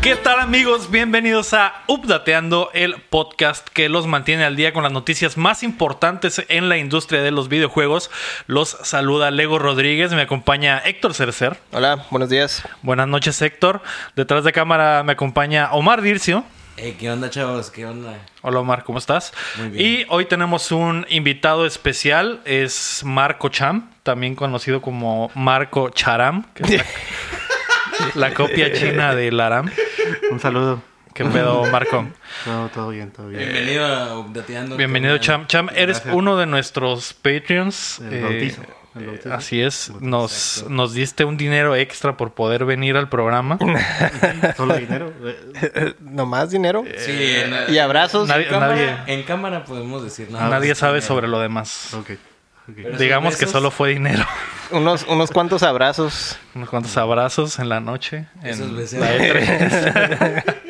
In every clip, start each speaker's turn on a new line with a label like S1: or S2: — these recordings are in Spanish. S1: ¿Qué tal amigos? Bienvenidos a Updateando, el podcast que los mantiene al día con las noticias más importantes en la industria de los videojuegos. Los saluda Lego Rodríguez, me acompaña Héctor Cercer.
S2: Hola, buenos días.
S1: Buenas noches Héctor. Detrás de cámara me acompaña Omar Dircio.
S3: Hey, ¿Qué onda, chavos? ¿Qué onda?
S1: Hola Omar, ¿cómo estás?
S3: Muy bien.
S1: Y hoy tenemos un invitado especial, es Marco Cham, también conocido como Marco Charam, que es la, la copia china de Laram.
S4: Un saludo.
S1: ¿Qué pedo, Marco?
S4: Todo, todo bien, todo bien.
S3: Bienvenido a Updateando.
S1: Eh, Bienvenido,
S3: ¿Qué
S1: Cham.
S3: onda?
S1: Cham, eres
S4: Gracias.
S1: uno de nuestros Patreons.
S4: El
S1: eh,
S4: bautizo. El
S1: eh,
S4: bautizo.
S1: Así es, nos, nos diste un dinero extra por poder venir al programa.
S4: Solo dinero. eh,
S2: ¿No más dinero?
S3: Sí,
S1: Eh,
S3: en,
S2: ¿Y abrazos?
S1: Nadie-
S3: en cámara,
S1: nadie-
S3: en cámara podemos decir
S4: Ah,
S3: nada.
S1: Nadie
S3: más.
S1: sabe sobre lo demás.
S4: ok. ok.
S3: Pero-
S1: Digamos
S3: esos
S1: que
S3: besos-
S1: solo fue dinero.
S2: Unos, unos cuantos abrazos.
S1: Unos cuantos abrazos en la noche. en
S3: Esos besos.
S1: la E E3.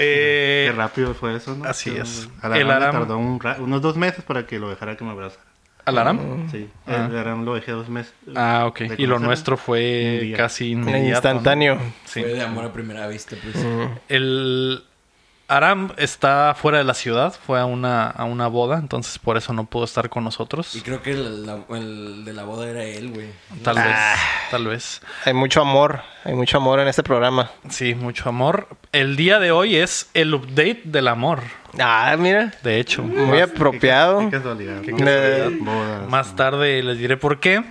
S1: Eh,
S4: Qué rápido fue eso, ¿no?
S1: así
S4: Que-
S1: es.
S4: A la
S1: El
S4: Aram le
S1: Aram-
S4: tardó un ra- unos dos meses para que lo dejara que me abrazara.
S1: ¿Alaram?
S4: Sí.
S1: Ah.
S4: El Aram lo dejé dos meses.
S1: Ah, ok.
S4: de
S1: Y lo
S4: conocerlo.
S1: nuestro
S4: Un
S1: fue
S4: día.
S1: casi inmediato. ¿no?
S2: Instantáneo.
S1: Sí.
S3: Fue de amor a primera vista, pues.
S1: El Aram está fuera de la ciudad, fue a una, a una boda, entonces por eso no pudo estar con
S3: Y
S1: nosotros.
S3: creo que el, la- el de la boda era él, güey.
S1: Tal vez, tal vez.
S2: Hay mucho amor. Hay mucho amor en este programa.
S1: Sí, mucho amor. El día de hoy es el update del amor,
S2: Ah, mira.
S1: de hecho.
S2: Mm. Muy apropiado.
S4: Qué casualidad. ¿no?
S2: casualidad.
S4: Bodas.
S1: Más tarde les diré por qué.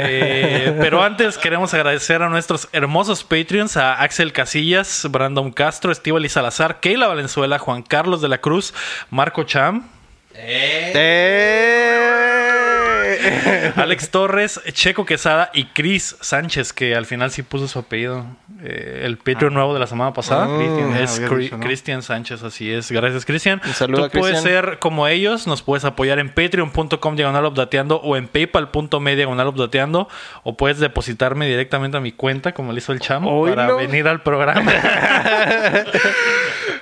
S1: Eh, pero antes queremos agradecer a nuestros hermosos Patreons, a Axel Casillas, Brandon Castro, Estíbaliz Salazar, Keila Valenzuela, Juan Carlos de la Cruz, Marco Cham,
S2: ¡Eh!
S1: Alex Torres, Checo Quesada y Cris Sánchez, que al final sí puso su apellido. Eh, el Patreon
S2: Ah.
S1: nuevo de la semana pasada
S4: Cristian,
S1: es
S4: habías
S1: Cri-
S4: dicho, ¿no?
S1: Cristian Sánchez, así es. Gracias, Cristian.
S2: Un saludo
S1: Tú
S2: a Cristian.
S1: puedes ser como ellos, nos puedes apoyar en patreon.com diagonal updateando o en paypal.me diagonal updateando o puedes depositarme directamente a mi cuenta, como le hizo el chamo,
S2: Oílo.
S1: para venir al programa.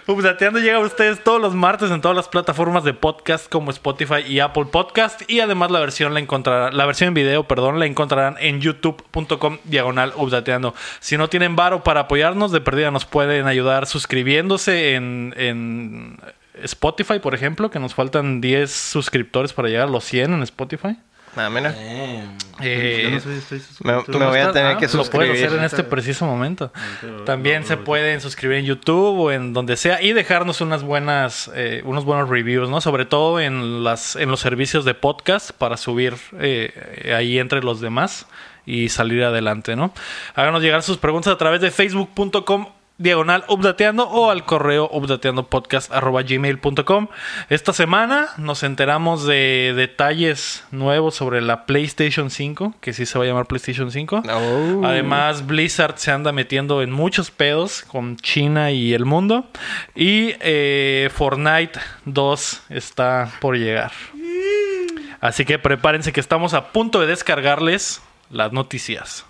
S1: Updateando llega a ustedes todos los martes en todas las plataformas de podcast como Spotify y Apple Podcast. Y además la versión la encontrarán, la versión en video, perdón, la encontrarán en youtube.com diagonal Updateando. Si no tienen varo para apoyarnos, de perdida nos pueden ayudar suscribiéndose en, en Spotify, por ejemplo, que nos faltan 10 suscriptores para llegar a los 100 en Spotify.
S2: Ah, mira.
S3: Damn.
S1: Eh, Ah,
S4: Yo no soy- estoy
S2: me-
S4: suscrito.
S2: me voy a tener que
S1: lo puedes hacer
S2: suscribir.
S1: en este preciso momento.
S4: pero-
S1: También
S4: no,
S1: se
S4: no,
S1: pueden suscribir en YouTube o en donde sea y dejarnos unas buenas, eh, unos buenos reviews, ¿no? Sobre todo en las, en los servicios de podcast para subir eh, ahí entre los demás y salir adelante, ¿no? Háganos llegar sus preguntas a través de facebook.com diagonal updateando o al correo updateandopodcast.gmail.com Esta semana nos enteramos de detalles nuevos sobre la PlayStation 5, que sí se va a llamar PlayStation 5.
S2: Oh.
S1: Además, Blizzard se anda metiendo en muchos pedos con China y el mundo. Y eh, Fortnite 2 está por llegar. Así que prepárense que estamos a punto de descargarles las noticias.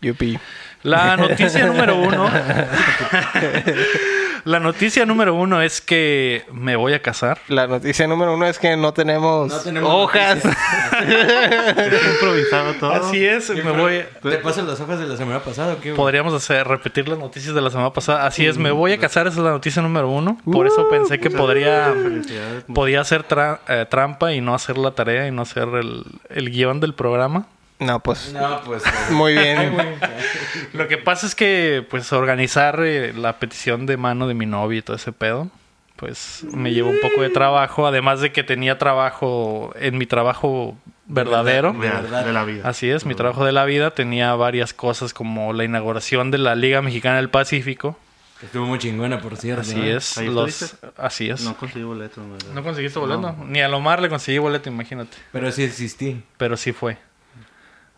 S2: Yupi.
S1: La noticia número uno. La noticia número uno es que me voy a casar.
S2: La noticia número uno es que no tenemos,
S3: No tenemos
S2: Pues, hojas.
S4: improvisado todo.
S1: Así es, me voy.
S3: ¿Te pasan las hojas de la semana pasada o qué? güey?
S1: Podríamos hacer, repetir las noticias de la semana pasada. Así es, me
S4: Mm.
S1: voy a casar, esa es la noticia número uno. Por eso pensé que podría
S4: Uh. Felicidades.
S1: podía hacer tra- eh, trampa y no hacer la tarea y no hacer el, el guión del programa.
S2: No, pues.
S3: No, pues. güey.
S2: Muy bien.
S1: Lo que pasa es que, pues, organizar eh, la petición de mano de mi novio y todo ese pedo, pues, me llevó un poco de trabajo. Además de que tenía trabajo en mi trabajo verdadero.
S4: De, de la vida.
S1: Así es, mi trabajo de la vida tenía varias cosas como la inauguración de la Liga Mexicana del Pacífico.
S3: Que Estuvo muy chingona, por cierto. ¿eh?
S1: Así
S3: ¿no?
S1: es.
S4: ¿Ahí
S1: los-
S4: estuviste?
S1: así es.
S4: No
S1: No,
S4: conseguí boleto. en verdad.
S1: conseguiste boleto. Ni a Lomar le conseguí boleto, imagínate.
S3: Pero sí existí.
S1: Pero sí fue.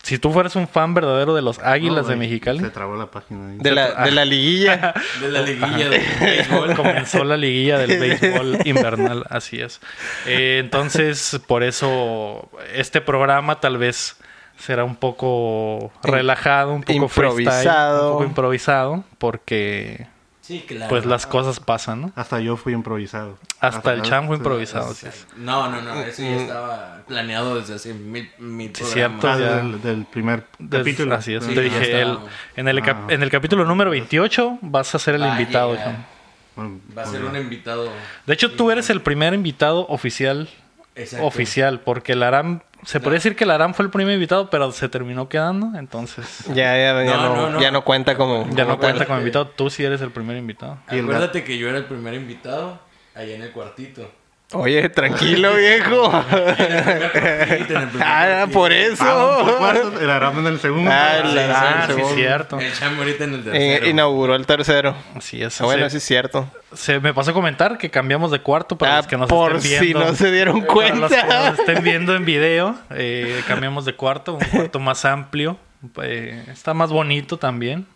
S1: Si tú fueras un fan verdadero de los Águilas
S4: No,
S1: de
S4: güey,
S1: Mexicali,
S4: Se trabó la página. ahí.
S2: De la, de la liguilla.
S3: De
S1: Ah.
S3: la liguilla de béisbol.
S1: comenzó la liguilla del béisbol invernal, así es. Eh, entonces, por eso este programa tal vez será un poco relajado, un poco freestyle,
S2: Improvisado.
S1: un poco improvisado, porque
S3: Sí, claro.
S1: pues las cosas pasan, ¿no?
S4: Hasta yo fui improvisado.
S1: Hasta el chango
S4: sí.
S1: improvisado. sí.
S3: No, no, no, eso ya estaba planeado desde hace mil, mil
S1: Sí,
S3: programas.
S1: cierto.
S4: Ah,
S1: Ya.
S4: del, del primer
S1: Des-
S4: capítulo.
S1: Así es.
S4: Sí.
S1: te
S3: ya
S1: dije,
S3: está.
S1: el- en, el cap-
S4: Ah.
S1: en el capítulo número 28 vas a ser el
S2: Ah,
S3: Va a
S1: invitado.
S3: llegar.
S1: hijo.
S4: Bueno, pues,
S3: Va a ser
S4: bueno.
S3: un invitado.
S1: De hecho, tú eres el primer invitado oficial.
S3: Exacto.
S1: Oficial, porque el Aram... Se podría decir que el Aram fue el primer invitado, pero se terminó quedando, entonces...
S2: Ya, ya, ya,
S3: No,
S2: no,
S3: no, no.
S2: ya no cuenta como.
S1: Ya no
S2: como
S1: cuenta
S2: tal.
S1: como invitado, tú sí eres el primer invitado.
S4: Y el
S3: Acuérdate que yo era el primer invitado allá en el cuartito.
S2: Oye, tranquilo, viejo. ah, por eso.
S4: Ah, un cuarto, el Aram en el segundo.
S2: Ah,
S4: Ah,
S2: el Aram.
S1: Ah, sí,
S2: segundo.
S1: cierto.
S3: El chamo ahorita en el
S2: Eh,
S3: tercero.
S2: inauguró el tercero.
S1: Así es.
S2: Ah, Bueno,
S1: se-
S2: sí es cierto.
S1: Se me pasó a comentar que cambiamos de cuarto para
S2: Ah,
S1: los que nos
S2: por
S1: estén viendo.
S2: si no se dieron
S1: Para los que
S2: cuenta.
S1: nos estén viendo en video, eh, cambiamos de cuarto, un cuarto más amplio. eh, está más bonito también.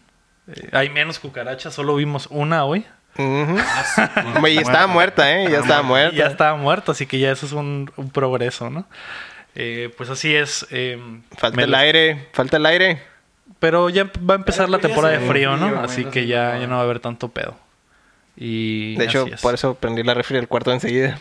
S1: Eh, hay menos cucarachas, solo vimos una hoy. Ah,
S2: Ujú. Y estaba muerta, ¿eh? Ya estaba
S1: Y ya
S2: muerta.
S1: estaba muerta, así que ya eso es un, un progreso, ¿no? Eh, pues así es. eh,
S2: Falta
S1: me
S2: el
S1: la-
S2: aire, falta el aire.
S1: Pero ya va a empezar
S3: Pero
S1: la
S3: que ya
S1: temporada
S3: se
S1: de frío, ¿no?
S3: frío, güey,
S1: así
S3: no
S1: que
S3: se
S1: ya,
S3: puede.
S1: ya no va a haber tanto pedo. Y
S2: De hecho,
S1: así es.
S2: por eso prendí la refri del cuarto enseguida.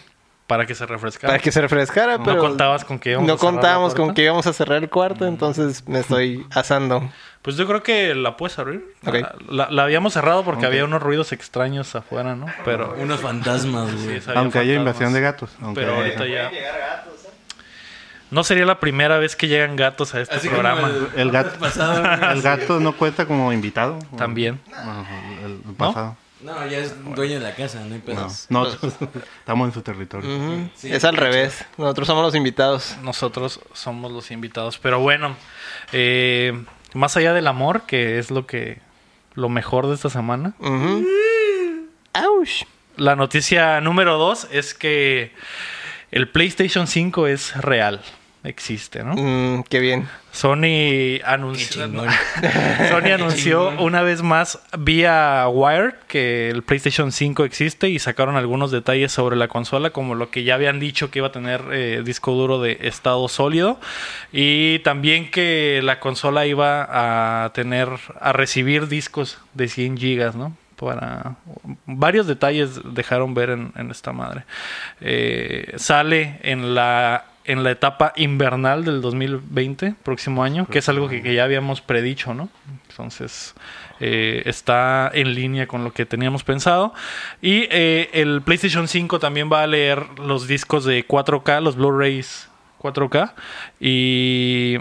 S1: para que se refrescara.
S2: Para que se refrescara, pero.
S1: no contabas con que íbamos
S2: No
S1: a cerrar la
S2: contábamos con
S1: puerta. Mm.
S2: que íbamos a cerrar el cuarto, entonces me estoy asando.
S1: Pues yo creo que la puedes abrir.
S2: Ok.
S1: La, la- la habíamos cerrado porque había unos ruidos extraños afuera, ¿no? Pero.
S3: Unos fantasmas, güey.
S1: esa había
S4: Aunque haya
S1: fantasmas.
S4: invasión de gatos. aunque
S1: Pero
S4: haya-
S1: ahorita ya. No sería la primera vez que llegan gatos a este
S3: Así como
S1: programa.
S3: el,
S4: El gato.
S3: pasado. güey.
S4: El gato no cuenta como invitado.
S1: También.
S4: Bueno, El, el pasado.
S3: No, ya es dueño de la casa, no hay pedos.
S4: No, estamos en su territorio.
S2: Pues, Ujú.
S3: Sí.
S2: es al revés. Nosotros somos los invitados.
S1: Nosotros somos los invitados. Pero bueno, eh, más allá del amor, que es lo que. Lo mejor de esta semana.
S2: Ujú. Aush.
S1: La noticia número dos es que el PlayStation 5 es real. Existe,
S4: Uh.
S1: ¿no?
S2: Mm, qué bien.
S1: Sony
S3: Qué
S1: anunció,
S3: chingón.
S1: Sony anunció
S3: chingón.
S1: una vez más vía Wired que el PlayStation 5 existe y sacaron algunos detalles sobre la consola, como lo que ya habían dicho que iba a tener eh, disco duro de estado sólido y también que la consola iba a tener, a recibir discos de 100 gigas, ¿no? Para varios detalles dejaron ver en, en esta madre. Eh, sale en la en la etapa invernal del 2020, próximo año, que es algo que, que ya habíamos predicho, ¿no? Entonces, eh, está en línea con lo que teníamos pensado. Y eh, el PlayStation 5 también va a leer los discos de 4K, los Blu-rays 4K. Y...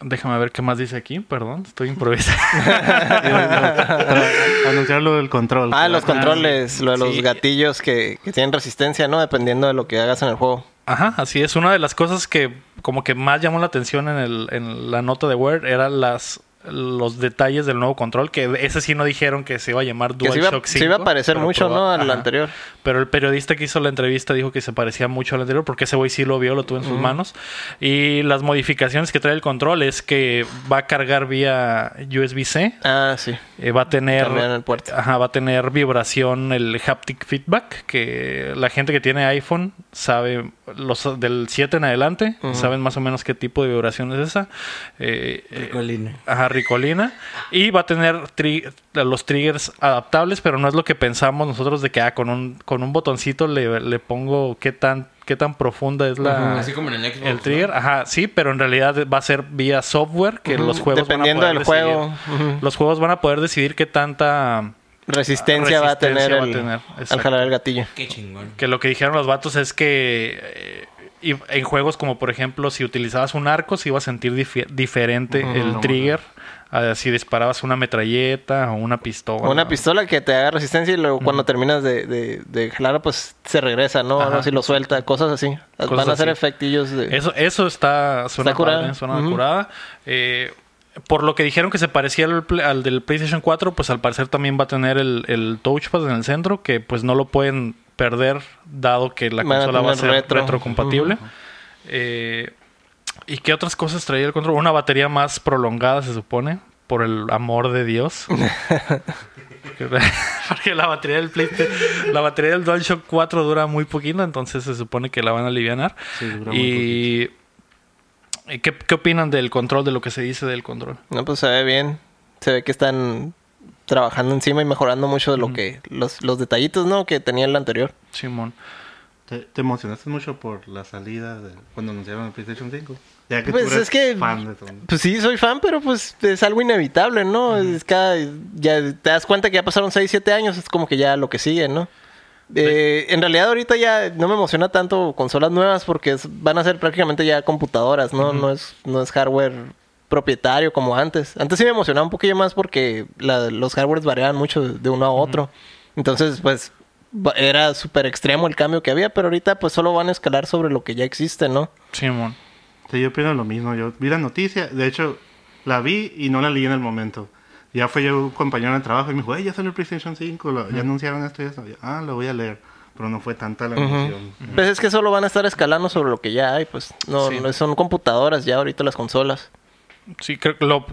S1: Déjame ver qué más dice aquí, perdón, estoy improvisando.
S4: Para anunciar lo del control.
S2: Ah, los controles, lo de los
S1: Sí.
S2: gatillos que, que tienen resistencia, ¿no? Dependiendo de lo que hagas en el juego.
S1: Ajá, así es. Una de las cosas que como que más llamó la atención en, el, en la nota de Word eran las los detalles del nuevo control, que ese sí no dijeron que se iba a llamar
S2: Que se iba,
S1: DualShock 5.
S2: se iba a parecer
S1: pero
S2: mucho,
S1: proba-
S2: ¿no? Al
S1: Ajá.
S2: anterior.
S1: Pero el periodista que hizo la entrevista dijo que se parecía mucho al anterior, porque ese güey sí lo vio, lo tuvo en sus manos. Y las modificaciones que trae el control es que va a cargar vía USB-C,
S2: Ah, sí.
S1: eh, va a tener
S2: También el puerto.
S1: Ajá, va a tener vibración el haptic feedback que la gente que tiene iPhone sabe los del 7 en adelante saben más o menos qué tipo de vibración es esa. Eh, eh,
S3: Ricolina.
S1: Ajá, Ricolina. Y va a tener tri- los triggers adaptables, pero no es lo que pensamos nosotros de que ah, con un, con un botoncito le, le pongo qué tan, qué tan profunda es la,
S3: Así como en el Xbox.
S1: Ah, el trigger, ajá, sí, pero en realidad va a ser vía software que
S2: Ujú,
S1: los juegos
S2: dependiendo
S1: van a
S2: del
S1: poder decidir.
S2: juego, ujú.
S1: Los juegos van a poder decidir qué tanta
S2: Resistencia, va a tener,
S1: Resistencia va a
S2: el-
S1: tener,
S2: al
S1: exacto.
S2: jalar el gatillo.
S3: ¿no? Qué chingón.
S1: que lo que dijeron los vatos es que eh, y- en juegos como por ejemplo si utilizabas un arco se iba a sentir difi- diferente el
S4: no,
S1: trigger a si disparabas una metralleta o una pistola.
S2: Una pistola que te haga resistencia y luego cuando terminas de, de, de jalar, pues se regresa, ¿no?
S1: Ajá.
S2: No, Si lo suelta, cosas así.
S1: Cosas
S2: Van a ser
S1: así.
S2: efectillos de...
S1: Eso, eso está, suena
S2: Está curada.
S1: padre, suena
S2: Ujú.
S1: curada. Eh, por lo que dijeron que se parecía al, pl- al del PlayStation 4, pues al parecer también va a tener el, el touchpad en el centro, que pues no lo pueden perder, dado que la
S2: Van a
S1: consola va a ser
S2: tener retro.
S1: retrocompatible. Eh, ¿Y qué otras cosas traía el control? Una batería más prolongada, se supone, por el amor de Dios. Porque la batería del PlayStation, la batería del DualShock 4 dura muy poquito, entonces se supone que la van a aliviar.
S4: Sí, dura muy
S1: y ¿y ¿qué, qué opinan del control, de lo que se dice del control?
S2: No, pues se ve bien. Se ve que están trabajando encima y mejorando mucho de lo que los, los detallitos, ¿no? Que tenía el anterior.
S1: Simón.
S4: ¿Te, te emocionaste mucho por la salida de cuando anunciaron el PlayStation 5? Ya tú
S2: Pues
S4: eres
S2: es que
S4: fan de todo.
S2: pues sí soy fan, pero pues es algo inevitable, ¿no? Es cada ya te das cuenta que ya pasaron 6, 7 años, es como que ya lo que sigue, ¿no? Eh, en realidad ahorita ya no me emociona tanto consolas nuevas porque es- van a ser prácticamente ya computadoras, ¿no? No es no es hardware propietario como antes. Antes sí me emocionaba un poquillo más porque la- los hardwares variaban mucho de uno a otro. Entonces, pues va- era súper extremo el cambio que había, pero ahorita pues solo van a escalar sobre lo que ya existe, ¿no?
S1: Simón.
S4: Sí, yo opino lo mismo. Yo vi la noticia, de hecho, la vi y no la leí en el momento. Ya fue yo un compañero de trabajo y me dijo, hey, ya salió el PlayStation 5, lo- ya anunciaron esto y eso. Yo, ah, lo voy a leer. Pero no fue tanta la emoción.
S2: Pues es que solo van a estar escalando sobre lo que ya hay, pues no,
S1: Sí.
S2: no son computadoras ya ahorita las consolas.
S1: Sí, creo que lo,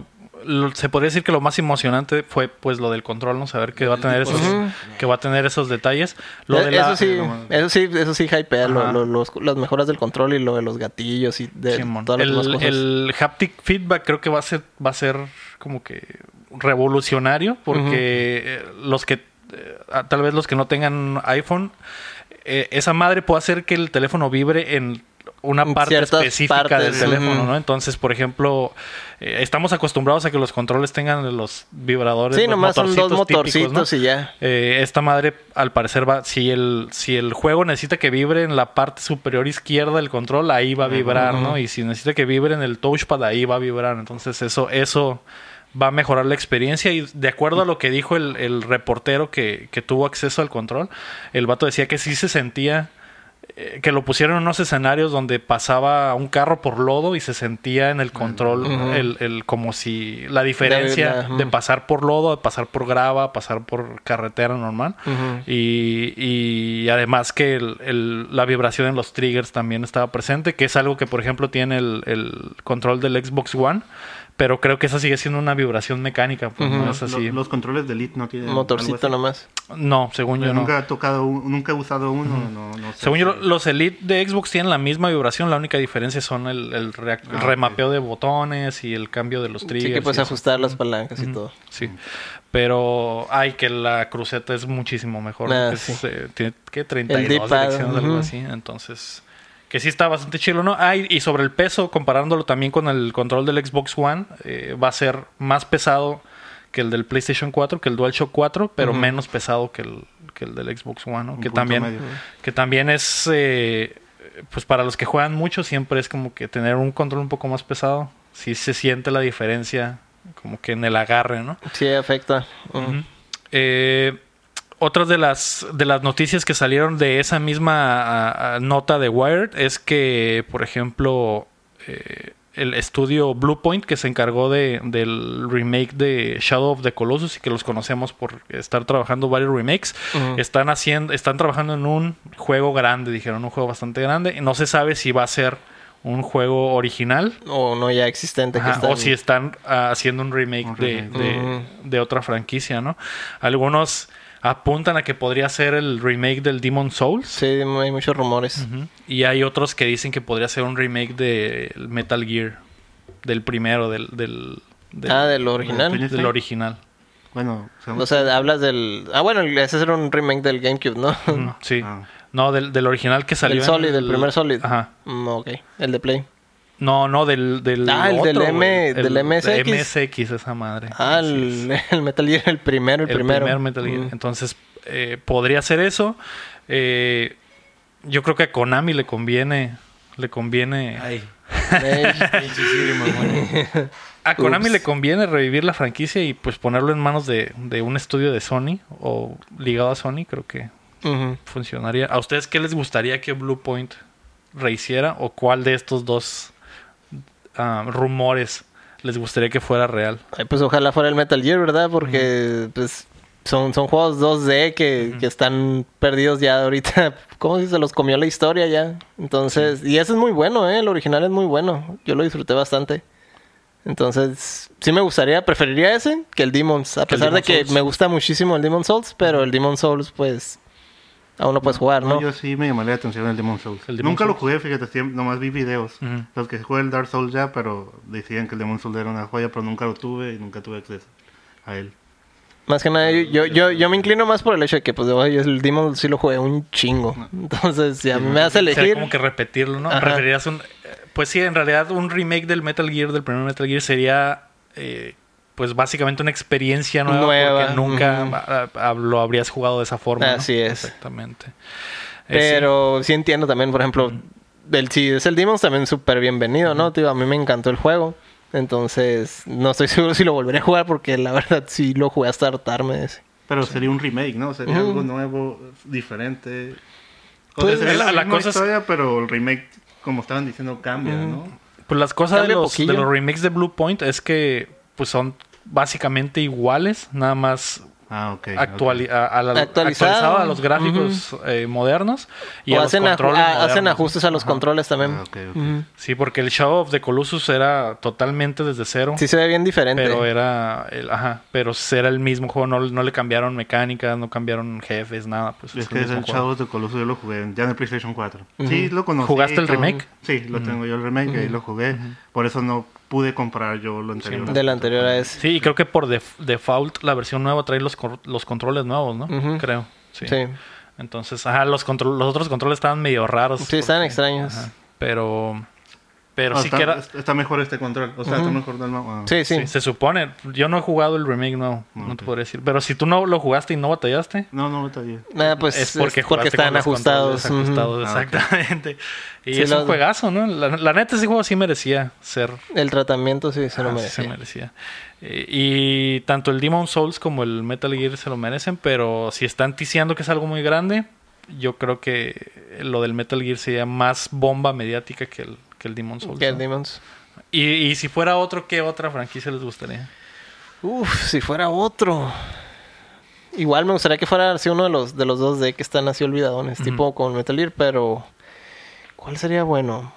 S1: lo- se podría decir que lo más emocionante fue pues lo del control, no saber que va a tener esos
S2: Ujú.
S1: que va a tener esos detalles, lo
S2: Eh,
S1: de la
S2: eso sí,
S4: lo-
S2: eso sí, eso sí hypea lo-
S1: Ajá.
S2: lo- los- las mejoras del control y lo de los gatillos y de
S1: Simón.
S2: todas las demás
S1: el,
S2: cosas.
S1: el haptic feedback creo que va a ser va a ser como que revolucionario porque eh, los que eh, ah, tal vez los que no tengan iPhone eh, esa madre puede hacer que el teléfono vibre en una
S2: En
S1: parte
S2: ciertas
S1: específica del
S2: partes,
S1: teléfono,
S2: ujú.
S1: ¿no? Entonces, por ejemplo, eh, estamos acostumbrados a que los controles tengan los vibradores,
S2: sí,
S1: los
S2: nomás son dos
S1: típicos, ¿no?
S2: motorcitos y ya.
S1: Eh, esta madre, al parecer, va. Si el, si el juego necesita que vibre en la parte superior izquierda del control, ahí va a vibrar, ¿no? Y si necesita que vibre en el touchpad, ahí va a vibrar. Entonces, eso, eso va a mejorar la experiencia. Y de acuerdo a lo que dijo el, el reportero que, que tuvo acceso al control, el vato decía que sí se sentía. eh, Que lo pusieron en unos escenarios donde pasaba un carro por lodo y se sentía en el control el, el- como si la diferencia
S2: la-
S1: de
S2: ujú.
S1: pasar por lodo, pasar por grava, pasar por carretera normal.
S2: Ujú.
S1: y, y además que el- el- la vibración en los triggers también estaba presente, que es algo que por ejemplo tiene el, el control del Xbox One, pero creo que esa sigue siendo una vibración mecánica, pues, no
S4: Lo-
S1: es así.
S4: lo- los controles de Elite no tienen.
S2: Motorcito
S4: algo así.
S2: nomás.
S1: No, según yo,
S4: Yo
S1: no.
S4: nunca he tocado un- nunca he usado uno, no, no sé.
S1: Según yo,
S4: si-
S1: los Elite de Xbox tienen la misma vibración, la única diferencia son el, el reac- el
S4: Ah, ok.
S1: remapeo de botones y el cambio de los triggers.
S2: Sí que pues, puedes
S1: y eso.
S2: ajustar las palancas y todo.
S1: Sí. Pero, ay, que la cruceta es muchísimo mejor.
S2: Ah,
S1: es,
S2: sí.
S1: eh, tiene que
S2: El
S1: 32
S2: D-pad,
S1: direcciones, algo
S2: ujú.
S1: así. Entonces, que sí está bastante chilo, ¿no? Ay, y sobre el peso, comparándolo también con el control del Xbox One, eh, va a ser más pesado que el del PlayStation 4, que el DualShock 4, pero menos pesado que el, que el del Xbox One, ¿no?
S4: Un
S1: Que
S4: punto
S1: también,
S4: medio.
S1: que también es, eh, pues para los que juegan mucho, siempre es como que tener un control un poco más pesado. Sí se siente la diferencia, como que en el agarre, ¿no?
S2: Sí, afecta. mm, Ujú.
S1: Eh, otras de las, de las noticias que salieron de esa misma a- a- nota de Wired es que, por ejemplo, eh, el estudio Bluepoint, que se encargó de, del remake de Shadow of the Colossus y que los conocemos por estar trabajando varios remakes,
S2: Ujú.
S1: están, haciendo, están trabajando en un juego grande, dijeron, un juego bastante grande. y No se sabe si va a ser un juego original
S2: O no ya existente.
S1: Ajá,
S2: que está
S1: o si están ah, haciendo un remake,
S4: Un
S1: de-
S4: remake.
S1: De,
S2: Ujú.
S1: de otra franquicia, ¿no? Algunos apuntan a que podría ser el remake del Demon Souls.
S2: Sí, hay muchos rumores.
S1: Ujú. Y hay otros que dicen que podría ser un remake de Metal Gear, del primero, del, del, del-
S2: Ah, del
S4: Del
S2: original.
S4: Phoenix.
S1: del original.
S4: Bueno, según-
S2: O sea, hablas del... Ah, bueno, ese era un remake del GameCube, ¿no?
S1: Ujú, Sí.
S4: Ah.
S1: No, del, del original que salió.
S2: Del
S1: en
S2: Solid, del primer Solid.
S1: Ajá.
S2: Mm, ok, el de Play.
S1: No, no, del. del
S2: Ah, el del
S1: otro, güey.
S2: M- del
S1: El-
S2: MSX.
S1: MSX, esa madre.
S2: Ah,
S1: Así es.
S2: el, el Metal Gear, el primero, el,
S1: el
S2: primero.
S1: primer Metal Gear.
S2: Mm.
S1: Entonces, eh, podría ser eso. Eh, yo creo que a Konami le conviene. Le conviene.
S3: Ay,
S2: Eh,
S3: muchísimo, mamón.
S1: a Konami
S2: ups.
S1: le conviene revivir la franquicia y pues ponerlo en manos de, de un estudio de Sony o ligado a Sony, creo que
S2: ujú.
S1: funcionaría. ¿A ustedes qué les gustaría que Blue Point rehiciera o cuál de estos dos ah, rumores les gustaría que fuera real?
S2: Ay, pues ojalá fuera el Metal Gear, ¿verdad? Porque pues son, son juegos 2D que, que están perdidos ya ahorita. ¿Cómo si se los comió la historia ya? Entonces, y ese es muy bueno, ¿eh? El original es muy bueno. Yo lo disfruté bastante. Entonces, sí me gustaría, preferiría ese que el Demon's. A
S1: Que el
S2: pesar de
S1: Demon's
S2: que
S1: Souls.
S2: me gusta muchísimo el Demon's Souls, pero el Demon's Souls, pues, aún no puedes jugar, ¿no?
S4: Yo sí me llamaría la atención el Demon Souls.
S1: El Demon
S4: Nunca
S1: Souls.
S4: lo jugué, fíjate, siempre- nomás vi videos.
S1: Ujú.
S4: Los que juegan el Dark Souls ya, pero decían que el Demon Souls era una joya, pero nunca lo tuve y nunca tuve acceso a él.
S2: Más que nada, yo, yo, yo me inclino más por el hecho de que, pues, yo el Demon sí lo jugué un chingo. Entonces, si a mí me hace
S1: Sería
S2: elegir.
S1: como que repetirlo, ¿no?
S2: Ajá.
S1: Preferirías un. eh, Pues sí, en realidad un remake del Metal Gear, del primer Metal Gear, sería. eh, pues básicamente una experiencia nueva,
S2: Nueva,
S1: porque nunca
S2: ujú.
S1: ah, ah, lo habrías jugado de esa forma. ¿no?
S2: Así es.
S1: Exactamente. Eh, Mm.
S2: Pero sí entiendo también, por ejemplo, el, si es el Demons también súper bienvenido, ¿no? Tío, a mí me encantó el juego. Entonces, no estoy seguro si lo volveré a jugar porque la verdad sí lo jugué hasta hartarme. ese.
S4: Pero sería un remake, ¿no? Sería
S2: Ujú.
S4: algo nuevo, diferente. O
S2: Pues,
S4: sea, sería
S1: la-
S4: la,
S1: la
S4: misma
S1: cosa es-
S4: historia, pero el remake, como estaban diciendo, cambia, ¿no?
S1: Pues las cosas de
S2: Cambia
S1: los, de
S2: poquillo.
S1: los remakes de Blue Point es que pues son básicamente iguales, nada más
S4: Ah, ok.
S1: actuali- a- a la-
S2: Actualizado.
S1: actualizado. a los gráficos eh, modernos y
S2: o
S1: a
S2: hacen,
S1: los
S2: aju-
S1: controles
S2: a- hacen
S1: modernos.
S2: ajustes a los controles también.
S4: Ah, ok, ok.
S2: Ujú.
S1: Sí, porque el Shadow of the Colossus era totalmente desde cero.
S2: Sí se ve bien diferente.
S1: Pero era el, ajá, pero era el mismo juego, no, no le cambiaron mecánicas, no cambiaron jefes, nada, pues
S4: Es
S1: es
S4: que
S1: el
S4: es
S1: mismo
S4: el
S1: juego.
S4: Shadow of the Colossus yo lo jugué ya en el PlayStation 4. Sí, lo conocí.
S1: ¿Jugaste
S4: y
S1: el
S4: todo.
S1: remake?
S4: Sí, lo tengo yo el remake y ahí lo jugué. Por eso no pude comprar yo lo anterior.
S2: De la anterior a ese.
S1: Sí, y creo que por def- default la versión nueva trae los, cor- los controles nuevos, ¿no?
S2: Ujú.
S1: Creo. Sí.
S2: Sí.
S1: Entonces, ajá, los contro- los otros controles estaban medio raros.
S2: Sí, están extraños.
S1: Ajá, pero pero
S4: Ah,
S1: sí
S4: está,
S1: que era
S4: está mejor este control. O sea, está mejor del mapa.
S2: Sí, sí.
S1: sí, se supone, yo no he jugado el remake nuevo, no te podría decir, pero si tú no lo jugaste y no batallaste,
S4: No, no, está bien.
S2: Nada, pues
S1: es porque, jugaste
S2: porque
S1: con
S2: están
S1: los
S2: ajustados.
S1: controles
S2: ujú.
S1: ajustados, exactamente. Y
S2: Sí,
S1: es
S2: los-
S1: un juegazo, ¿no? La, la neta, ese juego sí merecía ser.
S2: El tratamiento sí se lo
S1: ah, sí
S2: merece.
S1: se merecía. Eh, Y, tanto el Demon Souls como el Metal Gear se lo merecen, pero si están ticiando que es algo muy grande, yo creo que lo del Metal Gear sería más bomba mediática que el, que el Demon Souls.
S2: Que el
S1: ¿no?
S2: Demons.
S1: Y, y si fuera otro, ¿qué otra franquicia les gustaría?
S2: Uf, si fuera otro. Igual me gustaría que fuera así uno de los de los dos de que están así olvidadones, tipo con Metal Gear, pero ¿cuál sería bueno?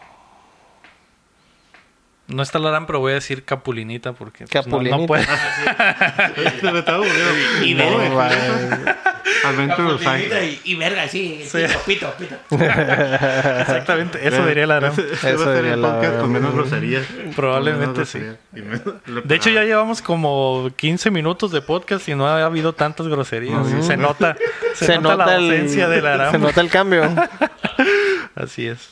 S1: No está Laran, pero voy a decir Capulinita porque pues, no-
S2: Capulinita.
S1: no, puede.
S4: Se me está aburriendo.
S3: Y
S4: No,
S3: verga.
S4: es- Adventure Cycle.
S3: Y, y verga, sí. Pito, pito, pito.
S1: Exactamente, eso diría Laran.
S4: Eh, Ese va a ser
S2: sería
S4: el
S2: la
S4: podcast con menos
S2: verdad.
S4: groserías.
S1: Probablemente
S4: Con menos
S1: sí.
S4: groserías. Y menos-
S1: De hecho, ya llevamos como 15 minutos de podcast y no ha habido tantas groserías. Y Se nota, se nota, la ausencia de la
S2: Se nota el cambio.
S1: Así es.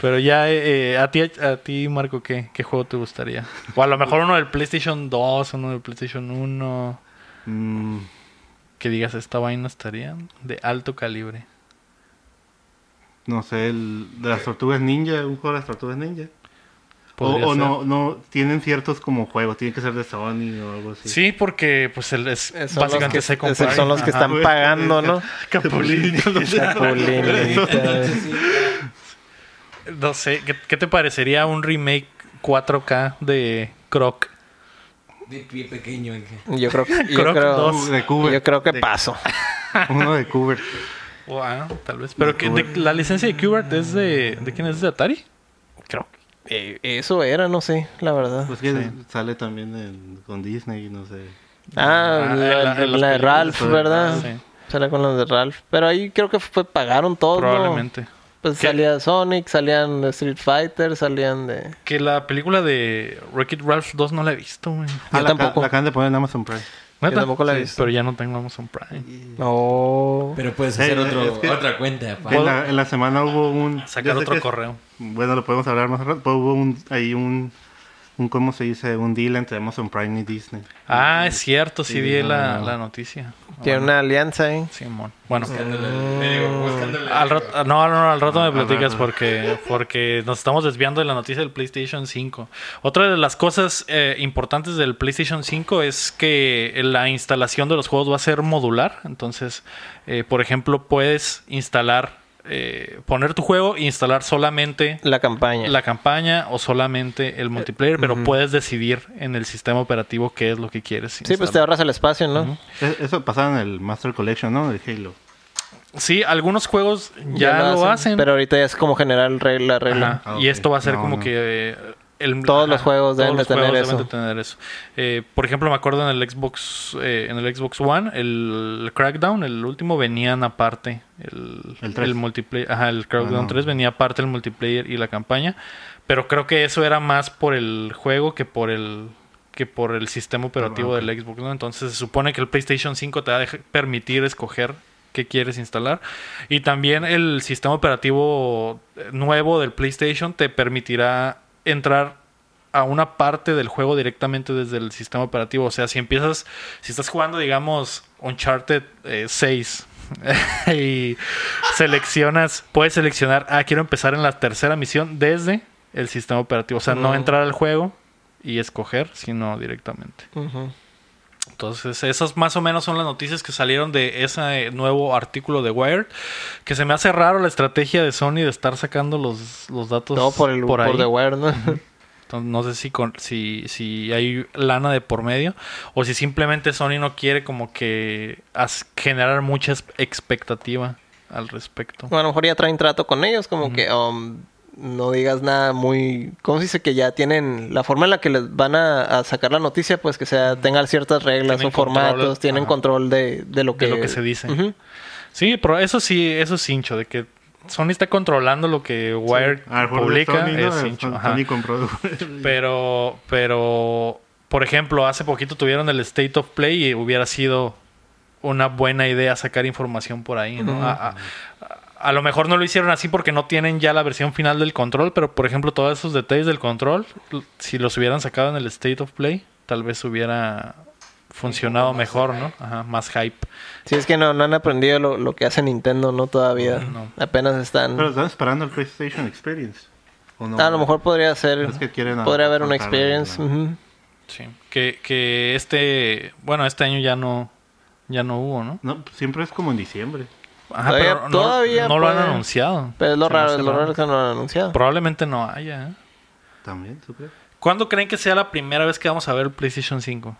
S1: Pero ya, eh, eh, a, ti, a ti, Marco, ¿qué, ¿qué juego te gustaría? O a lo mejor uno del PlayStation 2, uno del PlayStation 1.
S4: Mm,
S1: Que digas, esta vaina estaría de alto calibre.
S4: no sé, el de las tortugas ninja, un juego de las tortugas ninja. O,
S1: Podría
S4: o
S1: ser.
S4: no, no, tienen ciertos como juegos, tiene que ser de Sony o algo así.
S1: Sí, porque pues el es
S2: Eh, Son los
S1: básicamente
S2: que-
S1: se
S2: esos son los que están pagando, ¿no?
S3: Entonces, sí.
S1: No sé, ¿qué, qué te parecería un remake 4K de Croc?
S3: De pie pequeño. dije.
S2: Yo creo que yo
S1: Croc
S2: creo,
S1: dos.
S4: De Cuber.
S2: yo creo que
S4: De-
S2: paso.
S4: Uno de Cuber.
S1: O, ah, tal vez. Pero que de- la licencia de Qbert es de. ¿De quién es? ¿De Atari? Creo.
S2: Eh, eso era, no sé, la verdad.
S4: Pues que sale también en- con Disney, no sé.
S2: Ah,
S1: Ah,
S2: la,
S1: en la- en
S2: la
S1: las
S2: de Ralph,
S4: películas,
S2: ¿verdad?
S1: Ah, sí.
S2: Sale con los de Ralph. Pero ahí creo que fue, pagaron todo. ¿no?
S1: Probablemente.
S2: Pues
S1: ¿Qué?
S2: salía Sonic, salían de Street Fighter, salían de.
S1: Que la película de Wreck-It Ralph 2 no la he visto, güey.
S2: Yo
S4: Ah, la, ca-
S2: tampoco.
S4: la acaban de poner en Amazon Prime.
S1: ¿Neta?
S2: tampoco la he
S1: Sí,
S2: visto.
S1: Pero ya no tengo Amazon Prime.
S2: No.
S3: Pero puedes
S4: Hey,
S3: hacer
S4: es
S3: otro,
S4: que-
S3: otra cuenta. pa.
S4: En la, en la semana hubo un... yo
S1: Sacar
S4: sé
S1: otro
S4: que es-
S1: correo.
S4: Bueno, lo podemos hablar más rato, pero hubo un, ahí un, un, ¿cómo se dice? Un deal entre Amazon Prime y Disney.
S1: Ah, es cierto, sí,
S4: Sí,
S1: vi
S4: no,
S1: la,
S4: no.
S1: la noticia.
S2: Tiene una alianza ahí.
S1: Simón. Bueno.
S3: Buscándole el- le digo, buscándole
S1: Al
S3: el-
S1: rato, no, no, no, al rato me
S4: al
S1: platicas
S4: rato.
S1: porque, porque nos estamos desviando de la noticia del PlayStation 5. Otra de las cosas eh, importantes del PlayStation 5 es que la instalación de los juegos va a ser modular. Entonces, eh, por ejemplo, puedes instalar, eh, poner tu juego e instalar solamente
S2: La campaña.
S1: la campaña o solamente el multiplayer, pero puedes decidir en el sistema operativo qué es lo que quieres.
S2: sí, pues te
S1: instalar.
S2: ahorras el espacio, ¿no?
S4: Es- Eso pasaba en el Master Collection, ¿no? El Halo.
S1: Sí, algunos juegos ya, lo hacen.
S2: Pero ahorita ya es como general reg- la regla.
S1: Ajá.
S4: Ah,
S1: Y
S4: ok.
S1: esto va a ser
S4: No,
S1: como
S4: no.
S1: que... eh, el-
S2: Todos los juegos deben de tener
S1: juegos deben
S2: eso.
S1: de tener eso. Eh, por ejemplo, me acuerdo en el Xbox eh, en el Xbox One, el Crackdown, el último, venían aparte. El,
S4: El tres.
S1: multiplayer, ajá, el Crackdown
S4: Ah, no.
S1: 3 venía aparte el multiplayer y la campaña. Pero creo que eso era más por el juego que por el... que que por el sistema operativo
S4: Ah, ok.
S1: del Xbox, ¿no? Entonces se supone que el PlayStation 5 te va a dej- permitir escoger qué quieres instalar. Y también el sistema operativo eh, nuevo del PlayStation te permitirá entrar a una parte del juego directamente desde el sistema operativo. O sea, si empiezas, si estás jugando, digamos, Uncharted eh, 6 y seleccionas, puedes seleccionar, ah, quiero empezar en la tercera misión desde el sistema operativo. O sea, no
S2: Mm.
S1: entrar al juego y escoger, sino directamente.
S2: Ujú.
S1: Entonces, esas más o menos son las noticias que salieron de ese eh, nuevo artículo de Wired. Que se me hace raro la estrategia de Sony de estar sacando los, los datos
S2: Todo por el por,
S1: ahí.
S2: The Wire, ¿no?
S1: Entonces, no sé si, con- si, si hay lana de por medio o si simplemente Sony no quiere como que as- generar mucha es- expectativa al respecto.
S2: a lo mejor ya traen trato con ellos, como que um, no digas nada muy... ¿Cómo se dice? Que ya tienen la forma en la que les van a, a sacar la noticia, pues que sea tengan ciertas reglas
S1: Tienen
S2: o formatos,
S1: control,
S2: tienen
S1: ajá.
S2: control de, de lo que...
S1: De lo que se dice.
S2: Ujú.
S1: Sí, pero eso sí, eso es hincho, de que Sony está controlando lo que Wired
S4: A lo mejor Ah, de
S1: publica.
S4: Sony, ¿no?
S1: es hincho,
S4: Sony
S1: ajá.
S4: compró.
S1: Pero, pero, por ejemplo, hace poquito tuvieron el State of Play y hubiera sido una buena idea sacar información por ahí, ¿no? A, a- a lo mejor no lo hicieron así porque no tienen ya la versión final del control, pero por ejemplo, todos esos detalles del control, l- si los hubieran sacado en el State of Play, tal vez hubiera funcionado mejor, ¿no? Ajá, más hype.
S2: Sí, es que no, no han aprendido lo, lo que hace Nintendo, ¿no? Todavía.
S1: No.
S2: Apenas están...
S4: Pero están esperando el PlayStation Experience. ¿o no?
S2: Ah, a lo mejor podría ser...
S4: Es que quieren
S2: podría haber una
S4: aportar
S2: experience.
S4: algo,
S2: ujú.
S1: Sí. Que, que este, bueno, este año ya no, ya no hubo, ¿no?
S4: No, siempre es como en diciembre.
S1: Ajá,
S2: Todavía-
S1: no-
S2: todavía
S1: no, lo han
S2: pueden.
S1: anunciado.
S2: Pero es lo
S1: Se me
S2: raro,
S1: hace
S2: es lo raro que no lo han anunciado.
S1: Probablemente no haya. ¿eh?
S4: También, ¿tú crees?
S1: ¿Cuándo creen que sea la primera vez que vamos a ver el PlayStation 5?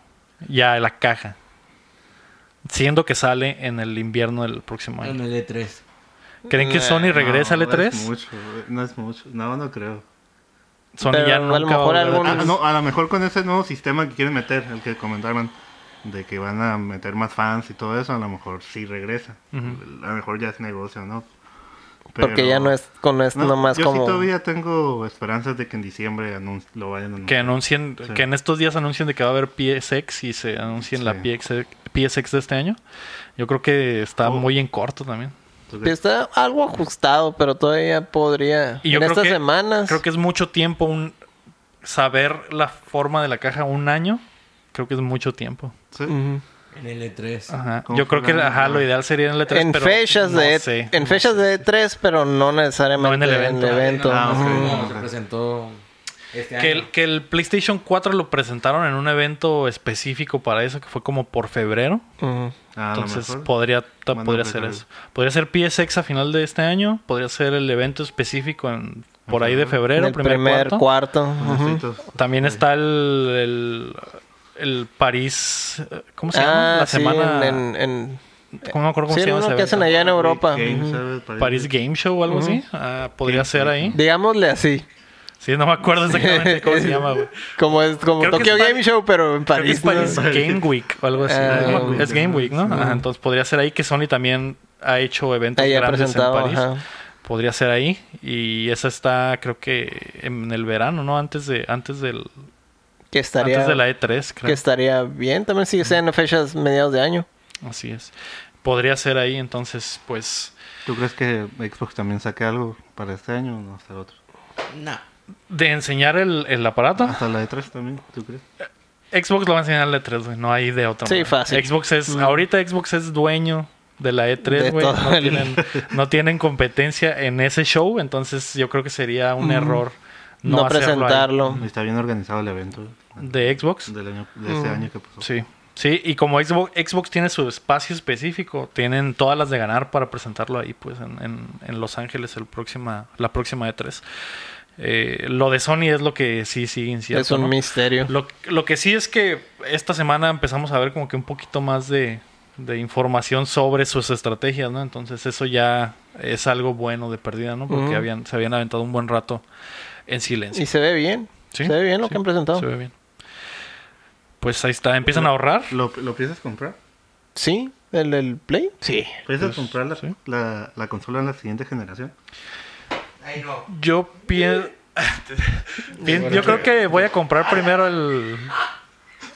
S1: Ya, la caja. Siendo que sale en el invierno del próximo
S3: En
S1: año.
S3: el E E3.
S1: ¿Creen que
S2: Nah,
S1: Sony regresa
S4: Eh, No,
S2: E
S1: al E
S4: No es
S1: E3?
S4: mucho, no es mucho. No, no creo.
S1: Sony
S2: Pero
S1: ya
S2: a lo
S1: nunca va a
S2: mejor
S1: volver a-
S2: algún-
S4: Ah, no, a lo mejor con ese nuevo sistema que quieren meter, el que comentaron, de que van a meter más fans y todo eso, a lo mejor sí regresa. A lo mejor ya es negocio, ¿no?
S2: Porque ya no es, con, no es
S4: No,
S2: nomás
S4: yo
S2: como...
S4: sí todavía tengo esperanzas de que en diciembre anun- lo vayan a
S1: Que
S4: anunciar.
S1: anuncien,
S4: Sí.
S1: que en estos días anuncien de que va a haber PSX y se anuncien la
S4: Sí.
S1: PSX, PSX de este año. Yo creo que está
S4: Oh.
S1: muy en corto también.
S4: ¿Tú crees?
S2: Está algo ajustado, pero todavía podría.
S1: Y yo
S2: en
S1: creo
S2: estas
S1: que-
S2: semanas.
S1: Creo que es mucho tiempo un saber la forma de la caja un año. Creo que es mucho tiempo.
S4: Sí.
S2: Ujú.
S3: En el E E3.
S1: Ajá.
S4: ¿Cómo
S1: Yo creo que
S4: jugarán?
S1: ajá, lo ideal sería en el E3.
S2: en
S1: E pero
S2: fechas
S1: no
S2: de E
S1: sé.
S2: en fechas de 3 pero no necesariamente
S1: No en el evento.
S2: En el evento.
S4: Ah,
S2: Ujú.
S4: ok.
S3: Como se presentó este
S1: Que
S3: año.
S1: el, que el PlayStation 4 lo presentaron en un evento específico para eso, que fue como por febrero.
S2: Ujú.
S4: Ah, a lo
S1: Entonces
S4: mejor.
S1: podría, ta-
S4: Manda
S1: podría
S4: un
S1: ser
S4: recado.
S1: eso. Podría ser PSX a final de este año. Podría ser el evento específico en, por ahí de
S2: En
S1: febrero,
S2: el
S1: primer,
S2: primer
S1: cuarto.
S2: cuarto.
S4: Ah,
S2: ujú.
S4: Necesitas-
S1: También está el, el, el París. eh, ¿Cómo se llama?
S2: Ah,
S1: La
S2: sí,
S1: semana.
S2: en, en-
S1: no me acuerdo cómo
S2: sí,
S1: se llama
S2: uno
S1: ese
S2: que hacen
S1: evento.
S2: allá en Europa.
S4: Games,
S2: ujú.
S4: ¿sabes? Parece-
S1: París Game Show o algo así. Ah, podría ser ahí.
S2: Digámosle así.
S1: Sí, no me acuerdo exactamente cómo se llama, güey.
S2: Como es como
S1: Creo que
S2: Tokyo
S1: es
S2: Game
S1: París-
S2: Show, pero en
S1: Creo que es
S2: París.
S1: París
S2: ¿no?
S1: Game Week o algo así.
S2: Ah,
S1: ¿no?
S4: Game Week.
S1: es Game Week, ¿no?
S4: Sí.
S1: Ajá, entonces podría ser ahí que Sony también ha hecho eventos
S2: Ahí ha
S1: grandes en
S2: presentado.
S1: París.
S2: ajá.
S1: Podría ser ahí. Y esa está, creo que en el verano, ¿no? Antes de, antes del,
S2: Que estaría.
S1: antes de la E3,
S2: Que
S1: creo.
S2: estaría bien también si sean fechas mediados de año.
S1: Así es. Podría ser ahí, entonces, pues.
S4: ¿Tú crees que Xbox también saque algo para este año o no hasta el otro?
S3: No.
S1: De enseñar el, el aparato,
S4: Hasta la E3 también, ¿tú crees?
S1: Xbox lo va a enseñar en la E3, güey. No hay de otra
S2: Sí,
S1: manera.
S2: fácil. Mm.
S1: Xbox es, ahorita Xbox es dueño de la
S2: De
S1: E3, güey.
S2: todo
S1: No,
S2: el-
S1: tienen, no tienen competencia en ese show, entonces yo creo que sería un error no, hacerlo
S2: No,
S1: ahí.
S2: presentarlo.
S4: Está bien organizado el evento
S1: De Xbox.
S4: del año, de este año que pasó.
S1: Sí. Sí, y como Xbox, Xbox tiene su espacio específico, tienen todas las de ganar para presentarlo ahí, pues, en, en- en Los Ángeles el próxima, la próxima E3. Eh, lo de Sony es lo que sí sigue incierto.
S2: es un
S1: ¿no?
S2: misterio.
S1: Lo, lo que sí es que esta semana empezamos a ver como que un poquito más de, de información sobre sus estrategias, ¿no? Entonces eso ya es algo bueno de pérdida, ¿no? Porque
S2: Ujú.
S1: habían, se habían aventado un buen rato en silencio.
S2: Y se ve bien.
S1: Sí,
S2: Se ve bien lo
S1: sí,
S2: que han presentado.
S1: Se ve bien. Pues ahí está, empiezan a ahorrar.
S4: ¿Lo, ¿Lo piensas comprar?
S2: Sí, el, el Play. Sí.
S4: ¿Piensas
S1: Pues,
S4: comprar la,
S1: sí.
S4: la, la consola en la siguiente generación?
S3: Ay, no.
S1: Yo
S2: Eh,
S1: pienso... Yo creo que voy a comprar primero el,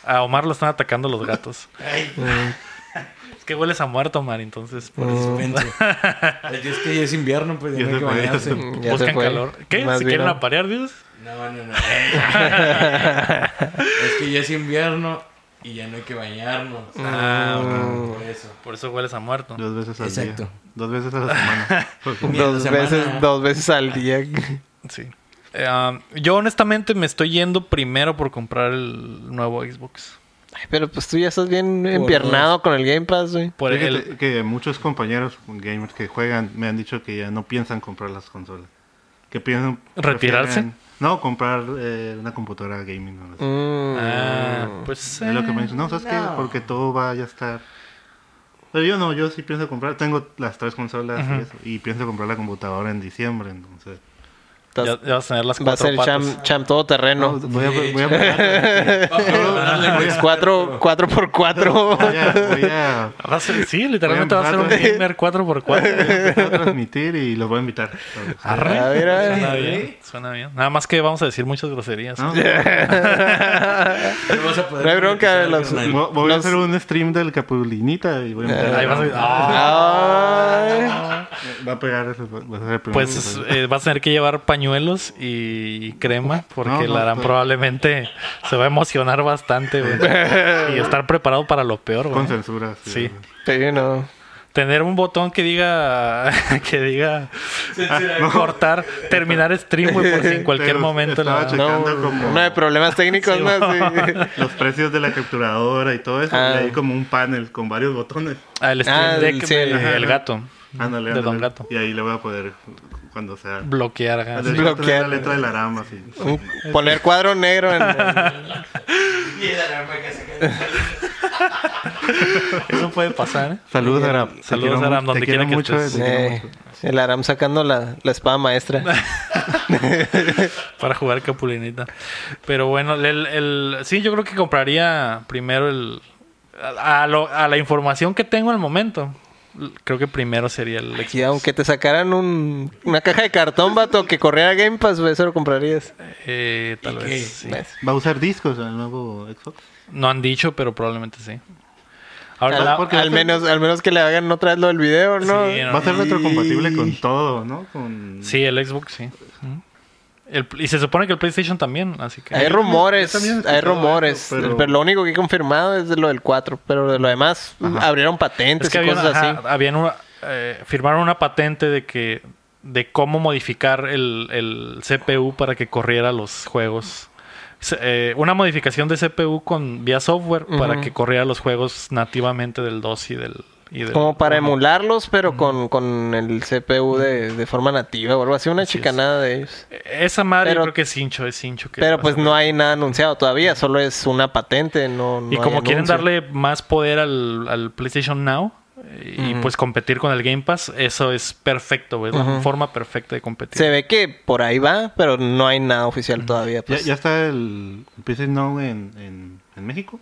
S1: A Omar lo están atacando los gatos.
S2: Mm,
S1: es que hueles a muerto, Omar, entonces. por eso.
S3: Suspenso. Ay, es que ya es invierno, pues ya
S4: Ya
S3: no hay que
S4: se fue, ya se
S3: bañarse.
S4: fue.
S2: Ya se
S1: Buscan
S2: fue.
S1: calor. ¿Qué?
S2: Más
S1: ¿Se quieren
S2: bien,
S1: aparear, Dios?
S3: No, no, no. es que ya es invierno y ya no hay que bañarnos.
S1: Ah,
S3: ok. Por eso.
S1: Por eso hueles a muerto.
S4: Dos veces al
S3: Exacto.
S4: día. Dos veces a la semana. Porque-
S3: Mira,
S2: Dos
S3: la semana-
S2: veces, dos veces al día.
S1: Sí. Eh, um, yo honestamente me estoy yendo primero por comprar el nuevo Xbox.
S2: Ay, Pero pues tú ya estás bien empiernado con el Game Pass, güey.
S1: Por
S4: Fíjate
S1: el,
S4: que muchos compañeros gamers que juegan me han dicho que ya no piensan comprar las consolas. Que piensan...
S1: ¿Retirarse?
S4: prefieren- No, comprar eh, una computadora gaming. o algo así.
S2: Mm.
S1: Ah, pues.
S4: Es lo que
S1: eh,
S4: me dicen. No, ¿sabes qué? Porque todo va a ya estar... Pero yo no, yo sí pienso comprar. Tengo las tres consolas y, eso, y pienso comprar la computadora en diciembre, entonces...
S2: Estás-
S1: Ya, ya vas a tener las
S2: va a
S1: cuatro
S2: ser
S1: patas.
S2: champ, champ todoterreno.
S4: No, voy a... Voy a voy
S3: Ah, perdónale, güey.
S2: Cuatro, cuatro por cuatro.
S4: a- voy a
S1: Va a ser- sí, literalmente va a ser un
S4: Obviamente.
S1: gamer 4x4.
S4: empezar a transmitir y los voy a invitar.
S1: Arre.
S2: A ver, a ver.
S1: Suena bien. Suena bien. Nada más que vamos a decir muchas groserías.
S4: No,
S3: No vas a poder
S2: No hay bronca,
S3: monetizar,
S2: los-
S3: carnal.
S4: Voy voy a
S2: Los-
S4: hacer un stream del Capulinita y voy a invitar a-
S1: Eh, Ahí vas a- ¡Ah!
S2: Ay.
S4: Va a pegar eso. Va a ser el primero.
S1: Pues eh, vas a tener que llevar pañuelos y crema porque
S4: No, no,
S1: la harán
S4: no.
S1: probablemente se va a emocionar bastante güey. y estar preparado para lo peor. güey.
S4: Con censura.
S1: Sí.
S2: Sí, no.
S1: Tener un botón que diga que diga cortar, terminar stream güey, por si en cualquier
S4: Pero
S1: momento
S4: estaba
S1: la-
S4: checando
S2: No,
S4: como-
S2: no hay problemas técnicos, ¿no? Sí.
S4: Los precios de la capturadora y todo eso.
S2: Ah.
S4: Y hay como un panel con varios botones.
S1: ah, el stream
S2: Ah,
S1: deck
S2: sí,
S1: de-
S2: ajá.
S1: del gato
S4: Ándale,
S1: de
S4: ándale.
S1: Don Gato Ah,
S4: Y ahí le voy a poder, cuando sea.
S1: bloquear. ajá, sí.
S4: Le voy a poner
S2: Bloquear.
S4: la letra del arama. Así.
S2: Un- Poner cuadro negro en...
S3: Y el arma que se queda.
S1: Eso puede pasar. ¿eh?
S4: Saludos, Aram. Te
S1: Saludos,
S4: quiero
S1: Aram,
S4: mu-
S1: donde
S4: te quiero
S1: quiera que
S4: mucho.
S1: estés.
S4: te quiero
S2: Eh,
S4: mucho.
S2: el Aram sacando la, la espada maestra.
S1: Para jugar Capulinita. Pero bueno, el, el- sí, yo creo que compraría primero el. A, a lo- a la información que tengo al momento, l- creo que primero sería el Xbox.
S2: Y aunque te sacaran un- una caja de cartón, vato, que corriera Game Pass, güey, eso lo comprarías. Pues,
S1: Eh, tal
S3: ¿Y
S1: vez.
S3: qué?
S1: sí.
S2: ¿Ves?
S4: ¿Va a usar discos en el nuevo Xbox?
S1: No han dicho, pero probablemente sí. Ahora,
S2: Al,
S1: la-
S4: porque
S2: al
S4: va a ser-
S2: menos, al menos que le hagan otra vez lo del video, ¿no?
S1: Sí,
S4: Va a ser
S2: Y-
S4: retrocompatible con todo, ¿no? Con...
S1: sí, el Xbox, sí. Ujú. El- y se supone que el PlayStation también, así que.
S2: Hay rumores,
S4: Yo también he escuchado
S2: hay rumores.
S4: eso,
S2: pero...
S4: pero-
S2: lo único que he confirmado es de lo del 4. Pero de lo demás, abrieron patentes
S1: Es que
S2: y
S1: habían,
S2: cosas así.
S1: ajá, habían una- eh, firmaron una patente de que de cómo modificar el, el CPU para que corriera los juegos. Se- eh, una modificación de CPU con vía software para
S2: Ujú.
S1: que corriera los juegos nativamente del 2 y del y del
S2: Como para
S1: uno.
S2: emularlos, pero con, con el CPU de, de forma nativa o algo así. Una
S1: Así es.
S2: chicanada de ellos.
S1: E-, Esa madre
S2: Pero-
S1: yo creo que es hincho, es hincho que
S2: Pero
S1: va a
S2: pues
S1: ser.
S2: no hay nada anunciado todavía. Solo es una patente. No, no
S1: y
S2: hay
S1: como quieren
S2: anuncio.
S1: darle más poder al, al PlayStation Now eh, y
S2: Ujú.
S1: pues competir con el Game Pass, eso es perfecto, güey, es la
S2: Ujú.
S1: forma perfecta de competir.
S2: Se ve que por ahí va, pero no hay nada oficial todavía.
S4: Ya,
S2: pues.
S4: ya está el el PC Now en, en, en México.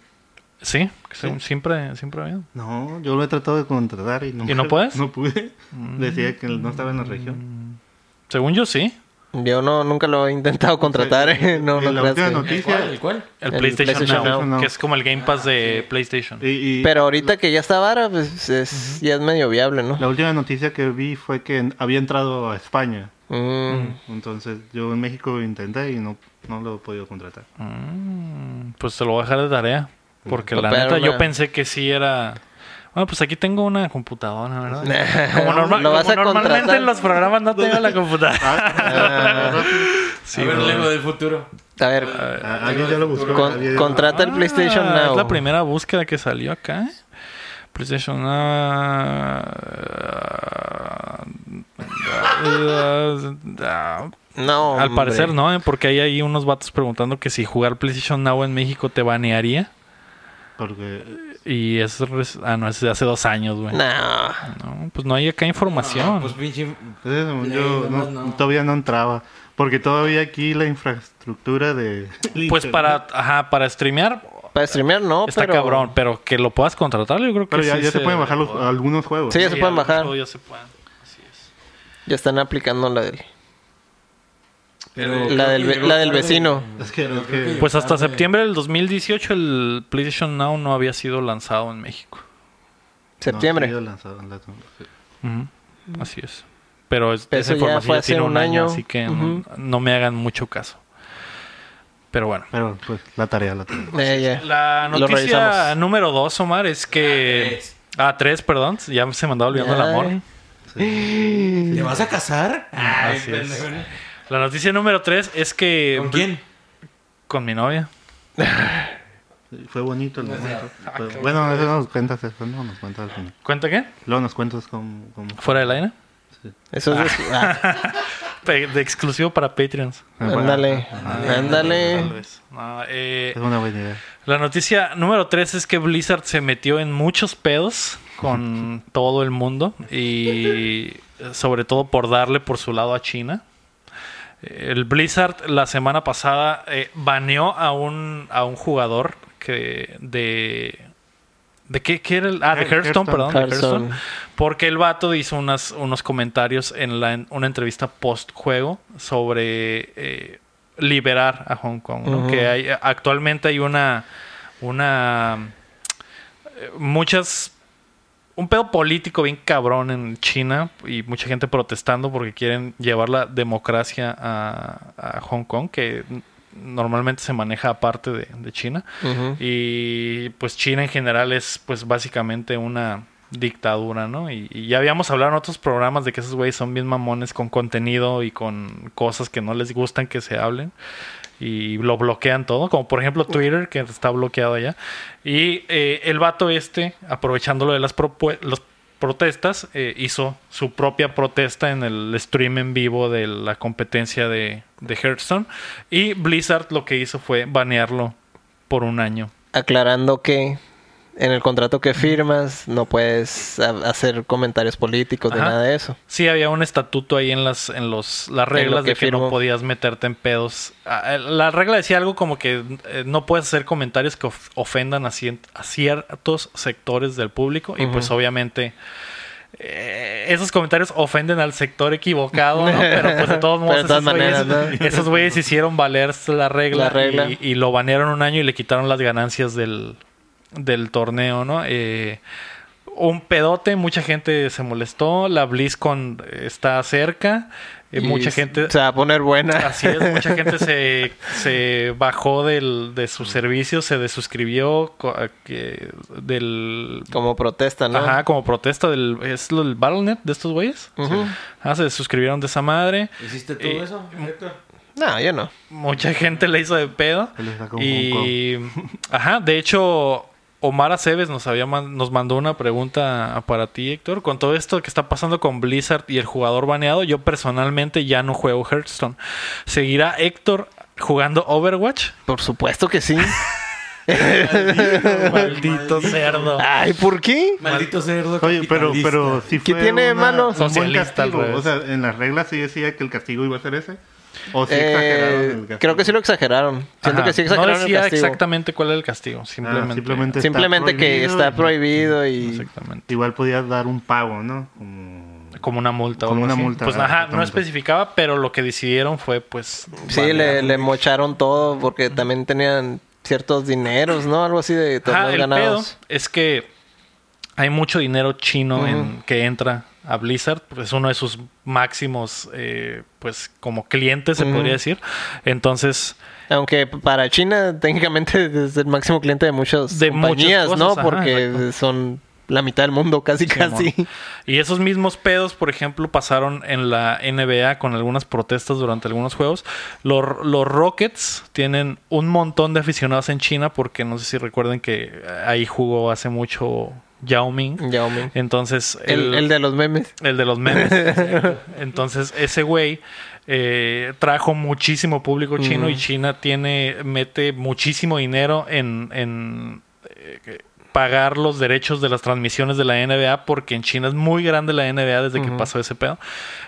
S1: Sí, según siempre siempre ha habido.
S4: No, yo lo he tratado de contratar y no,
S1: ¿Y no puedes? Mm.
S4: No pude. Decía que no estaba en la región.
S1: Según yo sí.
S2: Yo no nunca lo he intentado contratar. ¿eh? No,
S4: Y
S2: no
S4: la
S2: creas
S4: última
S2: que-
S4: noticia-
S3: ¿El cuál? ¿El cuál?
S1: El,
S2: El
S1: PlayStation,
S2: PlayStation
S1: Now,
S4: Now.
S1: que es como el Game Pass de PlayStation.
S4: Y, y
S2: Pero ahorita que ya está vara, pues es- ya es medio viable, ¿no?
S4: la última noticia que vi fue que en- había entrado a España.
S2: Mm.
S4: Entonces yo en México intenté y no, no lo he podido contratar.
S1: Mm, pues se lo voy a dejar de tarea. Porque
S2: No,
S1: la
S2: pero
S1: neta yo
S2: una-
S1: pensé que sí era... Bueno, pues aquí tengo una computadora, ¿verdad? Como, norma-
S2: ¿Lo vas
S1: como
S2: a contratar?
S1: normalmente en los programas no tengo la computadora.
S3: a ver,
S1: bro.
S3: Lego del futuro.
S2: A ver,
S4: Ah, Alguien ya lo buscó.
S2: con-
S4: alguien-
S2: contrata el
S1: Ah,
S2: PlayStation Now.
S1: Es la primera búsqueda que salió acá, ¿eh? PlayStation Now...
S2: No,
S1: Al
S2: hombre.
S1: parecer no, ¿eh? porque hay ahí unos vatos preguntando que si jugar PlayStation Now en México te banearía.
S4: Porque eh,
S1: Y eso es. res- Ah, no, es de hace dos años, güey.
S2: No.
S1: No, pues no hay acá información.
S3: Ah, pues pinche.
S4: entonces, según yo no-
S3: Play, nomás no.
S4: todavía no entraba. Porque todavía aquí la infraestructura de...
S1: pues, para, ajá, para streamear
S2: Para streamear no,
S1: está
S2: pero...
S1: cabrón, pero que lo puedas contratar, yo creo que
S4: Pero ya,
S1: sí
S4: ya se pueden bajar los- algunos juegos.
S2: Sí, ya se pueden
S1: algunos
S2: bajar.
S1: juegos Ya se pueden. Así es.
S2: Ya están aplicando la del...
S3: Pero
S2: La
S3: creo
S2: del
S3: que
S2: ve-
S3: llegó
S2: la del
S3: tarde.
S2: vecino.
S4: Es que-
S3: Pero
S4: es
S3: creo
S4: que-
S3: llegó
S1: Pues hasta
S3: tarde.
S1: septiembre del 2018 el PlayStation Now no había sido lanzado en México.
S2: Septiembre.
S4: No, sí, lo lanzaron, la- sí.
S1: Ujú, Así es. Pero es,
S2: Pero
S1: esa
S2: eso ya
S1: información
S2: fue
S1: ya
S2: hace
S1: tiene un
S2: un
S1: año,
S2: año.
S1: así que
S2: Ujú.
S1: no, no me hagan mucho caso. Pero bueno.
S4: Pero pues la tarea, la tarea.
S2: Eh, ya.
S1: La
S2: Lo
S1: noticia
S2: revisamos.
S1: número dos, Omar, es que... Ah, tres, perdón. Ya se me andaba olvidando el amor.
S2: Ay.
S3: ¿Te vas a casar? Ay,
S1: Así es.
S3: pendejo, ¿no?
S1: La noticia número tres es que...
S3: Eh, ¿Con quién?
S1: Con mi novia.
S4: Sí, Fue bonito el
S3: O sea, ah,
S4: momento. Fue- bueno, eso no nos cuentas, eso no nos cuentas al final.
S1: ¿Cuenta qué?
S4: Luego nos cuentas cómo... cómo-
S1: ¿Fuera del aire?
S2: Eso es. ah,
S1: Pe- De exclusivo para Patreons.
S2: ándale.
S1: Tal
S2: Ah, Ándale.
S1: vez. No, eh,
S4: Es una buena idea.
S1: La noticia número 3 es que Blizzard se metió en muchos pedos con todo el mundo y sobre todo por darle por su lado a China. El Blizzard la semana pasada eh, baneó a un, a un jugador que de... ¿De qué, qué era el...? Ah, de Hearthstone,
S4: Hearthstone.
S1: perdón. de
S2: Hearthstone.
S1: Hearthstone. Porque el vato hizo unas, unos comentarios en la, en una entrevista post-juego sobre eh, liberar a Hong Kong. ¿no?
S2: Ujú.
S1: Que hay, actualmente hay una... una eh, muchas... Un pedo político bien cabrón en China y mucha gente protestando porque quieren llevar la democracia a, a Hong Kong, que n- normalmente se maneja aparte de, de China.
S2: Ujú.
S1: Y pues China en general es pues básicamente una dictadura, ¿no? Y, y ya habíamos hablado en otros programas de que esos güeyes son bien mamones con contenido y con cosas que no les gustan que se hablen. Y lo bloquean todo, como por ejemplo Twitter, que está bloqueado allá. Y eh, el vato este, aprovechándolo de las, propue- las protestas, eh, hizo su propia protesta en el stream en vivo de la competencia de, de Hearthstone. Y Blizzard lo que hizo fue banearlo por un año.
S2: Aclarando que en el contrato que firmas no puedes ha- hacer comentarios políticos de
S1: Ajá.
S2: nada de eso.
S1: Sí, había un estatuto ahí en las, en los, las
S2: lo
S1: reglas de
S2: que
S1: que no
S2: firmó.
S1: podías meterte en pedos. Ah, eh, La regla decía algo como que eh, no puedes hacer comentarios que of- ofendan a, cien- a ciertos sectores del público. Y pues
S2: Ujú.
S1: obviamente eh, esos comentarios ofenden al sector equivocado, ¿no? Pero pues de todos
S2: Pero
S1: modos,
S2: de todas
S1: esos güeyes-
S2: maneras, ¿no?
S1: esos güeyes hicieron valer la regla,
S2: La regla.
S1: Y, y lo banearon un año y le quitaron las ganancias del, del torneo, ¿no? Eh, un pedote, mucha gente se molestó, la BlizzCon está cerca, eh,
S2: Y
S1: mucha gente...
S2: Se va a poner buena.
S1: Así es, mucha gente se, se bajó del, de su servicio, se desuscribió co- a que- del...
S2: Como protesta, ¿no?
S1: Ajá, como protesta del... ¿Es lo del BattleNet de estos güeyes?
S2: Ujú.
S1: Ah, se suscribieron de esa madre.
S3: ¿Hiciste tú
S1: Eh,
S3: eso, Héctor?
S2: No, yo no.
S1: Mucha gente le hizo de pedo.
S4: Él está con
S1: Y. Ajá, de hecho, Omar Aceves nos, había man- nos mandó una pregunta para ti, Héctor. Con todo esto que está pasando con Blizzard y el jugador baneado, yo personalmente ya no juego Hearthstone. ¿Seguirá Héctor jugando Overwatch?
S2: Por supuesto que sí.
S1: Maldito cerdo.
S2: Ay, ¿por qué?
S3: Maldito cerdo.
S4: Oye, pero,
S3: capitalista.
S4: pero si
S2: ¿Qué
S4: fue
S2: tiene de
S4: una-
S2: malo?
S4: un buen
S1: Socialista, pues. al
S4: castigo.
S1: revés.
S4: O sea, en las reglas sí decía que el castigo iba a ser ese. O si
S2: Eh,
S4: exageraron el castigo.
S2: creo que sí lo exageraron. Siento
S1: Ajá,
S2: que sí exageraron
S1: no decía
S2: el castigo.
S1: exactamente cuál era el castigo.
S4: Ah,
S1: Simplemente.
S4: simplemente, está
S2: Simplemente que
S4: prohibido
S2: está
S4: y-
S2: prohibido y...
S1: Exactamente.
S4: Igual podías dar un pago, ¿no? Como...
S1: Como una multa. o
S4: Como
S1: algo
S4: una
S1: así.
S4: multa,
S1: Pues ajá, no
S4: exactamente.
S1: especificaba, pero lo que decidieron fue, pues.
S2: Sí, le, le mocharon todo porque también tenían ciertos dineros, ¿no? Algo así de
S1: Ajá,
S2: torneos
S1: el pedo
S2: ganados.
S1: es que hay mucho dinero chino en, que entra a Blizzard, pues es uno de sus máximos, eh, pues como clientes se
S2: Ujú.
S1: podría decir. Entonces,
S2: Aunque para China técnicamente es el máximo cliente de muchas
S1: De muchas
S2: compañías,
S1: cosas,
S2: ¿no?
S1: ajá,
S2: porque
S1: exacto.
S2: son la mitad del mundo casi casi.
S1: Simón. y esos mismos pedos, por ejemplo, pasaron en la NBA con algunas protestas durante algunos juegos. Los, los Rockets tienen un montón de aficionados en China porque no sé si recuerden que ahí jugó hace mucho Yao Ming.
S2: Ya, hombre.
S1: Entonces,
S2: El, el de los memes.
S1: El de los memes. Entonces, ese güey eh, trajo muchísimo público chino y China tiene, mete muchísimo dinero en, en, eh, que- pagar los derechos de las transmisiones de la NBA, porque en China es muy grande la NBA desde que pasó ese pedo.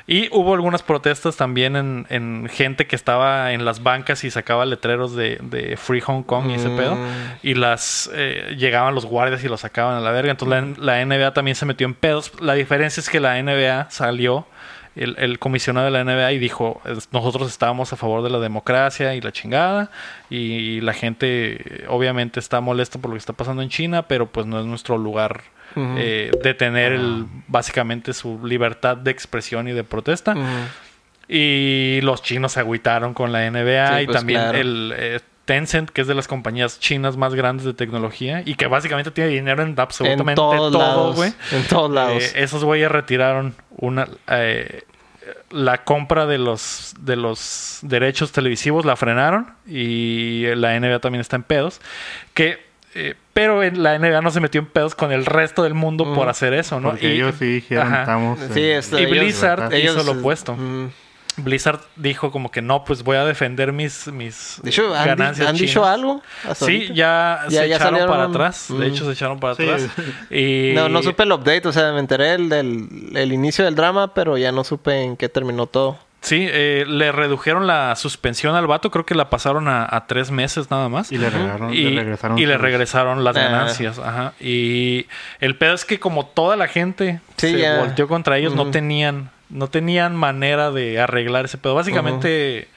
S1: Y hubo algunas protestas también en, en gente que estaba en las bancas y sacaba letreros de, de Free Hong Kong y ese
S2: Mm.
S1: pedo y las eh, llegaban los guardias y los sacaban a la verga. Entonces la, la NBA también se metió en pedos. La diferencia es que la NBA salió el, el comisionado de la NBA y dijo, "Es- nosotros estábamos a favor de la democracia y la chingada, y la gente eh, obviamente está molesta por lo que está pasando en China, pero pues no es nuestro lugar
S2: Ujú.
S1: eh, detener el, básicamente su libertad de expresión y de protesta. Y los chinos se agüitaron con la NBA
S2: Sí,
S1: y
S2: pues,
S1: también
S2: claro.
S1: el eh, Tencent, que es de las compañías chinas más grandes de tecnología y que básicamente tiene dinero en absolutamente
S2: en todos
S1: todo,
S2: lados.
S1: güey.
S2: En todos lados.
S1: Eh, esos güeyes retiraron una eh, la compra de los de los derechos televisivos la frenaron y la NBA también está en pedos que eh, pero en- la NBA no se metió en pedos con el resto del mundo por hacer eso, ¿no?
S4: Porque ellos sí dijeron,
S1: Ajá.
S4: estamos.
S2: Sí,
S4: eh,
S2: es-
S1: Y
S2: Ellos-
S1: Blizzard
S2: Ellos,
S1: hizo
S2: eh,
S1: lo opuesto.
S2: mm.
S1: Blizzard dijo como que no, pues voy a defender mis, mis
S2: De hecho, ¿han, di-
S1: ganancias
S2: han dicho
S1: chinas".
S2: algo? hasta
S1: Sí,
S2: ahorita?
S1: ya,
S2: Ya-
S1: se
S2: ya
S1: echaron para
S2: salieron-
S1: atrás.
S2: Mm.
S1: De hecho, se echaron para
S4: Sí.
S1: atrás. Y...
S2: No, no supe el update, o sea, me enteré del, del- el inicio del drama, pero ya no supe en qué terminó todo.
S1: Sí, eh, le redujeron la suspensión al vato. Creo que la pasaron a, a tres meses nada más.
S4: Y le regresaron.
S1: y,
S4: le regresaron.
S1: y le
S4: sus-
S1: regresaron las
S2: Ah.
S1: ganancias. Ajá. Y el pedo es que como toda la gente
S2: Sí,
S1: se
S2: ya.
S1: volteó contra ellos, no
S2: Ujú.
S1: tenían, no tenían manera de arreglar ese pedo. Básicamente,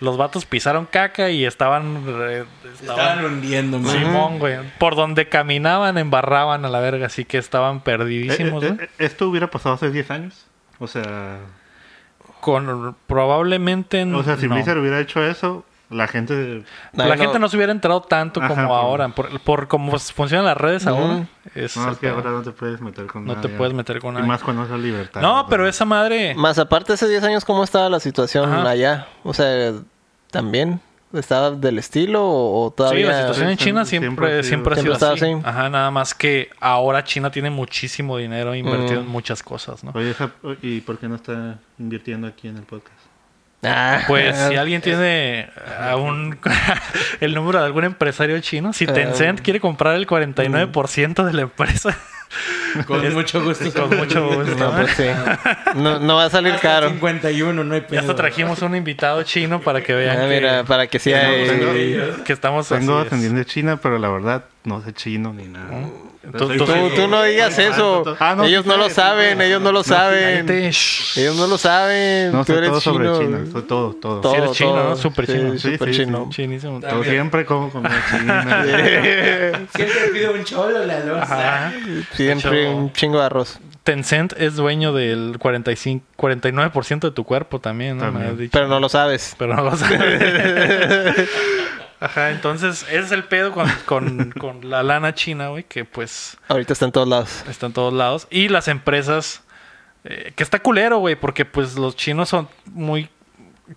S1: los vatos pisaron caca y estaban re- estaban
S3: Estaban hundiendo, man.
S1: Simón, güey. Por donde caminaban, embarraban a la verga, así que estaban
S4: Eh, eh,
S1: perdidísimos, güey.
S4: eh, esto hubiera pasado hace 10 años. O sea,
S1: Con probablemente
S4: eh. o sea si
S1: no.
S4: Blizzard hubiera hecho eso, la gente.
S1: la
S2: Ay,
S1: gente no se hubiera enterado tanto
S4: Ajá, pues,
S1: como
S4: por-
S1: ahora. Por, por cómo pues, funcionan las redes
S2: Ujú.
S1: ahora. es
S4: No,
S1: el
S4: es que
S1: pedo.
S4: ahora no te puedes meter con
S1: No
S4: nadie.
S1: te puedes meter con
S4: Y
S1: nadie.
S4: más cuando es la libertad.
S1: No, pero
S4: es
S1: esa madre.
S2: Más aparte, hace 10 años, ¿cómo estaba la situación
S1: Ajá.
S2: allá? O sea, ¿también estaba del estilo o, o
S1: Sí,
S2: todavía...?
S1: la situación en
S4: Sí,
S1: China
S4: siempre
S1: siempre,
S4: ha sido-
S1: siempre ha sido,
S2: Siempre ha
S1: así.
S2: estado así.
S1: Ajá, nada más que ahora China tiene muchísimo dinero invertido en muchas cosas, ¿no?
S4: Oye, esa- ¿y por qué no está invirtiendo aquí en el podcast?
S2: Ah,
S1: Pues si alguien tiene a un- el número de algún empresario chino, si Tencent
S2: Eh,
S1: quiere comprar el 49% de la empresa,
S3: Con
S1: Es-
S3: mucho gusto.
S1: con mucho gusto.
S2: No, pues sí. No, no va a salir
S3: Hasta
S2: caro.
S3: 51, no hay pedo.
S1: Ya hasta trajimos un invitado chino para que vean
S2: Ah,
S1: que,
S2: mira, para que sí hay-
S4: tengo-
S1: que estamos así
S4: Tengo
S1: es.
S4: ascendiente china, pero la verdad no sé chino ni nada.
S1: Tú- tú-
S2: Tú, tú no digas eso.
S4: Ah, no,
S2: ellos
S4: sí
S2: no lo
S4: sabes,
S2: saben,
S4: sí,
S2: ellos no lo saben.
S1: Cállate, shh.
S2: Ellos no lo saben.
S4: No
S2: tú
S4: sé
S2: eres
S4: todo sobre
S2: chino.
S4: China, sé todo, todo.
S1: Sí
S2: Todo.
S1: eres chino, ¿no? Súper
S2: sí,
S1: chino.
S4: Sí,
S2: súper
S4: sí,
S2: chino.
S1: Chinísimo.
S4: Todo siempre como comida china.
S2: Ah.
S3: Siempre pido un cholo, la losa.
S1: Ajá.
S2: Siempre
S1: Mucho-
S2: un chingo de arroz.
S1: Tencent es dueño del 45, 49% de tu cuerpo también, ¿no? Me
S4: También.
S1: has dicho.
S2: Pero no lo sabes.
S1: Pero no lo sabes. Ajá, entonces ese es el pedo con, con- con la lana china, güey, que pues
S2: Ahorita está en todos lados.
S1: está en todos lados. Y las empresas, eh, que está culero, güey, porque pues los chinos son muy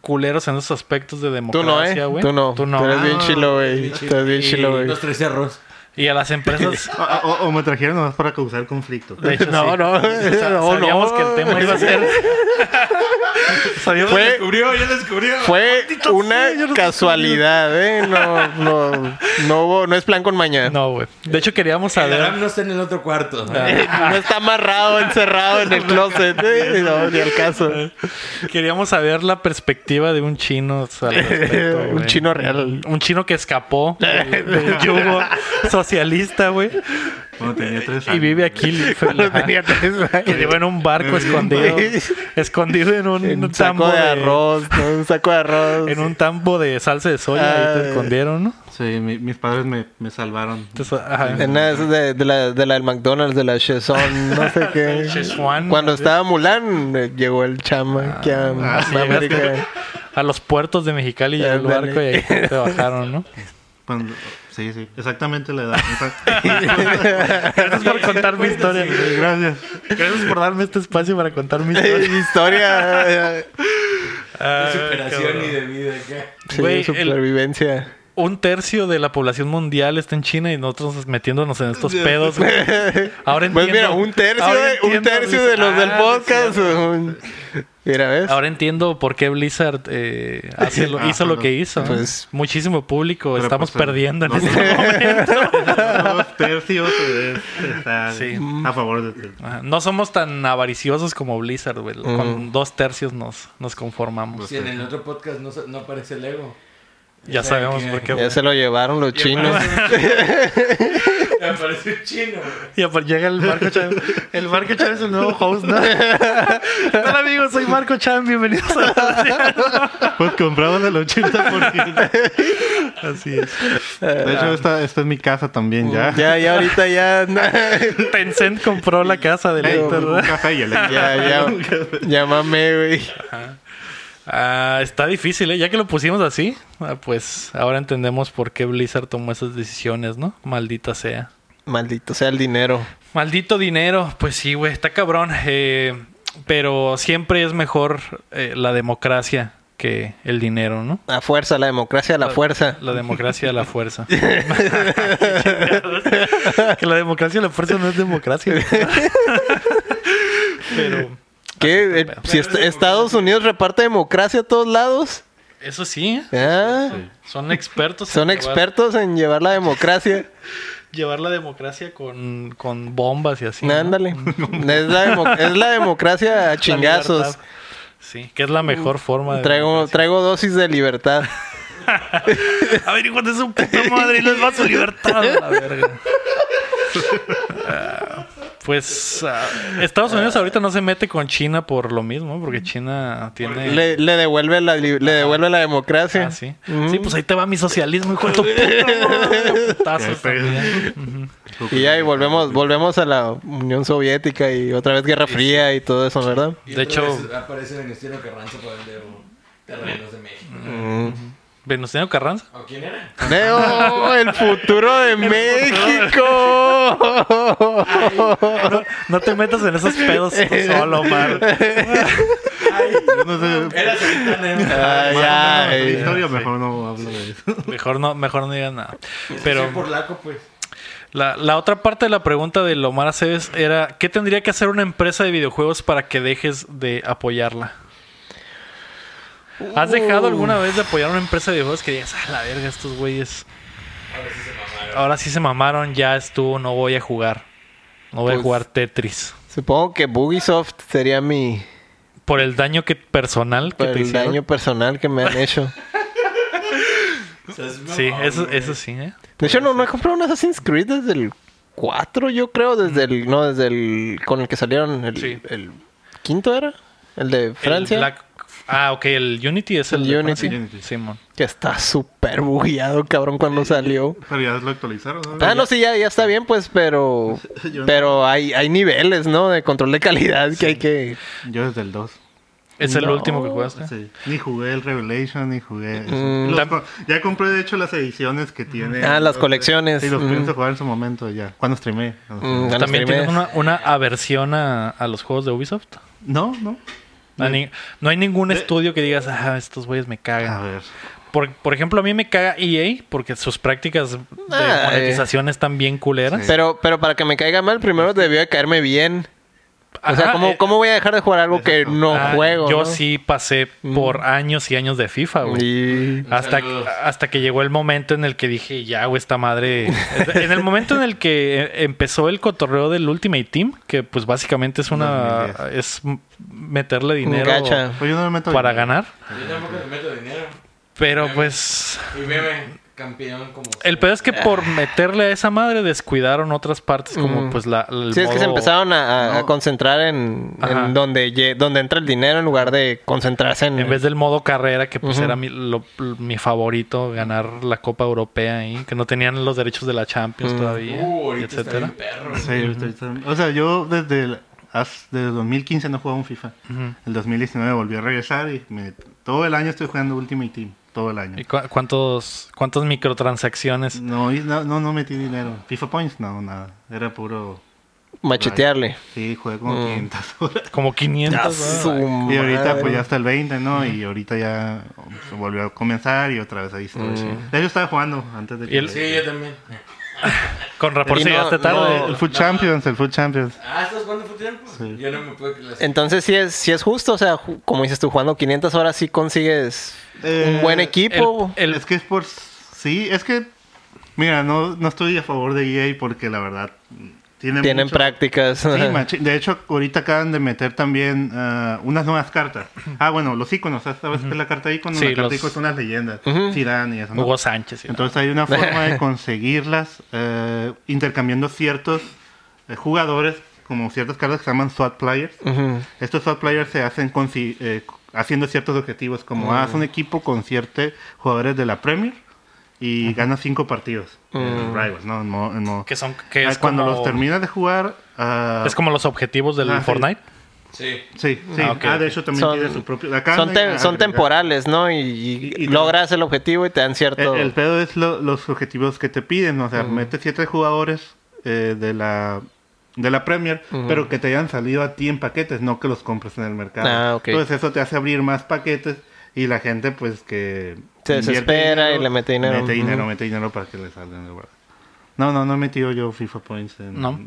S1: culeros en esos aspectos de
S2: Tú no, ¿eh?
S1: democracia, güey.
S2: Tú no.
S1: Tú no.
S2: Tú eres bien
S4: Ah,
S2: chilo, güey.
S3: bien
S2: Tú
S3: chilo.
S2: eres bien chilo, güey.
S3: Los tres cerros.
S1: Y a las empresas...
S4: O, o- o me trajeron nomás para causar conflicto.
S1: De hecho,
S2: No,
S1: sí.
S2: no.
S1: Sa-
S2: No,
S1: sabíamos
S2: no.
S1: que el tema iba a ser... sabíamos
S2: Fue-
S3: Descubrió, ya descubrió.
S2: Fue
S1: Maldito sea,
S2: una
S1: yo no sé
S2: casualidad, ¿eh? No, no, no, hubo- no es plan con mañana. No.
S1: No, güey. De hecho, queríamos
S3: El
S1: saber...
S3: Aram no está en el otro cuarto.
S1: Ah,
S2: está amarrado, encerrado en el closet. ¿eh? No, ni al caso.
S1: Queríamos saber la perspectiva de un chino. o sea, al respecto,
S2: Un
S1: güey.
S2: chino real.
S1: Un chino que escapó del, del yugo socialista, güey.
S4: Cuando tenía tres
S1: Y
S4: años.
S1: vive aquí.
S2: Cuando tenía tres años.
S1: Que lleva en un barco escondido. escondido en un,
S2: En un saco
S1: tambo
S2: de
S1: de-
S2: arroz, ¿no? un saco de arroz.
S1: En un tambo de salsa de soya. ahí te
S2: Ah.
S1: escondieron, ¿no?
S4: Sí, mi- mis padres me, me salvaron.
S1: Entonces, ajá.
S2: En una de, esas de- de la, de la del McDonald's, de la Chezón, no sé qué.
S1: Szechuan.
S2: Cuando estaba Mulan, eh, llegó el chama que a
S1: Ah, Así este
S2: a
S1: llegaste
S2: América.
S1: a los puertos de Mexicali llegó el
S2: Ándale.
S1: barco y ahí te bajaron, ¿no?
S4: Cuando- sí, sí, exactamente la edad.
S1: Gracias por contar mi historia.
S4: Gracias.
S1: Gracias por darme este espacio para contar mi historia.
S2: Historia eh,
S1: Ah,
S3: De superación
S1: cabrón.
S3: y de vida acá.
S2: sí,
S1: Güey, el-
S2: supervivencia.
S1: un tercio de la población mundial está en China y nosotros metiéndonos en estos pedos. güey. Ahora entiendo.
S2: Pues mira, un tercio,
S1: ahora
S2: de, un
S1: entiendo,
S2: tercio
S1: Blizzard.
S2: de los del
S1: Ah,
S2: podcast. un- Mira, ¿ves?
S1: Ahora entiendo por qué Blizzard eh, hace lo-
S4: Ah,
S1: hizo lo
S4: no.
S1: que hizo. ¿no?
S2: Pues-
S1: Muchísimo público
S4: Pero,
S1: estamos
S4: pues,
S1: perdiendo en
S4: no,
S1: este
S4: no, no.
S1: momento.
S4: Dos tercios eh, está
S1: Sí.
S4: a favor de ti.
S1: Ajá, No somos tan avariciosos como Blizzard, güey. Con dos tercios nos, nos conformamos.
S4: Pues-
S3: Si en el otro podcast no, sa- no aparece el ego.
S1: Ya sabemos por qué.
S2: ya se lo llevaron los chinos.
S3: Llevaron- Apareció un chino, güey.
S1: Y apar- pues, llega el Marco Chan. El Marco Chan es el nuevo host, ¿no? Hola amigos, soy Marco Chan, bienvenidos a
S4: Pues compraban el 80%.
S1: Así es.
S4: De hecho, esta, esta es mi casa también ya.
S2: Ya, ya, ahorita ya.
S1: Tencent compró la casa del
S4: Ey,
S1: Héctor.
S4: un
S1: ¿verdad?
S4: café y el Héctor.
S2: Ya, ya. Llámame, güey.
S1: Ah, está difícil, ¿eh? Ya que lo pusimos así, ah, pues ahora entendemos por qué Blizzard tomó esas decisiones, ¿no? Maldita sea.
S2: Maldito sea el dinero.
S1: Maldito dinero, pues sí, güey, está cabrón. eh, pero siempre es mejor eh, la democracia que el dinero, ¿no?
S2: A fuerza, la democracia
S1: Pues,
S2: a la fuerza.
S1: La democracia a la fuerza. que la democracia a la fuerza no es democracia. pero
S2: ¿Qué? Eh,
S1: pedo.
S2: Si est- Estados Unidos reparte democracia a todos lados.
S1: eso sí, ¿eh?
S2: ¿ah?
S1: son expertos. en
S2: Son
S1: llevar-
S2: expertos en llevar la democracia.
S1: Llevar la democracia con, con bombas y así. ¿no?
S2: Ándale. Es la, demo- es la democracia a
S1: La
S2: chingazos.
S1: libertad. Sí, que es la mejor forma de.
S2: Traigo, traigo dosis de libertad.
S1: A ver, hijo de su puta madre, les va su libertad a la verga. Ah, Pues ah, Estados Unidos ahorita no se mete con China por lo mismo, porque China tiene.
S2: Le, Mm. le devuelve la li- le devuelve la democracia.
S1: Ah, sí.
S2: Ujú.
S1: Sí, pues ahí te va mi socialismo, hijo de tu puta. Putazos
S4: Qué pedo.
S1: también.
S2: Y ya y volvemos, volvemos a la Unión Soviética y otra vez Guerra Fría y todo eso, ¿verdad?
S3: Y
S1: De
S3: otra
S1: hecho-
S3: vez Aparece Venustiano Carranza para vender terrenos de México.
S1: Venustiano Carranza.
S3: ¿O quién era?
S2: Veo el futuro de México.
S1: No, no te metas en esos pedos tú solo, Omar.
S4: Yo no sé.
S3: Era Santana.
S2: Ay,
S4: Ya,
S2: ay.
S4: historia, mejor no hablo de eso.
S1: Mejor no, mejor no digas nada.
S3: Pero...
S1: Pero.
S3: por laco, pues.
S1: La, la otra parte de la pregunta de Lomar Aceves era, ¿qué tendría que hacer una empresa de videojuegos para que dejes de apoyarla? ¿Has
S2: Uh.
S1: dejado alguna vez de apoyar una empresa de videojuegos que digas, a la verga, estos güeyes,
S3: Ahora sí se mamaron.
S1: ahora sí se mamaron, ya estuvo, no voy a jugar, no voy a
S2: Pues-
S1: jugar Tetris?
S2: Supongo que Bugisoft sería mi
S1: Por el daño que personal que te
S2: por el
S1: hicieron.
S2: daño personal que me han hecho.
S3: O sea, es
S1: Sí,
S3: mamón,
S1: eso,
S3: güey.
S1: eso sí, ¿eh?
S2: De hecho, no, no he comprado un Assassin's Creed desde el 4, yo creo, desde el no, desde el con el que salieron el,
S1: Sí.
S2: el quinto era, el de Francia,
S1: El Black- Ah, ok, el Unity es el,
S2: El
S1: de
S2: Unity.
S1: Francia. Simón.
S2: que está súper bugueado, cabrón, cuando salió.
S4: Pero ya lo actualizaron. ¿no?
S2: Ah, no, sí, ya, ya está bien, pues, pero.
S4: Yo no-
S2: Pero hay, hay niveles, ¿no? De control de calidad que hay que.
S4: Yo desde el 2.
S1: Es el
S2: No.
S1: último que jugaste.
S4: Sí. Ni jugué el Revelation, ni jugué. eso.
S2: Ah. Mm.
S4: Los
S1: Tam-
S4: co- ya compré, de hecho, las ediciones que tiene.
S2: Ah, las
S4: Entonces,
S2: colecciones.
S4: Sí, los
S2: Mm.
S4: pienso jugar en su momento ya. Cuando streamé. Cuando
S2: Mm,
S4: streamé.
S2: ganas
S1: También tienes
S2: primeras.
S1: una, una aversión a, a los juegos de Ubisoft.
S4: No, no.
S1: A ni- no hay ningún estudio que digas, ah, estos güeyes me
S4: A
S1: cagan.
S4: ver.
S1: Por, por ejemplo, a mí me caga EA porque sus prácticas de
S2: Ah,
S1: monetización están bien culeras.
S2: Pero, pero para que me caiga mal, primero debió de caerme bien. O sea,
S1: Ajá,
S2: ¿cómo,
S1: eh,
S2: ¿cómo voy a dejar de jugar algo que
S4: exacto.
S2: no
S1: ah,
S2: juego?
S1: Yo
S2: no? Mm.
S1: sí pasé por años y años de FIFA, güey.
S2: Y-
S1: Hasta,
S3: Saludos.
S1: hasta que llegó el momento en el que dije, ya, güey, esta madre. en el momento en el que eh, empezó el cotorreo del Ultimate Team, que pues básicamente es una.
S4: 2010.
S1: es m- meterle dinero
S2: Gacha.
S4: Pues yo no me meto.
S1: para ganar.
S3: Yo tampoco le meto dinero.
S1: Pero pues.
S3: Y meme, campeón como...
S1: El peor es que por
S2: Ah.
S1: meterle a esa madre descuidaron otras partes como
S2: Mm.
S1: pues la... el
S2: Sí, es que se
S1: modo-
S2: empezaron a, a- a
S4: No.
S2: concentrar en, en
S1: Ajá.
S2: donde, lle- donde entra el dinero en lugar de concentrarse en.
S1: En vez del modo carrera, que pues
S2: Ujú.
S1: era mi, lo- mi favorito, ganar la Copa Europea ahí, que no tenían los derechos de la Champions
S2: Mm.
S1: todavía,
S3: Uh, ahorita está
S1: etcétera.
S3: bien perro.
S4: Sí, ahorita- ahorita- O sea, yo desde el, as- desde el 2015 no jugaba un FIFA. El 2019 volví a regresar y me- todo el año estoy jugando Ultimate Team. Todo el año.
S1: ¿Y cu- cuántos, cuántas microtransacciones?
S4: No, y no, no, no metí dinero. FIFA Points, no, nada. Era puro.
S2: Machetearle.
S4: Sí, jugué
S1: Mm.
S4: como 500 horas.
S1: Como 500.
S2: Ah,
S1: ¿verdad?
S2: su
S4: Y ahorita
S2: madre.
S4: pues ya hasta el 20, ¿no? Y ahorita ya se volvió a comenzar y otra vez ahí estoy. De hecho estaba jugando antes de
S1: Mm. Y
S4: que...
S1: el-
S4: El,
S3: Sí, yo también.
S1: Con rapor
S2: Y
S1: si
S2: no-
S1: llegaste tarde.
S2: no-
S4: Food Champions, el Food Champions.
S3: Ah, ¿estás jugando fue tiempo? Yo no me puedo... clasificar.
S2: Entonces sí es, sí es justo, o sea, ju- como dices tú, jugando 500 horas sí consigues
S4: Eh,
S2: un buen
S1: El-
S2: equipo.
S1: el-
S4: Es que es por... Sí, es que... Mira, no, no estoy a favor de EA porque E la verdad... Tienen,
S2: Tienen
S4: mucho-
S2: prácticas.
S4: Sí, machi- De hecho, ahorita acaban de meter también ah, unas nuevas cartas. Ah, bueno, los iconos. ¿Sabes qué es la carta icono?
S1: Sí,
S4: la carta
S1: los-
S4: ícono son las leyendas. Zidane y eso. ¿no?
S1: Hugo Sánchez. y-
S4: Entonces hay una forma de conseguirlas eh, intercambiando ciertos eh, jugadores, como ciertas cartas que se llaman SWAT players.
S2: Ujú.
S4: Estos SWAT players se hacen con ci- eh, haciendo ciertos objetivos, como
S2: Ah.
S4: haz un equipo con ciertos jugadores de la Premier y ganas cinco partidos. en
S2: Mm.
S4: Rivals, ¿no? En modo- en modo-
S1: que son que
S4: Ah,
S1: es
S4: cuando
S1: como,
S4: los terminas de jugar... ah,
S1: es como los objetivos del
S4: Ah, sí.
S1: Fortnite.
S3: Sí.
S4: Sí, sí.
S1: Ah, ok,
S4: Ah, de
S1: ok.
S4: hecho también tiene su propio... acá
S2: son,
S4: no hay
S2: tem-
S4: nada
S2: son
S4: agregado.
S2: temporales, ¿no? Y, y
S4: Y- y-
S2: logras el objetivo y te dan
S4: El,
S2: cierto...
S4: Eh, el pedo es lo- los objetivos que te piden, ¿no? o sea, mete siete jugadores eh, de la de la Premier, pero que te hayan salido a ti en paquetes, no que los compres en el mercado.
S2: Ah, ok.
S4: Entonces eso te hace abrir más paquetes y la gente pues que
S2: Se
S4: invierte
S2: desespera y le mete dinero.
S4: Mete dinero,
S2: Ujú.
S4: mete dinero para que le salgan de verdad. No, no, no he metido yo FIFA Points en-
S1: No.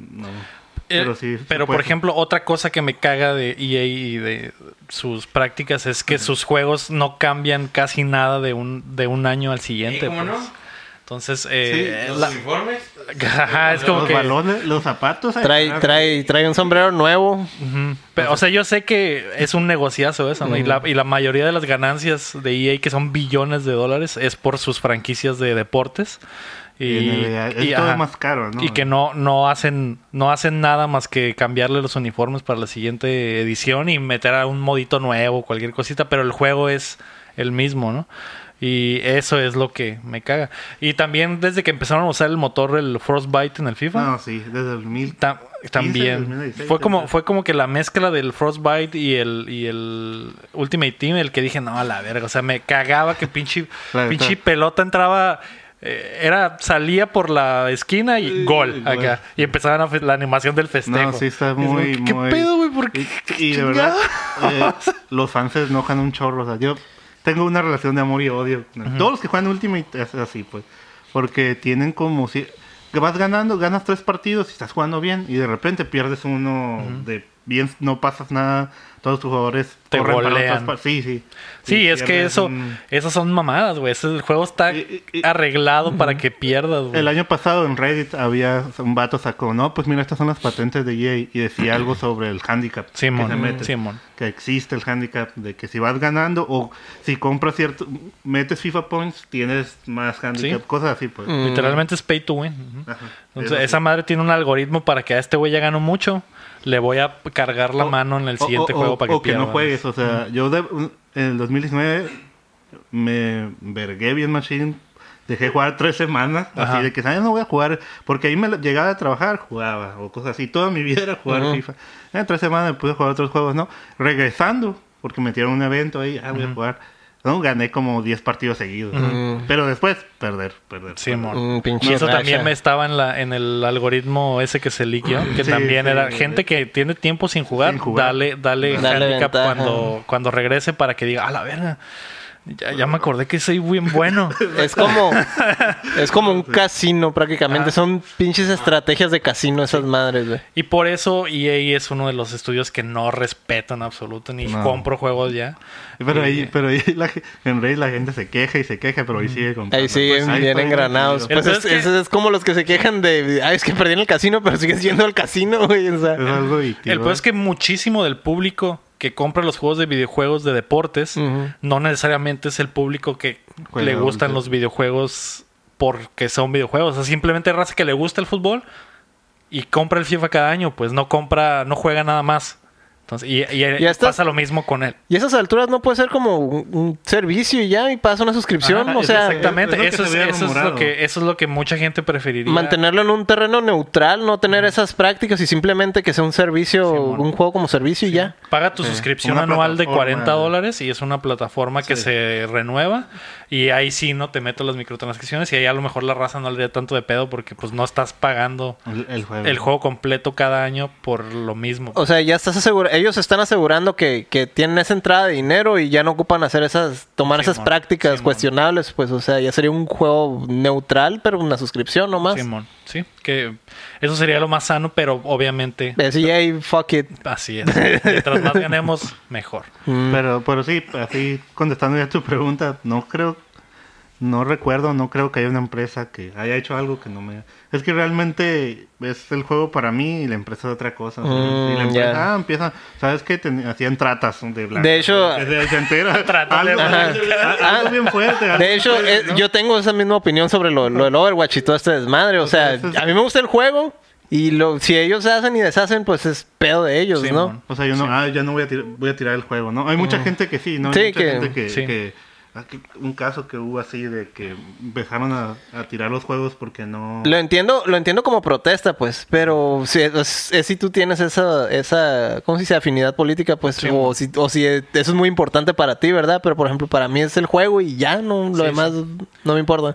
S4: Pero
S1: Eh,
S4: sí. pues, sí
S1: pero, por
S4: puedes.
S1: ejemplo, otra cosa que me caga de EA y de sus prácticas es que sus juegos no cambian casi nada de un, de un año al siguiente.
S3: ¿Y cómo
S1: pues.
S3: no?
S1: Entonces, eh,
S3: Los
S1: la-
S3: uniformes.
S1: Ajá, es como
S4: los
S1: que-
S4: balones, los zapatos. ahí
S2: Trae,
S4: están.
S2: trae, trae un sombrero nuevo.
S1: Ujú. Pero, mm, o sea, yo sé que es un negociazo eso, ¿no? Y la, y la mayoría de las ganancias de EA, que son billones de dólares, es por sus franquicias de deportes. Y,
S4: Y NBA, es
S1: y,
S4: todo
S1: ajá.
S4: más caro, ¿no?
S1: Y que no, no, hacen, no hacen nada más que cambiarle los uniformes para la siguiente edición y meter a un modito nuevo, cualquier cosita, pero el juego es el mismo, ¿no? Y eso es lo que me caga. Y también desde que empezaron a usar el motor, el Frostbite en el FIFA.
S4: No, sí, desde el mil.
S1: Ta- también
S4: 2016,
S1: fue como
S4: entonces.
S1: fue como que la mezcla del Frostbite y el y el Ultimate Team el que dije no a la verga o sea me cagaba que pinche
S4: La neta.
S1: pinche pelota entraba eh, era salía por la esquina y gol
S4: gol.
S1: acá y empezaban a fe- la animación del festejo
S4: No, sí está
S1: Es como,
S4: muy,
S1: qué
S4: muy-
S1: pedo güey por qué
S4: Y, y de verdad, eh, los fans se enojan un chorro. O sea, yo tengo una relación de amor y odio. con el- Todos los que juegan Ultimate es así, pues. Porque tienen como si... Que vas ganando, ganas tres partidos y estás jugando bien. Y de repente pierdes uno de bien, no pasas nada. Todos tus jugadores
S1: Te
S4: corren para
S1: golean.
S4: otras par- Sí, sí.
S1: sí
S4: Y
S1: es que
S4: pierdes
S1: eso
S4: un-
S1: esas son mamadas güey Ese- el juego está
S4: Y- y- y-
S1: arreglado para que pierdas güey.
S4: El año pasado en Reddit había un vato sacó, no, pues mira, estas son las patentes de EA y decía algo sobre el handicap que se
S1: Simón
S4: mete.
S1: Simón
S4: Que existe el handicap de que si vas ganando o si compras cierto, metes FIFA Points, tienes más handicap,
S1: Sí.
S4: cosas así pues.
S2: Mm.
S1: Literalmente es pay to win. Ujú.
S4: Ajá.
S1: Entonces,
S4: Eso sí.
S1: esa madre tiene un algoritmo para que a este güey ya ganó mucho. Le voy a cargar la
S4: O-
S1: mano en el
S4: o-
S1: siguiente
S4: o-
S1: juego
S4: o-
S1: para que
S4: o que no
S1: pierda.
S4: juegues, o sea, yo de- un- en el 2019 me vergué bien Machine, dejé jugar tres semanas,
S1: Ajá.
S4: así de que "Ay, no voy a jugar, porque ahí me la- llegaba a trabajar, jugaba, o cosas así, toda mi vida era jugar FIFA. En tres semanas me pude jugar otros juegos, ¿no? Regresando, porque metieron un evento ahí, ah, voy a jugar, ¿no? Gané como 10 partidos seguidos, ¿no? pero después, perder, perder.
S1: Sí,
S4: perder.
S1: amor.
S2: Mm, pinche
S1: Y eso
S2: racha.
S1: también me estaba en, la, en el algoritmo ese que se liquia, que
S4: Sí,
S1: también
S4: sí.
S1: era gente que tiene tiempo sin jugar,
S4: Sin jugar.
S1: dale, dale,
S2: Dale
S1: handicap
S2: ventaja.
S1: cuando, cuando regrese para que diga, a la verga, ya, ya me acordé que soy bien bueno.
S2: Es como, es como un casino prácticamente. Son pinches estrategias de casino esas madres, güey.
S1: Y por eso EA es uno de los estudios que no respeto en absoluto, ni
S4: No.
S1: compro juegos ya.
S4: Pero ahí, pero ahí la, ge- en Rey la gente se queja y se queja, pero ahí sigue comprando.
S2: Ahí siguen
S4: Pues
S2: bien
S4: está
S2: engranados.
S1: bien.
S2: Pues
S1: El
S2: es,
S1: pedo es que-
S2: es- es como los que se quejan de, ay, es que perdí en el casino, pero sigues yendo al casino, güey. o sea.
S4: Es algo adictivo.
S1: El problema es que muchísimo del público que compra los juegos de videojuegos de deportes
S2: Ujú.
S1: no necesariamente es el público que
S4: Juega
S1: le gustan
S4: adulto.
S1: los videojuegos porque son videojuegos. O sea, simplemente raza que le gusta el fútbol y compra el FIFA cada año, pues no compra, no juega nada más. Entonces, y, y-
S2: Ya estás-
S1: pasa lo mismo con él.
S2: Y a esas alturas no puede ser como un, un servicio y ya, y pasa una suscripción.
S1: Ajá,
S2: o sea,
S1: exactamente,
S4: es
S1: eso
S4: lo que
S1: es,
S4: se había
S1: eso es lo
S4: rumorado.
S1: que eso es lo que mucha gente preferiría.
S2: mantenerlo en un terreno neutral, no tener esas prácticas y simplemente que sea un servicio,
S1: Simón.
S2: un juego como servicio y ya.
S1: Paga tu
S4: Sí,
S1: suscripción
S4: una
S1: anual de
S4: plataforma.
S1: 40 dólares y es una plataforma que
S4: Sí.
S1: se renueva y ahí sí no te meto las microtransacciones y ahí a lo mejor la raza no le da tanto de pedo porque pues no estás pagando
S4: El, el juego.
S1: el juego completo cada año por lo mismo.
S2: O sea, ya estás asegura ellos están asegurando que, que tienen esa entrada de dinero y ya no ocupan hacer esas, tomar esas
S1: Simón,
S2: prácticas
S1: Simón.
S2: cuestionables, pues, o sea, ya sería un juego neutral, pero una suscripción nomás.
S1: Simón, sí, que eso sería lo más sano, pero obviamente
S2: Es EA, Pues, fuck
S4: Eh,
S2: it.
S1: así es. Mientras más ganemos, mejor.
S2: Mm.
S4: Pero, pero sí, así contestando ya tu pregunta, no creo. No recuerdo, no creo que haya una empresa que haya hecho algo que no me... Es que realmente es el juego para mí y la empresa es otra cosa. ¿sabes?
S2: Mm,
S4: y la empresa
S2: ya.
S4: ah, empieza... ¿Sabes qué? Ten- Hacían tratas de blanco.
S2: De hecho-
S4: Que se- se entera.
S1: Tratas de
S4: algo,
S1: blanco.
S4: a- algo bien fuerte. algo
S2: Ah, De hecho,
S4: fuerte,
S2: eh,
S4: ¿no?
S2: yo tengo esa misma opinión sobre lo, lo del Overwatch y todo este desmadre. O sea,
S4: eso es-
S2: a mí me gusta el juego y lo, si ellos hacen y deshacen, pues es pedo de ellos,
S1: Sí,
S2: ¿no? Mm.
S1: mon.
S4: O sea, yo no, ah, ya no voy a, tirar, voy a tirar el juego, ¿no? Hay mucha gente que sí, ¿no? Hay
S2: Sí,
S4: mucha
S2: que-
S4: gente que,
S1: sí.
S4: que- aquí Un caso que hubo así de que empezaron a, a tirar los juegos porque no...
S2: Lo entiendo, lo entiendo como protesta, pues, pero si, es- es si tú tienes esa, esa, ¿cómo se dice? Afinidad política, pues,
S1: Sí,
S2: o,
S1: mon.
S2: si, o si eh, eso es muy importante para ti, ¿verdad? Pero, por ejemplo, para mí es el juego y ya, no, lo
S1: Sí,
S2: demás no me importa.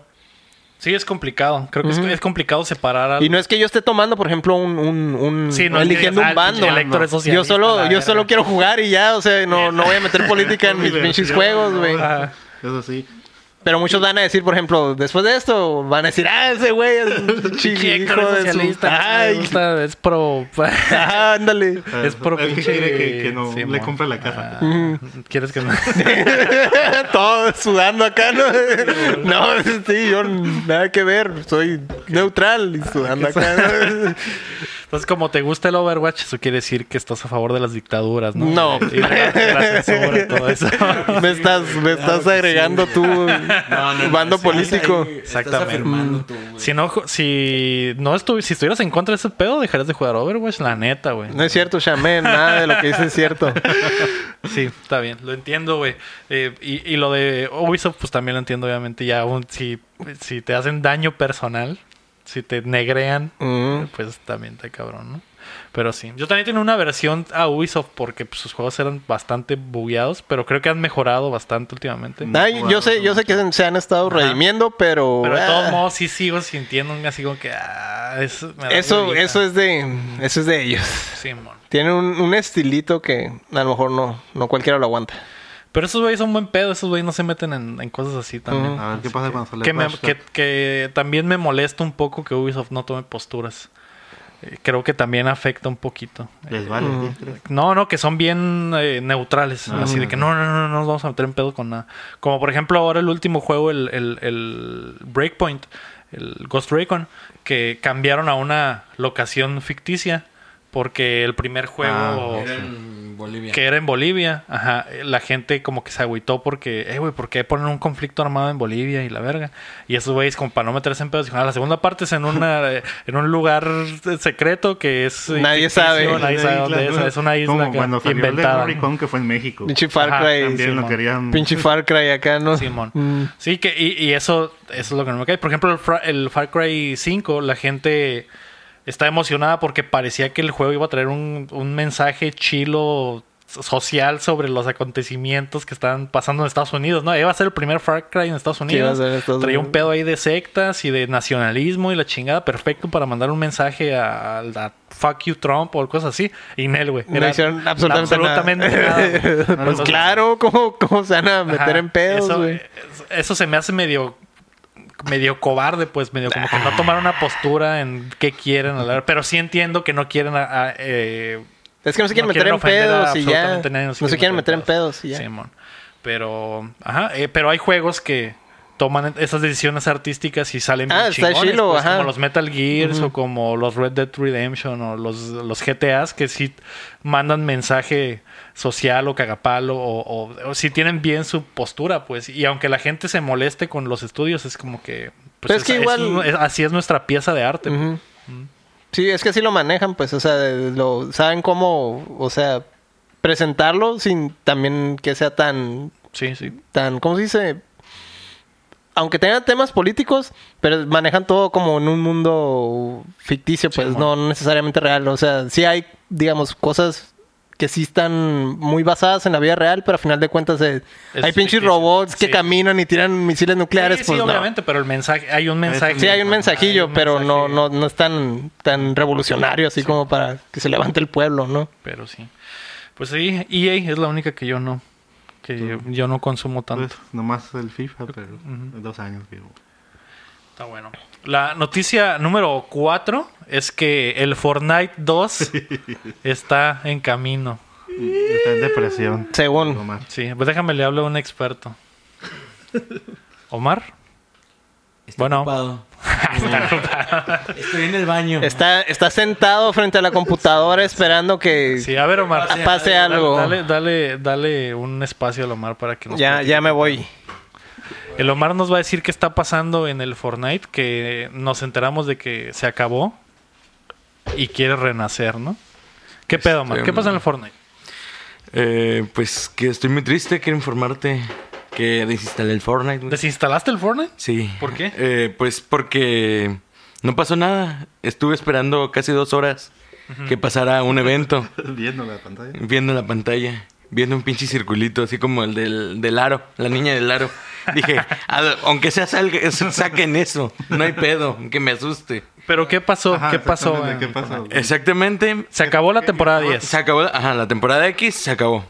S1: Sí, es complicado. Creo que es-
S2: Ujú.
S1: es, complicado separar algo.
S2: Y no es que yo esté tomando, por ejemplo, un, un, un-
S1: Sí, no es que digas,
S2: eligiendo un
S1: "Ah, el
S2: bando.
S1: pinche elector es
S2: Yo
S1: socialista,
S2: solo,
S1: la
S2: yo solo
S1: verga".
S2: quiero jugar y ya, o sea, no, no voy a meter política en mis pinches juegos, güey.
S1: Ajá.
S4: Eso sí.
S2: Pero muchos van a decir, por ejemplo, después de esto, van a decir, ah, ese güey es un
S1: Pinche
S2: chico
S1: Héctor es
S2: hijo de su-
S1: socialista. me
S2: Ay,
S1: gusta, es pro.
S2: ajá, ándale.
S1: Es pro
S4: Ah, que
S1: pinche- Ah.
S4: quiere que, que no
S1: sí,
S4: le
S1: mon.
S4: compre la casa.
S1: ¿Quieres que no?
S2: Todos sudando acá, ¿no? no, sí, yo nada que ver, soy neutral y sudando acá. ¿no?
S1: Entonces, como te gusta el Overwatch, eso quiere decir que estás a favor de las dictaduras, ¿no?
S2: No.
S1: Y de la, de la censura y todo eso.
S2: me estás, me estás
S3: que sí,
S2: agregando
S3: güey.
S2: tú,
S3: No, no, no,
S2: bando
S3: estás
S2: político.
S3: ahí, Estás
S1: Exactamente.
S3: afirmando tú, güey.
S1: Si no, ju- si no estuvi- si estuvieras en contra de ese pedo, dejarías de jugar Overwatch, la neta, güey.
S2: No es cierto, Shaman, nada de lo que dice es cierto.
S1: Sí, está bien, lo entiendo, güey. Eh, y, y lo de Ubisoft, pues también lo entiendo, obviamente. Ya, un- si, si te hacen daño personal, si te negrean,
S2: Mm.
S1: pues también está cabrón, ¿no? Pero sí, yo también tenía una versión a Ubisoft porque pues, sus juegos eran bastante bugueados, pero creo que han mejorado bastante últimamente.
S4: No,
S2: Ay, yo sé, yo sé que se- se han estado
S1: Ajá.
S2: redimiendo, pero,
S1: Pero de
S2: ah,
S1: todos modos sí sigo sintiendo un así como que... ah, eso, me da
S2: eso,
S1: huevita.
S2: eso es de, eso es de ellos.
S1: Sí, mon.
S2: Tienen un, un estilito que a lo mejor no, no cualquiera lo aguanta.
S1: Pero esos güeyes son buen pedo, esos güeyes no se meten en, en cosas así también.
S2: Ujú.
S4: A ver Ah, qué pasa cuando sale
S1: que, me-
S4: Watch
S1: que-
S4: Dogs?
S1: que también me molesta un poco que Ubisoft no tome posturas. Eh, creo que también afecta un poquito.
S4: Les vale.
S2: Mm.
S4: ¿qué crees?
S1: No, no, que son bien eh, neutrales. Así de que no, no, no, no nos vamos a meter en pedo con nada. Como por ejemplo ahora el último juego, el, el- el Breakpoint, el Ghost Recon, que cambiaron a una locación ficticia porque el primer juego...
S4: Ah,
S3: Era en Bolivia.
S1: Que era en Bolivia. Ajá. eh, La gente como que se agüitó porque, eh, güey, ¿por qué ponen un conflicto armado en Bolivia y la verga? Y esos güeyes, como para no meterse en pedos, dijeron, "Ah, la segunda parte es en, una, eh, en un lugar eh, secreto que es. eh,
S2: Nadie
S1: ficticio,
S2: sabe.
S1: Nadie sabe dónde es. Es una isla
S4: Como
S1: que-
S4: cuando salió el de
S1: inventada.
S4: Donkey Kong, que fue en México.
S2: Pinche Far
S1: Ajá,
S2: Cry.
S4: También
S1: Simón.
S4: lo querían...
S2: Pinche Far Cry acá, ¿no?
S1: Simón.
S2: Mm.
S1: Sí, que, y, y eso, eso es lo que no me cae. Por ejemplo, el, Fra- el Far Cry 5, la gente está emocionada porque parecía que el juego iba a traer un, un mensaje chilo so- social sobre los acontecimientos que estaban pasando en Estados Unidos, ¿no? Iba a ser el primer Far Cry en Estados
S2: Sí, iba a
S1: Unidos.
S2: ser en Estados
S1: Traía un
S2: Unidos.
S1: pedo ahí de sectas y de nacionalismo y la chingada perfecto para mandar un mensaje a, a fuck you Trump o cosas así. Y Nel, güey.
S2: No
S1: era
S2: hicieron absolutamente, nada.
S1: absolutamente nada, güey.
S2: pues
S1: Entonces-
S2: claro, ¿cómo, ¿cómo se van a meter
S1: Ajá.
S2: en pedos,
S1: Eso,
S2: güey?
S1: eso- eso se me hace medio medio cobarde, pues, medio como que no tomar una postura en qué quieren, la verdad. pero sí entiendo que no quieren a- a, eh,
S2: Es que no se quieren
S1: no
S2: meter en
S1: ofender a
S2: pedos y ya.
S1: absolutamente nadie,
S2: no se quieren meter en pedos y ya.
S1: Simón. Pero, ajá, eh, pero hay juegos que toman esas decisiones artísticas y salen
S2: Ah,
S1: bien
S2: está
S1: chingones,
S2: chilo,
S1: pues,
S2: ajá.
S1: como los Metal Gears o como los Red Dead Redemption o los, los GTAs que sí mandan mensaje social o cagapalo o, o- o si tienen bien su postura, pues. Y aunque la gente se moleste con los estudios, es como que... pues,
S2: Pero es que igual-
S1: es- así es nuestra pieza de arte. pues.
S2: Ujú. Sí, es que así lo manejan, pues, o sea, de- lo saben cómo, o sea, presentarlo sin también que sea tan,
S1: Sí, sí.
S2: tan, ¿cómo se dice? Aunque tengan temas políticos, pero manejan todo como en un mundo ficticio, pues,
S1: mon.
S2: no necesariamente real. O sea, sí hay, digamos, cosas que sí están muy basadas en la vida real, pero a final de cuentas eh,
S1: Es
S2: hay pinches
S1: ficticio.
S2: robots que
S1: Sí.
S2: caminan y tiran misiles nucleares,
S1: sí, sí,
S2: pues, no.
S1: obviamente, pero el mensaje, hay un mensaje.
S2: Sí, hay un mensajillo,
S1: Hay un
S2: pero no,
S1: mensaje.
S2: no, no es tan, tan revolucionario así como para que se levante el pueblo, ¿no?
S1: Pero sí. Pues sí, EA es la única que yo no. Que yo, yo no consumo tanto.
S4: Pues, nomás el FIFA, pero dos años que
S1: Está bueno. La noticia número 4 es que el Fortnite 2 está en camino.
S4: está en depresión.
S2: Según.
S4: Nomás.
S1: Sí, pues déjame le hablo a un experto. Omar,
S3: Estoy
S1: Bueno.
S3: ocupado. Estoy en el baño.
S2: Está, está sentado frente a la computadora esperando que
S1: Sí, a ver, Omar.
S3: Pase
S2: pase
S1: Dale,
S2: algo.
S1: Dale, dale, dale un espacio al Omar para que nos
S2: Ya, ya me voy.
S1: El Omar nos va a decir qué está pasando en el Fortnite, que nos enteramos de que se acabó y quiere renacer, ¿no? ¿Qué pedo, Omar?
S5: Este,
S1: ¿Qué pasa en el Fortnite?
S5: Eh, pues que estoy muy triste, quiero informarte que desinstalé el Fortnite. güey.
S1: ¿Desinstalaste el Fortnite?
S5: Sí.
S1: ¿Por qué?
S5: Eh, pues porque no pasó nada. Estuve esperando casi dos horas que pasara un evento,
S4: Viendo la pantalla.
S5: viendo la pantalla, viendo un pinche circulito, así como el del, del aro, la niña del aro. Dije, "A- aunque sea salga, es- saquen eso, no hay pedo, que me asuste.
S1: ¿Pero qué pasó?
S4: Ajá,
S1: ¿Qué pasó?
S4: Ah,
S1: eh? Ah, en-
S4: exactamente, ¿Qué pasó?
S5: Exactamente,
S1: Se acabó la temporada 10.
S5: Se acabó, ajá, la temporada X se acabó.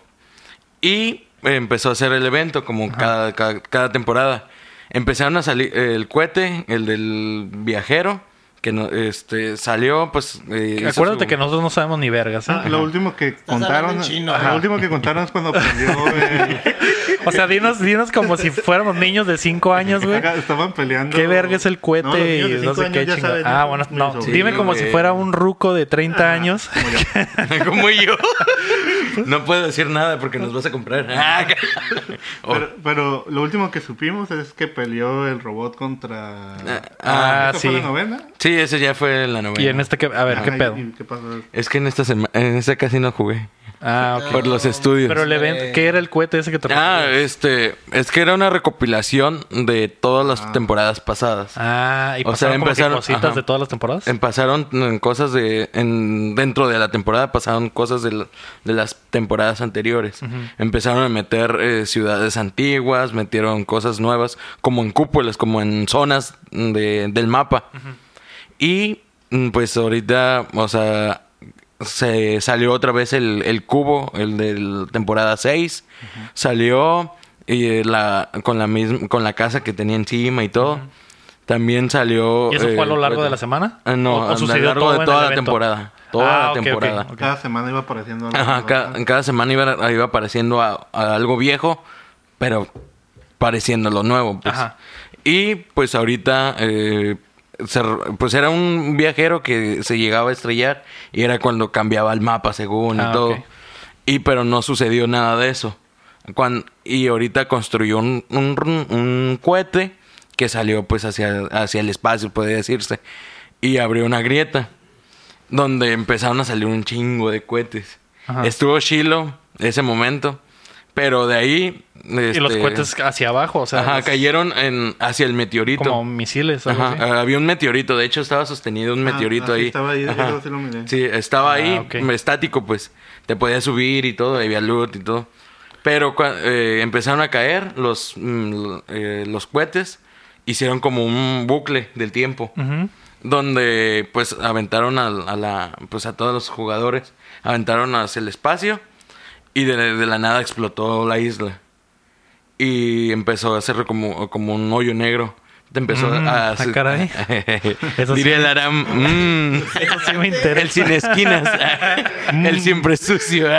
S5: Y eh, empezó a hacer el evento como cada, cada, cada temporada. Empezaron a salir eh, el cohete, el del viajero, que no, este, salió, pues... eh, hizo
S1: Acuérdate
S5: su-
S1: que nosotros no sabemos ni vergas. ¿eh?
S4: Ah, lo último que contaron.
S2: hablando en chino,
S4: Ajá,
S2: ¿no?
S4: Lo último que contaron es cuando prendió. eh, el-
S1: O sea, dinos, dinos como si fuéramos niños de 5 años, güey.
S4: Acá Estaban peleando.
S1: ¿Qué verga es el cohete?
S4: los niños de
S1: y no
S4: cinco
S1: sé qué
S4: años ya
S1: chingada?
S4: saben
S1: Ah,
S4: eso,
S1: bueno,
S4: mis
S1: no.
S4: sobrinos.
S5: Sí,
S1: Dime como
S5: güey.
S1: si fuera un ruco de 30 años.
S5: como yo. no puedo decir nada porque nos vas a comprar. Ah, oh.
S4: Pero, pero lo último que supimos es que peleó el robot contra.
S5: Ah,
S1: Ah,
S4: ¿Esa
S1: sí.
S4: fue la novena?
S5: sí, ese ya fue la novela.
S1: Y en este que... A ver, ¿qué
S4: Ajá,
S1: pedo?
S4: ¿Y, y qué pasó?
S5: Es que en esta, sema- en esta casi no jugué.
S1: Ah, ok. Eh.
S5: Por los estudios.
S1: Pero el evento... ¿Qué era el cohete ese que te
S5: Ah,
S1: refieres?
S5: este, es que era una recopilación de todas las temporadas pasadas.
S1: Ah, y
S5: O sea,
S1: pasaron como que
S5: empezaron-
S1: cositas
S5: ajá.
S1: de todas las temporadas.
S5: Em, pasaron mm, cosas de en, dentro de la temporada pasaron cosas de, la- de las temporadas anteriores. Empezaron a meter eh, ciudades antiguas, metieron cosas nuevas, como en cúpulas, como en zonas mm, de- del mapa. Y mm, pues ahorita, o sea, se salió otra vez el, el cubo, el de la temporada 6. Salió y eh, la, con, la misma, con la casa que tenía encima y todo. También salió...
S1: ¿Y eso fue a lo
S5: eh,
S1: largo de
S5: pues,
S1: la semana?
S5: Ah, no,
S1: ¿O- o
S5: a lo
S1: sucedió
S5: largo
S1: todo en
S5: de
S1: el
S5: toda la
S1: evento?
S5: temporada. Toda
S1: Ah,
S5: la
S1: ok, ok,
S5: temporada.
S1: ok.
S4: Cada semana iba apareciendo algo.
S5: Ajá, ca- cada, semana iba, iba apareciendo a, a algo viejo, pero pareciendo lo nuevo. pues.
S1: Ajá.
S5: Y pues ahorita, eh, se r- pues era un viajero que se llegaba a estrellar y era cuando cambiaba el mapa según
S1: Ah,
S5: y todo.
S1: ok.
S5: Y pero no sucedió nada de eso. Cuan- y ahorita construyó un, un, un cohete que salió pues hacia, hacia el espacio, podría decirse. Y abrió una grieta donde empezaron a salir un chingo de cohetes.
S1: Ajá.
S5: Estuvo Shiloh ese momento, pero de ahí...
S1: Y los
S5: este,
S1: cohetes hacia abajo, o sea...
S5: ajá,
S1: los-
S5: cayeron en, hacia el meteorito.
S1: Como misiles. algo
S5: Ajá,
S1: así.
S5: ah, había un meteorito, de hecho estaba sostenido un
S4: Ah,
S5: meteorito
S4: ah, sí,
S5: ahí.
S4: estaba ahí,
S5: Ajá.
S4: yo sí lo miré.
S5: Sí, estaba
S1: Ah,
S5: ahí,
S1: ok.
S5: estático, pues. Te podías subir y todo, había luz y todo. Pero cua- eh, empezaron a caer los, mm, eh, los cohetes, hicieron como un bucle del tiempo
S1: Ujú.
S5: donde pues aventaron a, a la pues a todos los jugadores aventaron hacia el espacio y de, de la nada explotó la isla y empezó a hacer como, como un hoyo negro te empezó
S1: Mm,
S5: a
S1: ah, caray. Eso sí.
S5: diría el Aram mm,
S1: Eso sí me
S5: el
S1: interesa.
S5: sin esquinas el siempre sucio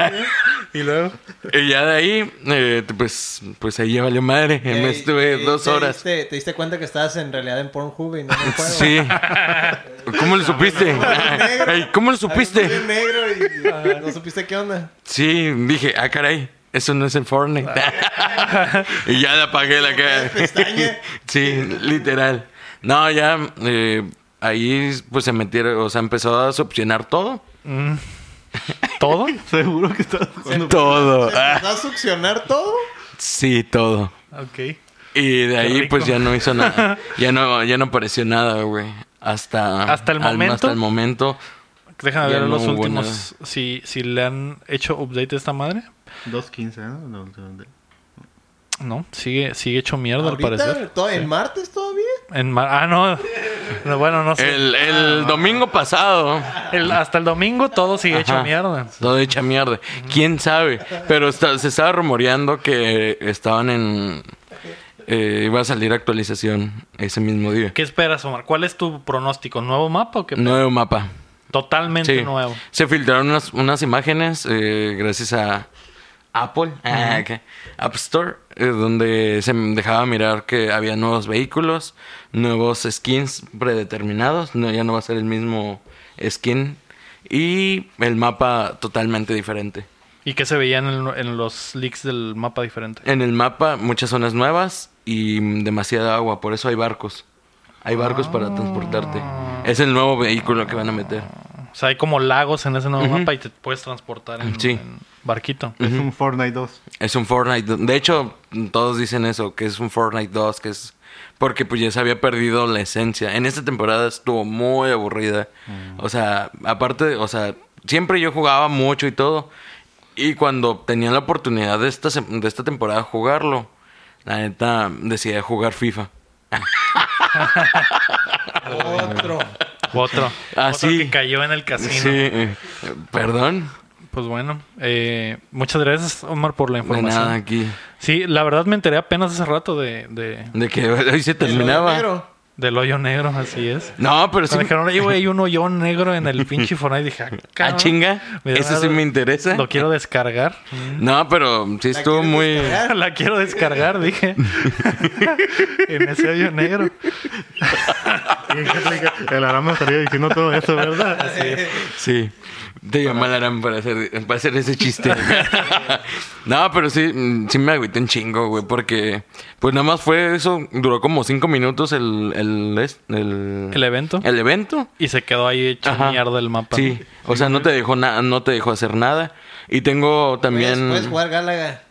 S5: y luego y ya de ahí eh, pues pues ahí ya valió madre me estuve dos horas
S2: Te, diste cuenta que estabas en realidad en Pornhub y no en
S5: Sí. ¿Cómo lo supiste? Ay, ¿Cómo lo supiste?
S2: negro y ah, no supiste qué onda.
S5: Sí, dije, ah, caray, eso no es el Fortnite. y ya la apagué la cara.
S2: Pestaña.
S5: sí, literal. No, ya eh, ahí pues se metieron, o sea, empezó a succionar todo.
S1: ¿Todo?
S4: Seguro que estabas jugando.
S5: Todo. Ah,
S2: a succionar todo?
S5: sí, todo.
S1: Ok.
S5: Y de ahí
S1: rico.
S5: pues ya no hizo nada. Ya no, ya no apareció nada, güey. Hasta,
S1: ¿Hasta el
S5: al-
S1: momento?
S5: hasta el momento.
S1: Déjame
S5: Ya
S1: ver
S5: no
S1: los
S5: hubo
S1: últimos. Si, si le han hecho update a esta madre.
S4: 2.15, ¿no? No, no, no.
S1: No, sigue, sigue hecho mierda al parecer.
S2: to- ¿En martes todavía?
S1: En mar- ah, no. No, Bueno, no sé.
S5: El, el domingo pasado.
S1: El- hasta el domingo todo sigue hecho
S5: Ajá.
S1: mierda.
S5: Todo hecha mierda. ¿Quién sabe? Pero está- se estaba rumoreando que estaban en... eh, iba a salir actualización ese mismo día.
S1: ¿Qué esperas, Omar? ¿Cuál es tu pronóstico? ¿Nuevo mapa o qué?
S5: Nuevo mapa.
S1: Totalmente
S5: Sí.
S1: nuevo.
S5: Se filtraron unas, unas imágenes eh, gracias a, Apple, ah, ok, App Store, eh, donde se m- dejaba mirar que había nuevos vehículos, nuevos skins predeterminados, no, ya no va a ser el mismo skin y el mapa totalmente diferente.
S1: ¿Y qué se veían en, en los leaks del mapa diferente?
S5: En el mapa muchas zonas nuevas y mm, demasiada agua, por eso hay barcos. Hay barcos para transportarte. Es el nuevo vehículo que van a meter.
S1: O sea, hay como lagos en ese nuevo mapa y te puedes transportar en,
S5: Sí.
S1: en barquito.
S4: Es un Fortnite 2.
S5: Es un Fortnite. do- De hecho, todos dicen eso, que es un Fortnite 2, que es... Porque pues ya se había perdido la esencia. En esta temporada estuvo muy aburrida. O sea, aparte, o sea, siempre yo jugaba mucho y todo. Y cuando tenía la oportunidad de esta, sem- de esta temporada jugarlo, la neta decidí jugar FIFA.
S2: Ah,
S3: Otro.
S1: Otro.
S5: Ah,
S1: Otro
S5: sí.
S1: que cayó en el casino.
S5: Sí, eh, perdón.
S1: Pues bueno, eh, muchas gracias, Omar, por la
S5: De nada
S1: información.
S5: aquí.
S1: Sí, la verdad me enteré apenas hace rato de, de-
S5: De que hoy se terminaba.
S3: Pero,
S1: del hoyo negro, así es.
S5: No, pero sí.
S1: Cuando dijeron, "Oye, güey, hay un hoyo negro en el pinche Fortnite, dije, ah,
S5: Ah,
S1: cabrón.
S5: chinga.
S1: Me dio
S5: Eso
S1: ganas
S5: sí
S1: de-
S5: me interesa.
S1: Lo quiero descargar.
S5: No, pero sí estuvo
S3: quieres
S5: muy.
S3: descargar?
S1: La quiero descargar, dije. en ese hoyo negro.
S4: El Aram estaría diciendo todo eso, ¿verdad?
S1: Eh,
S5: Sí. Te llama la Aram para hacer, para hacer ese chiste. no, pero sí, mm, sí me agüité un chingo, güey, porque pues nada más fue eso, duró como cinco minutos el el es- el,
S1: El evento.
S5: el evento.
S1: Y se quedó ahí hecho
S5: Ajá.
S1: mierda el mapa.
S5: Sí, o sea, no te dejó nada, no te dejó hacer nada. Y tengo
S3: puedes,
S5: también
S3: puedes jugar Gálaga.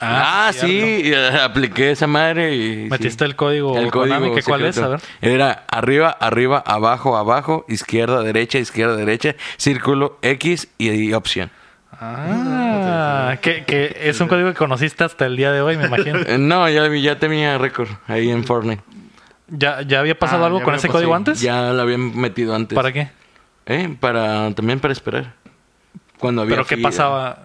S5: Ah,
S1: cierto.
S5: sí, y, eh, apliqué esa madre y
S1: Metiste
S5: sí.
S1: el código Konami, ¿que cuál es? A ver.
S5: Era arriba, arriba, abajo, abajo, izquierda, derecha, izquierda, derecha, círculo X y, y opción.
S1: Ah, que, que es un código que conociste hasta el día de hoy, me imagino.
S5: Eh, No, ya, vi- ya tenía récord ahí en Fortnite.
S1: ¿Ya, ya había pasado
S4: Ah,
S1: algo
S4: ya
S1: con
S4: había
S1: ese
S4: pasado.
S1: código antes?
S5: Ya lo habían metido antes.
S1: ¿Para qué?
S5: Eh, para también para esperar. Cuando había
S1: ¿Pero qué
S5: FIDA.
S1: pasaba?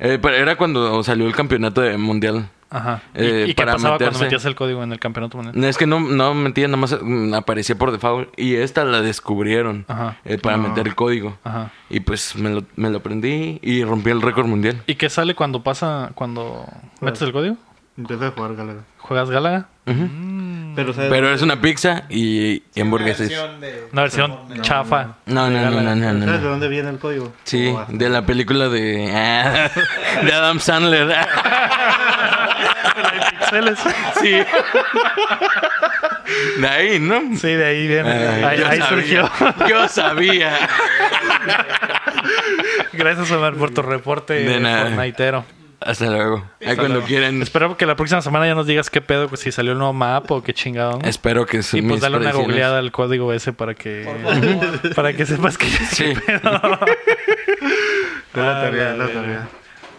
S5: Eh, pero era cuando salió el campeonato de mundial.
S1: Ajá. ¿Y,
S5: Eh,
S1: y qué
S5: para
S1: pasaba cuando
S5: meterse.
S1: metías el código en el campeonato mundial?
S5: No, Es que no, no mentía, nada más mm, aparecía por default. Y esta la descubrieron
S1: Ajá. Ah.
S5: eh, para meter el código.
S1: Ajá.
S5: Y pues me lo, me lo aprendí y rompí el récord mundial.
S1: ¿Y qué sale cuando pasa, cuando metes el código?
S4: Empieza a jugar, Galaga.
S1: ¿Juegas Galaga? Mm.
S4: Pero, ¿sabes?
S5: Pero es una pizza y, y hamburguesas.
S1: Una versión chafa.
S5: No, no, no, no, no, no,
S4: ¿Sabes de
S5: no.
S4: dónde viene el código?
S5: Sí,
S4: Oh, ah.
S5: de la película de, ah, de Adam Sandler.
S1: Pixeles.
S5: Sí. De ahí, ¿no?
S1: Sí, de ahí viene.
S5: Ay,
S1: ahí
S5: yo
S1: ahí
S5: sabía.
S1: surgió.
S5: Yo sabía.
S1: Gracias, Omar, por tu reporte
S5: De nada.
S1: fortnitero.
S5: Hasta luego. Ahí cuando quieran.
S1: Espero que la próxima semana ya nos digas qué pedo, pues, si salió el nuevo mapa o qué chingado. ¿no?
S5: Espero que se
S1: Y pues
S5: mis
S1: dale una
S5: predicciones-
S1: googleada al código ese para que para que sepas que
S5: Sí.
S4: Es
S1: Ah,
S4: la tarea, es la
S1: Ándale.
S4: tarea.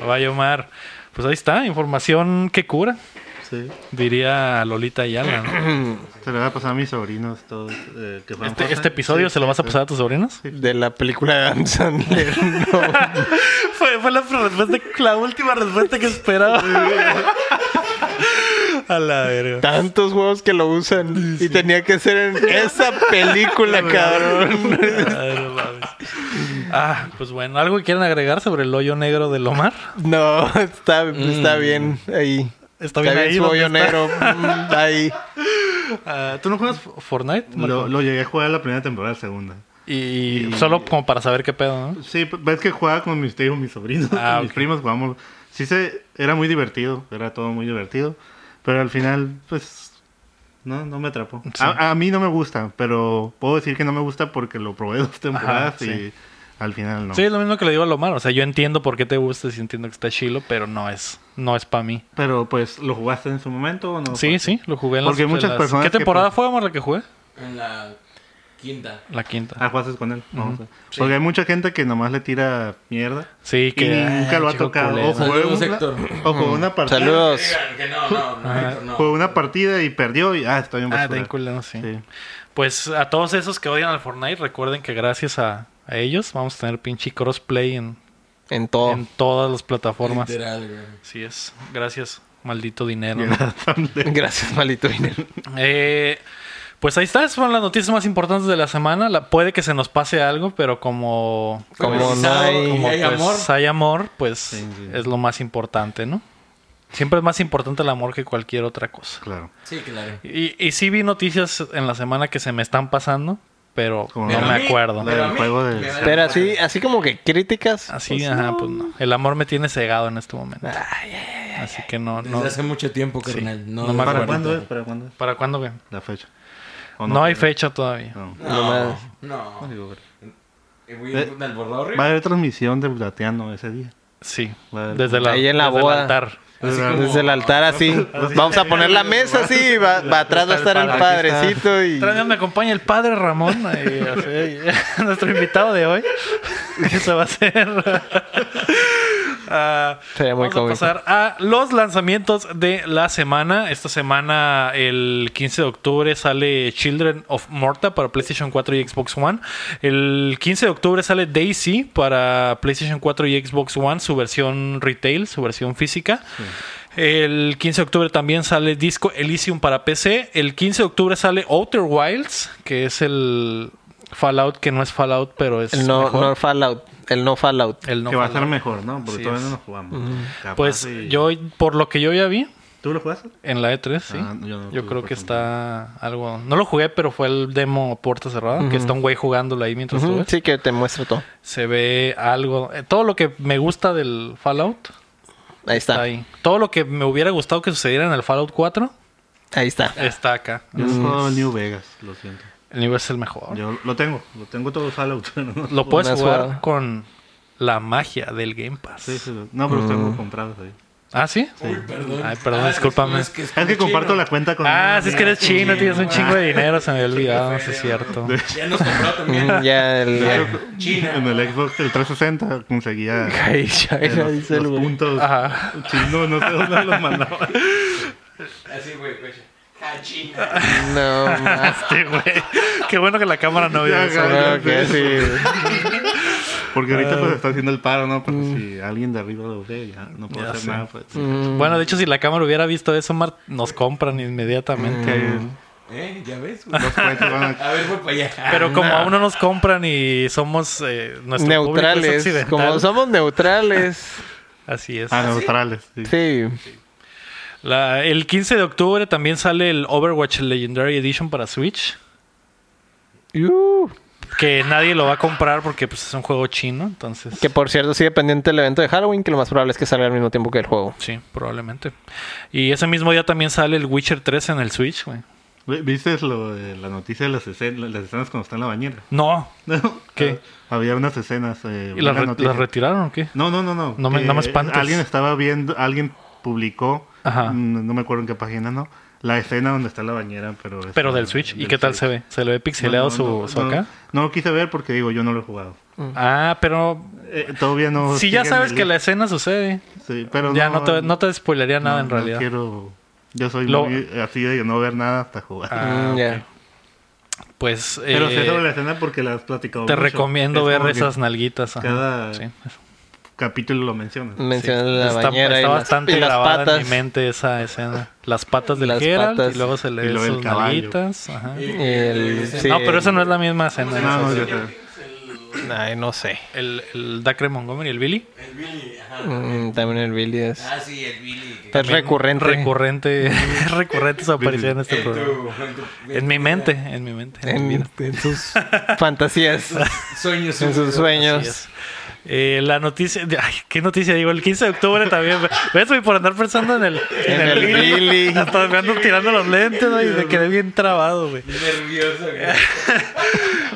S1: Vaya Omar. Pues ahí está, información que cura,
S4: Sí.
S1: diría Lolita Ayala. ¿no?
S4: Se lo voy a pasar a mis sobrinos todos eh, que fueron
S1: Este,
S4: Fortnite.
S1: este episodio
S4: Sí,
S1: se lo
S4: sí,
S1: vas a
S4: sí.
S1: pasar a tus sobrinos.
S2: De la película de Adam Sandler. No.
S1: Fue, fue la, respuesta, la última respuesta que esperaba. a la verga.
S2: Tantos huevos que lo usan. Y tenía que ser en esa película, cabrón.
S1: Ay, no mames. Ah, pues bueno, ¿algo que quieran agregar sobre el hoyo negro del Omar?
S2: No, está,
S5: Mm.
S2: está bien ahí.
S1: Está bien ahí
S2: su
S1: donde
S2: hoyo
S1: está.
S2: negro. Mm, ahí.
S1: Ah, ¿Tú no juegas Fortnite?
S4: Lo,
S1: Marco?
S4: lo llegué a jugar la primera temporada, la segunda.
S1: Y, solo como para saber qué pedo, ¿no?
S4: Sí, p- ves que jugaba con mis tíos, mis sobrinos,
S1: Ah,
S4: mis
S1: ok.
S4: primos, jugamos. Sí, se, era muy divertido, era todo muy divertido. Pero al final, pues, no, no me atrapó. A, a mí no me gusta, pero puedo decir que no me gusta porque lo probé dos temporadas y
S1: sí.
S4: al final no.
S1: Sí, es lo mismo que le digo a Lomar. O sea, yo entiendo por qué te gusta y entiendo que está chilo, pero no es, no es para mí.
S4: Pero pues, ¿lo jugaste en su momento o no?
S1: Sí, sí, lo jugué en las-
S4: Porque
S1: en
S4: muchas
S1: las-
S4: personas
S1: ¿Qué
S4: que pues,
S1: temporada
S4: pu-
S1: fue, Omar, la que jugué?
S5: En la quinta.
S1: La quinta.
S4: Ah, jugaste con él. No, o sea, Porque hay mucha gente que nomás le tira mierda.
S1: Sí,
S4: Y
S1: que...
S4: nunca lo
S1: ay,
S4: ha
S1: chico
S4: tocado.
S1: culero.
S4: O jugó
S5: Saludos,
S4: una-
S5: Héctor.
S4: o jugó una partida.
S2: Saludos.
S5: Que no, no, no, Héctor, no.
S4: Jugó una partida y perdió y ah, está bien
S1: Ah,
S4: basura.
S1: está bien culero, sí.
S4: Sí.
S1: Pues a todos esos que odian al Fortnite, recuerden que gracias a, a ellos vamos a tener pinche crossplay en,
S2: En todo.
S1: en todas las plataformas.
S5: Literal, güey.
S1: Así es. Gracias, maldito dinero.
S2: Gracias, malito dinero.
S1: Eh, Pues ahí está, esas fueron las noticias más importantes de la semana. La- puede que se nos pase algo, pero como,
S2: Como
S3: Pues,
S2: no
S3: sábado,
S2: hay-
S3: como
S1: como,
S3: hay
S1: pues,
S3: amor.
S1: hay amor, pues
S4: sí.
S1: es lo más importante, ¿no? Siempre es más importante el amor que cualquier otra cosa.
S4: Claro.
S3: Sí, claro.
S1: Y, y sí vi noticias en la semana que se me están pasando, pero
S4: Como
S1: no
S4: la-
S1: me acuerdo.
S4: la- del juego de-
S2: Pero así, así como que críticas.
S1: Así,
S2: pues,
S1: ajá,
S2: no.
S1: pues no. El amor me tiene cegado en este momento. Así que no,
S3: Desde
S1: no.
S3: hace mucho tiempo, carnal. No,
S1: No me
S4: ¿Para
S1: acuerdo.
S4: cuándo es? ¿Para cuándo es?
S1: ¿Para cuándo, güey?
S4: La fecha. ¿O
S1: No, Ah. hay fecha todavía.
S4: No.
S3: No, no. Y voy
S4: Eh,
S3: al borrador.
S4: Va a haber transmisión de Plateano ese día.
S1: Sí.
S4: Vale.
S1: Desde la,
S2: Ahí en la
S1: desde el
S2: boda.
S1: altar.
S3: Así
S4: Desde-
S3: como-
S2: pues, Desde el altar así. Vamos a poner la mesa así. y Va, va atrás va a estar el padrecito y.
S1: Otra vez me acompaña el padre Ramón, ahí, así, nuestro invitado de hoy. Eso va a ser. Ah,
S2: Sería muy
S1: vamos
S2: cómico.
S1: a pasar a los lanzamientos de la semana. Esta semana, el 15 de octubre, sale Children of Morta para PlayStation 4 y Xbox One. El 15 de octubre sale Daisy para PlayStation 4 y Xbox One, su versión retail, su versión física. El 15 de octubre también sale Disco Elysium para PC. El 15 de octubre sale Outer Wilds, que es el Fallout que no es Fallout, pero es
S2: El no,
S1: mejor.
S2: no Fallout. El no Fallout.
S1: El no
S4: que va a
S1: Fallout.
S4: ser mejor, ¿no? Porque
S1: Así
S4: todavía
S1: es.
S4: no nos jugamos. Capaz
S1: Pues
S4: y-
S1: yo, por lo que yo ya vi
S4: ¿Tú lo jugaste?
S1: en la E3, sí.
S4: Ah,
S1: yo
S4: yo no tuve
S1: creo que
S4: oportunidad.
S1: está algo. No lo jugué, pero fue el demo puerta cerrada, que está un güey jugándolo ahí mientras tú
S2: Ujú,
S1: ves.
S2: Sí, que te muestro todo.
S1: Se ve algo. eh, todo lo que me gusta del Fallout
S2: Ahí
S1: está
S2: está. Ahí,
S1: ahí. Todo lo que me hubiera gustado que sucediera en el Fallout 4
S2: está.
S1: está acá.
S4: Yo juego New Vegas, lo siento.
S1: El nivel es el mejor.
S4: Yo lo tengo, lo tengo todo Fallout. ¿no?
S1: Lo puedes
S2: Una
S1: jugar
S2: sola.
S1: con la magia del Game Pass.
S4: Sí, sí, lo- no, pero los tengo comprados ahí.
S1: ¿Ah, sí?
S3: Uy, perdón.
S1: Ay, perdón,
S3: Ah,
S1: discúlpame.
S3: es
S4: Es que comparto
S3: chino.
S4: la cuenta con.
S1: Ah, sí, es que eres chino, tienes un
S3: Ah.
S1: chingo de dinero, se me había olvidado, sí
S3: Feo.
S1: es cierto.
S3: Ya nos compró también.
S2: Mm, Ya el.
S3: Claro. China.
S4: En el Xbox el 360 conseguía
S2: Ahí ya,
S4: eh,
S2: ya
S4: los,
S2: dice el
S4: los
S2: güey.
S1: Ah.
S4: puntos
S1: Ajá.
S4: chinos, no sé dónde los mandaba.
S3: Así, güey, güey. Ah, China.
S2: No, más.
S1: Sí, Ah, este güey. Qué bueno que la cámara no vio
S4: Ya,
S1: eso.
S4: güey.
S2: Claro que sí.
S4: Porque ahorita
S1: Ah.
S4: pues está haciendo el paro, ¿no? Pero si alguien de arriba lo ve, ya no puedo
S1: Mm. Ya
S4: hacer
S1: sé. Mm.
S4: nada. Pues,
S1: Bueno, de hecho, si la cámara hubiera visto eso, Mar- nos compran inmediatamente.
S4: que
S3: ¿Eh? ¿Ya ves? güey?
S4: los cuentos van a...
S3: A ver, voy para allá.
S1: Pero como aún no nos compran y somos eh, nuestro público es
S2: Neutrales.
S1: occidental,
S2: Como somos neutrales.
S1: Así es.
S4: a neutrales. sí.
S2: Sí.
S1: La- el 15 de octubre también sale el Overwatch Legendary Edition para Switch.
S2: Uh,
S1: Que nadie lo va a comprar porque pues, es un juego chino, entonces...
S2: que por cierto sigue pendiente el evento de Halloween, que lo más probable es que salga al mismo tiempo que el juego.
S1: Sí, probablemente. Y ese mismo día también sale el Witcher 3 en el Switch, güey.
S4: Güey, ¿Viste lo de la noticia de las escenas, las escenas cuando está en la bañera?
S1: No.
S4: ¿No?
S1: ¿Qué?
S4: Había unas escenas. Eh,
S1: ¿Y las
S4: una
S1: re-
S4: noticia.
S1: las retiraron o qué?
S4: No, no, no, no.
S1: No me-
S4: que
S1: no me espantes.
S4: Alguien estaba viendo, alguien publicó,
S1: Ajá.
S4: mm, no me acuerdo en qué página, ¿no, la escena donde está la bañera, pero. es-
S1: Pero del Switch. ¿Y
S4: del
S1: qué tal
S4: Switch.
S1: se ve? ¿Se le ve pixeleado
S4: No,
S1: su,
S4: no, no,
S1: su
S4: no,
S1: acá?
S4: No lo quise ver porque digo, yo no lo he jugado.
S1: Ah, pero...
S4: Eh, todavía no.
S1: Si ya
S4: sigue en
S1: sabes
S4: el
S1: que la
S4: link.
S1: escena sucede,
S4: Sí, pero
S1: ya no, te, no te spoilearía nada
S4: no-
S1: en
S4: no
S1: realidad.
S4: quiero. Yo soy
S1: Lo-
S4: muy eh, así de no ver nada hasta jugar.
S1: Ah,
S2: Mm,
S1: ok.
S2: ya.
S1: Pues...
S4: pero sé
S1: eh,
S4: sobre la escena porque las has platicado.
S1: te
S4: mucho.
S1: recomiendo
S4: Es
S1: ver
S4: como que
S1: esas nalguitas. ajá.
S4: cada-
S1: Sí.
S4: Capítulo lo mencionas.
S2: Mencioné la
S1: Está,
S2: bañera
S1: está
S2: y las-
S1: bastante
S2: y las,
S1: grabada
S2: patas.
S1: en mi mente esa escena. Las patas del
S2: Las
S1: Geralt
S2: patas.
S1: y luego se le
S4: Y
S1: ve
S4: luego el
S1: sus
S4: caballo.
S1: nalguitas. ajá.
S2: El- sí,
S1: No, pero esa
S2: el-
S1: no es la misma escena.
S4: No, no,
S1: esa
S4: yo
S1: es
S4: sé.
S2: Ay, no sé.
S1: el, el Dacre Montgomery, el Billy.
S3: El Billy, ajá.
S2: Mm, también el Billy es,
S3: Ah, sí, el Billy. que-
S2: es recurrente.
S1: Recurrente, es recurrente su aparición en este
S3: En
S1: programa.
S3: tu- en tu-
S1: En mi mente, en mi mente. en mi vida.
S2: en, en sus fantasías,
S3: Sueños.
S2: en sus
S1: Así
S2: sueños.
S1: es. Eh, la noticia, de- ay, ¿qué noticia digo? El 15 de octubre también. ¿Ves? Voy por andar pensando en el,
S2: En el Billy.
S1: Hasta me ando tirando los lentes, güey, y me quedé bien trabado, güey.
S3: Nervioso, güey.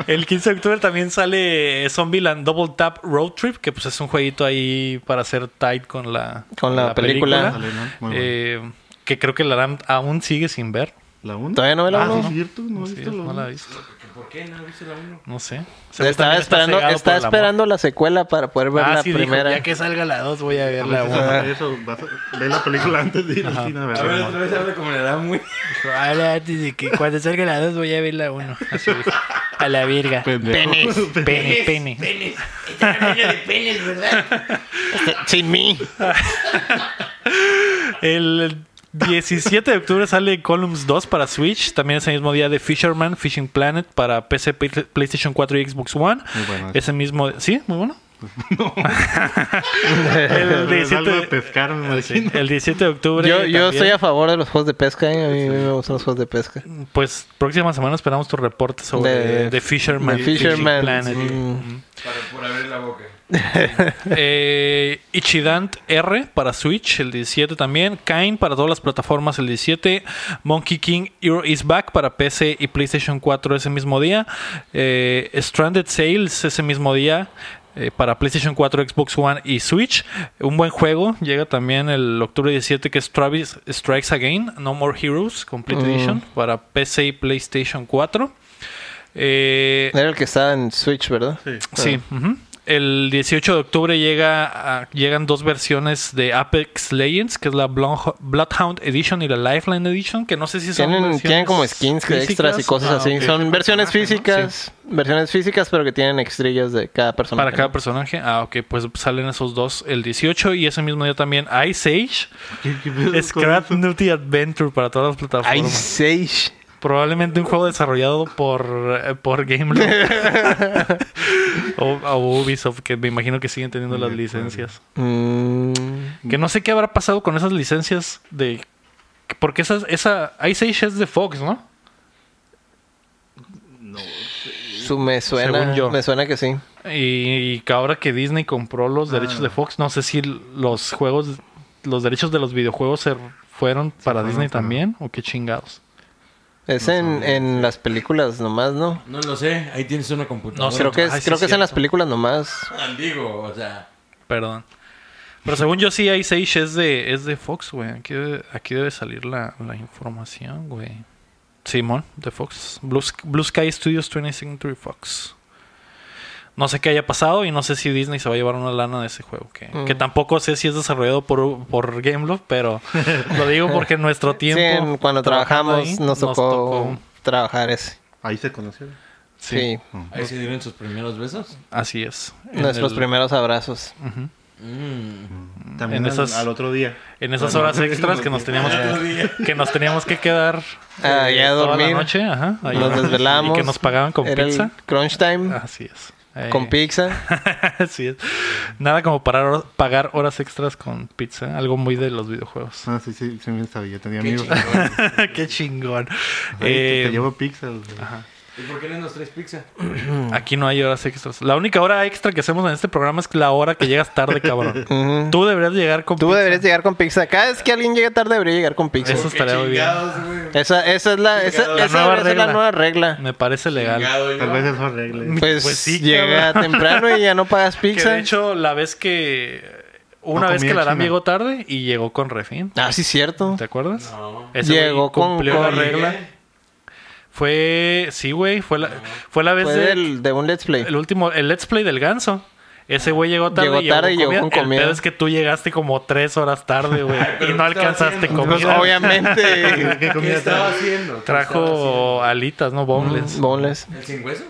S1: El 15 de octubre también sale Zombieland Double Tap Road Trip, que pues es un jueguito ahí para hacer tight con la,
S2: Con la película.
S4: Sale, ¿no? Muy bueno.
S1: Eh, que creo que la Aram aún sigue sin ver.
S4: ¿La 1?
S2: Todavía no ve la
S4: ah,
S2: uno.
S4: sí, es cierto, no he
S1: Sí,
S4: visto la
S1: no
S4: uno.
S1: la he visto.
S3: ¿Por qué no viste la 1?
S1: No sé. Seguro
S2: Estaba
S1: también
S2: esperando,
S1: cegado
S2: está
S1: por el amor.
S2: esperando la secuela para poder ver
S1: Ah,
S2: la
S1: sí, dijo,
S2: primera.
S1: ya que salga la 2 voy a ver la
S4: A
S1: 1.
S4: veces Eso, vas a- ve la película antes de ir al cine a
S3: A ver,
S4: verla,
S3: otra
S4: ¿no?
S3: vez habla como le da muy.
S1: Habla antes de que cuando salga la 2 voy a ver la 1. Así dijo. A la virga.
S4: Pendejo.
S1: Pene, pene.
S3: Penes. Está hablando de
S2: este,
S3: penes, ¿verdad?
S2: Sin mí.
S1: El 17 de octubre sale Columns 2 para Switch. También ese mismo día de Fisherman, Fishing Planet para PC, Play- PlayStation 4 y Xbox One.
S4: Muy bueno.
S1: Ese mismo... ¿Sí? Muy bueno.
S4: Es
S1: el,
S4: algo de
S1: 17,
S4: pescar, me imagino.
S1: el 17 de octubre.
S2: Yo, yo
S1: también.
S2: estoy a favor de los juegos de pesca, ¿eh? a mí me gustan los juegos de pesca.
S1: Pues próxima semana esperamos tu reporte sobre
S2: De-
S1: The Fisherman.
S2: The Fisherman,
S1: Fishing Planet.
S2: sí.
S1: Mm.
S3: Para, por abrir la boca.
S1: Eh, Ichidant R para Switch el 17 también. Kain para todas las plataformas el 17. Monkey King Hero is Back para PC y PlayStation 4 ese mismo día. Eh, Stranded Sales ese mismo día. eh, para PlayStation 4, Xbox One y Switch. Un buen juego. Llega también el octubre 17 que es Travis Strikes Again, No More Heroes, Complete Edition. Para PC y PlayStation 4. Eh,
S2: Era el que estaba en Switch, ¿verdad?
S4: Sí.
S1: Sí. ujú. El 18 de octubre llega a- llegan dos versiones de Apex Legends, que es la Blon- Bloodhound Edition y la Lifeline Edition, que no sé si son
S2: Tienen,
S1: versiones
S2: tienen como skins que extras y
S1: físicas
S2: cosas
S4: Ah,
S2: así.
S4: ok.
S2: Son versiones
S4: Personaje, ¿no?
S2: físicas, versiones físicas, pero que tienen extrillas de cada persona.
S1: para cada personaje. Ah, ok, pues salen esos dos el 18 y ese mismo día también Ice Age,
S4: ¿Qué- qué pedo con
S1: Scrap
S4: eso?
S1: Nutty Adventure para todas las
S2: Hay
S1: plataformas.
S2: seis.
S1: Probablemente un juego desarrollado por, eh, por GameLoft o, o Ubisoft, que me imagino que siguen teniendo las licencias.
S2: Mm,
S1: Que no sé qué habrá pasado con esas licencias de. Porque esas, esa Ice Age es de Fox, ¿no?
S2: su- me suena,
S1: Según yo.
S2: me suena que sí.
S1: Y, y que ahora que Disney compró los derechos
S4: Ah.
S1: de Fox, no sé si los juegos, los derechos de los videojuegos se fueron para
S4: fueron
S1: Disney
S4: para-
S1: también o qué chingados.
S2: Es en, en las películas nomás, ¿no?
S3: No lo sé, ahí tienes una computadora.
S1: No sé.
S2: Creo que es,
S1: Ay, sí
S2: creo
S1: es
S2: que es en las
S1: cierto.
S2: películas nomás.
S3: Digo, o sea.
S1: Perdón. Pero según yo sí Ice Age es de, es de Fox, güey. Aquí, debe- aquí debe salir la, la información, güey. Simón, de Fox. Blue, Sk- Blue Sky Studios 20th Century Fox. No sé qué haya pasado y no sé si Disney se va a llevar una lana de ese juego. Que, que
S2: Mm.
S1: tampoco sé si es desarrollado por, por Gameloft, pero lo digo porque en nuestro tiempo.
S2: Sí, en- cuando
S1: trabajando
S2: trabajamos
S1: ahí,
S2: nos, tocó trabajar ese.
S4: Ahí se conocieron.
S2: Sí,
S3: Ahí se dieron sus primeros besos.
S1: Así es. En
S2: nuestros
S1: el-
S2: primeros abrazos.
S3: Mm.
S1: En
S4: También al-
S1: esas-
S4: al otro día.
S1: En esas horas extras que nos teníamos que, que nos teníamos que quedar
S2: Ah,
S1: eh,
S2: ya a
S1: toda
S2: dormir.
S1: la noche, ajá, ahí.
S2: Nos desvelamos.
S1: y que nos pagaban con
S2: Era el
S1: pizza.
S2: crunch time
S1: Así es. Eh,
S2: con pizza.
S1: Así es. Nada como parar hor- pagar horas extras con pizza, algo muy de los videojuegos.
S4: Ah, sí, sí, sí, me sabía. Tenía
S3: Qué
S4: amigos.
S3: chingón.
S1: Qué chingón.
S4: Ahí te-
S1: Eh,
S4: te llevo pizza. güey.
S3: ¿Y por qué no nos traes pizza?
S1: aquí no hay horas extras. La única hora extra que hacemos en este programa es la hora que llegas tarde, cabrón.
S2: Ujú.
S1: Tú deberías llegar con
S2: Tú
S1: pizza.
S2: deberías llegar con pizza. Cada vez que alguien llegue tarde debería llegar con pizza.
S1: Eso
S3: Qué
S1: estaría muy bien.
S3: chingados, güey.
S2: Esa, esa es la, esa,
S3: La
S2: esa
S1: nueva
S2: debería ser
S1: regla.
S2: la nueva regla.
S1: Me parece legal.
S3: Chingado, yo.
S4: Tal vez eso arregle.
S2: Pues,
S1: Pues sí,
S2: llega temprano y ya no pagas
S1: Que
S2: pizza.
S1: de hecho, la vez que. Una
S4: No
S1: vez que
S4: comía
S1: la Aram
S4: china.
S1: llegó tarde y llegó con refín.
S2: Ah, sí, cierto.
S1: ¿Te acuerdas?
S3: No.
S1: Ese güey
S2: Llegó con-
S1: cumplió
S2: con-
S1: la regla. Fue. Sí, güey. Fue la, fue la vez
S2: Fue
S1: de-
S2: del, de un Let's Play.
S1: el último, el Let's Play del ganso. Ese güey llegó tarde,
S2: Llegó
S1: y llegó,
S2: tarde y llegó
S1: comida.
S2: con comida.
S1: El pedo es que tú llegaste como tres horas tarde, güey. y
S3: pero
S1: no
S3: ¿qué estaba
S1: alcanzaste
S3: haciendo?
S2: Pues,
S1: comida.
S2: obviamente.
S4: ¿Qué
S3: ¿Qué
S4: comida
S3: estaba
S4: traes?
S3: haciendo? ¿Qué estaba
S1: Trajo alitas, ¿no? Boneless.
S2: boneless.
S3: haciendo? ¿El sin hueso?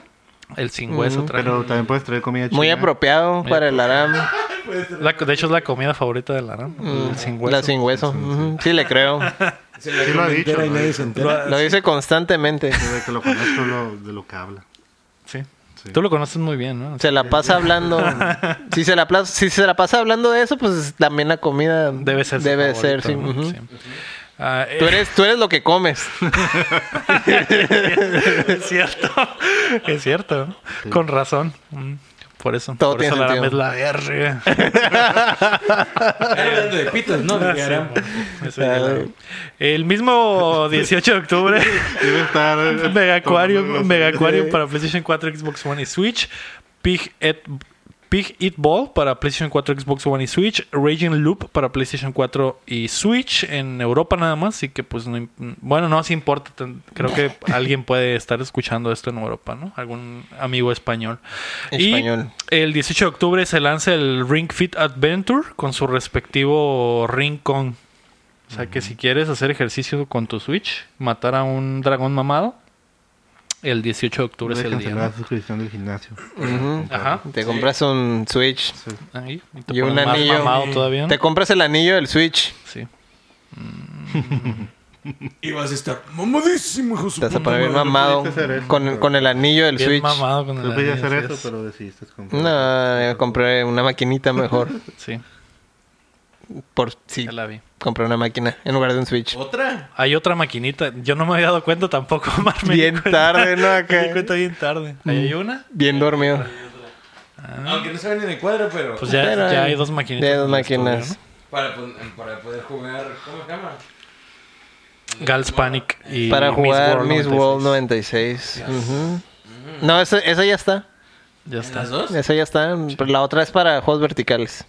S1: El sin
S2: Mm,
S1: hueso trajo.
S4: Pero también puedes traer comida china.
S2: Muy apropiado para el Aram.
S1: La- de hecho, es la comida favorita de la RAM. El sin hueso.
S2: Mm, La sin hueso. Ujú, Sí, le creo.
S3: Se la
S4: Sí lo ha
S3: come
S4: dicho,
S3: entera y
S4: ¿no?
S3: nadie se entera.
S2: Lo dice constantemente.
S4: De que lo conozco lo- de lo que habla.
S1: Sí.
S4: Sí.
S1: Tú lo conoces muy bien, ¿no?
S2: Se la pasa hablando. Si se la, pla- si se la pasa hablando de eso, pues también la comida
S1: Debe ser. su
S2: Debe
S1: favorito,
S2: ser, sí.
S1: ¿no?
S2: ujú.
S1: Sí. Ah,
S2: Tú eres, tú eres lo que comes.
S1: Es cierto, es cierto. Con razón. Mm, Por eso,
S2: Todo
S1: por eso la
S2: tiene
S1: RAM es
S2: sentido.
S1: la verga.
S3: Están hablando de pitos, ¿no?
S1: Ah,
S3: De Aram.
S1: Eso
S2: Ah.
S1: ya la- El mismo 18 de octubre,
S4: Debe estar. eh,
S1: Mega Aquarium,
S4: tomando-
S1: Mega Aquarium para PlayStation 4, Xbox One y Switch. Pig Eat, Pig Eat Ball para PlayStation 4, Xbox One y Switch. Raging Loop para PlayStation 4 y Switch. En Europa nada más, así que pues no. im- Bueno, no, sí importa. ten- Creo que alguien puede estar escuchando esto en Europa, ¿no? Algún amigo español.
S2: Español.
S1: Y el 18 de octubre se lanza el Ring Fit Adventure con su respectivo Ring Kong. O sea que si quieres hacer ejercicio con tu Switch, matar a un dragón mamado, el 18 de octubre
S4: Debe
S1: es el día.
S4: cancelar
S1: ¿no?
S4: la suscripción del gimnasio.
S2: Ujú.
S1: Ajá.
S2: Te compras un Switch.
S1: Ahí, y te
S2: Y un
S1: pones más
S2: anillo.
S1: mamado todavía. ¿no?
S2: Te compras el anillo del Switch.
S1: Sí.
S3: Y vas a estar mamadísimo, hijo de su
S2: Te vas a
S3: puta
S2: poner bien
S4: no, no
S2: mamado
S4: pudiste hacer eso,
S2: con,
S4: pero-
S2: con el anillo del
S1: Bien
S2: Switch.
S1: mamado con el
S4: Yo quería
S1: anillo,
S4: hacer
S1: así
S4: eso,
S1: es.
S4: pero decidiste comprar.
S2: No, yo compré una maquinita mejor.
S1: Sí,
S2: Por sí,
S1: ya la vi.
S2: compré una máquina en lugar de un Switch.
S1: Oh,
S3: ¿Otra?
S1: Hay otra maquinita. Yo no me había dado cuenta tampoco, Omar, me di
S2: Bien
S1: cuenta.
S2: tarde, ¿no? Acá.
S1: Me di cuenta bien tarde. ¿Ahí ¿Hay una?
S2: Bien dormido.
S3: Aunque no se ven en el cuadro, pero...
S1: Pues ya,
S2: Pero,
S1: ya hay dos maquinitas.
S2: ya hay dos
S1: en el estudio,
S2: máquinas.
S3: Para, pon- para poder jugar... ¿Cómo se llama?
S1: ¿no? Gals Panic y
S2: Para jugar Miss
S1: Miss
S2: World
S1: 96.
S2: 96. Ujú. No, esa, esa ya está.
S1: Ya
S3: ¿En las
S1: está.
S3: dos?
S2: Esa ya está. Pero la otra es para juegos verticales.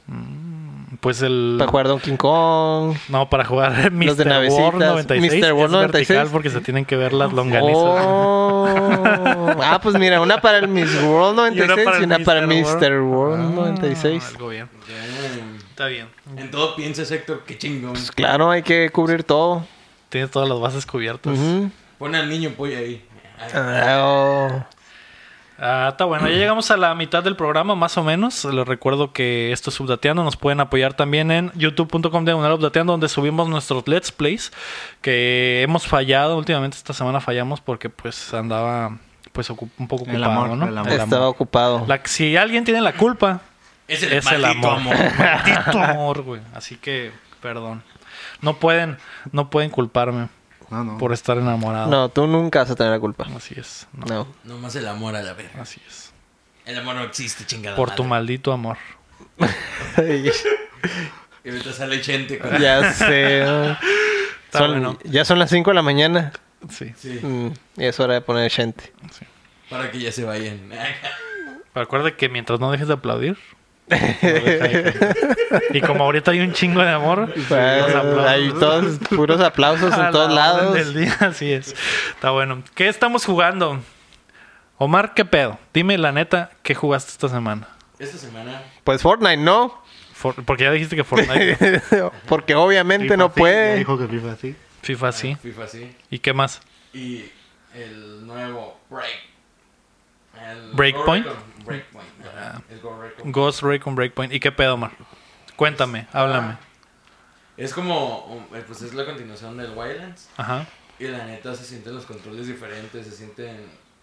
S1: Pues el.
S2: Para jugar Donkey Kong.
S1: No, para jugar Mr.
S2: de
S1: World
S2: navecitas.
S1: 96.
S2: Mr. World
S1: es vertical
S2: 96.
S1: porque se tienen que ver las longanizas.
S2: Oh. Ah, pues mira, una para el Miss World 96 y una para el Mr. World
S1: Ah,
S2: 96.
S1: algo bien.
S3: Ya.
S1: Está bien.
S3: En todo piensas, Héctor, qué chingón.
S2: Pues claro, hay que cubrir todo.
S1: Tienes todas las bases cubiertas.
S2: Ujú.
S3: Pon al niño pollo ahí. Ay,
S2: Ah, oh.
S1: Ah, está bueno. Ya llegamos a la mitad del programa, más o menos. Les recuerdo que esto es Subdateando. Nos pueden apoyar también en youtube.com diagonal Subdateando, donde subimos nuestros Let's Plays. Que hemos fallado últimamente. Esta semana fallamos porque pues andaba pues ocu- un poco ocupado,
S4: El amor,
S1: ¿no?
S4: el amor.
S2: Estaba ocupado.
S1: La- si alguien tiene la culpa,
S3: Es el
S1: es el
S3: maldito
S1: amor.
S3: amor.
S1: Maldito amor, güey. Así que, perdón. No pueden, no pueden culparme
S4: No, no.
S1: por estar enamorado.
S2: No, tú nunca vas a tener la culpa.
S1: Así es. No,
S2: No.
S3: Nomás el amor a la verga.
S1: Así es.
S3: El amor no existe, chingada
S1: Por tu
S3: madre.
S1: maldito amor.
S3: Y ahorita sale gente con...
S2: ya sé. ¿no?
S1: Está
S2: Son-
S1: bueno.
S2: Ya son las 5 de la mañana.
S1: Sí.
S3: Sí,
S2: Mm, y es hora de poner gente.
S3: para que ya se vayan.
S1: Pero acuérdate que mientras no dejes de aplaudir. no deja de caer. y como ahorita hay un chingo de amor, los aplausos.
S2: hay todos puros aplausos
S1: A
S2: en
S1: la
S2: todos
S1: orden
S2: lados.
S1: del día, así es. Está bueno. ¿Qué estamos jugando? Omar, ¿qué pedo? Dime la neta, ¿qué jugaste esta semana?
S3: Esta semana...
S2: Pues Fortnite no,
S1: For- porque ya dijiste que Fortnite,
S2: porque obviamente
S4: FIFA
S2: no
S1: pues
S4: sí, ya
S2: puede.
S4: Dijo que FIFA sí.
S1: FIFA sí.
S3: FIFA sí.
S1: ¿Y qué más?
S3: Y el nuevo Break. El
S1: ¿Breakpoint?
S3: Gorrecon- Breakpoint. ajá, el Gorrecon.
S1: Ghost Recon Breakpoint. ¿Y qué pedo, Omar? Cuéntame, háblame.
S2: Ah.
S3: Es como, um, eh, pues es la continuación del Wildlands.
S1: Ajá.
S3: Y la neta se sienten los controles diferentes, se sienten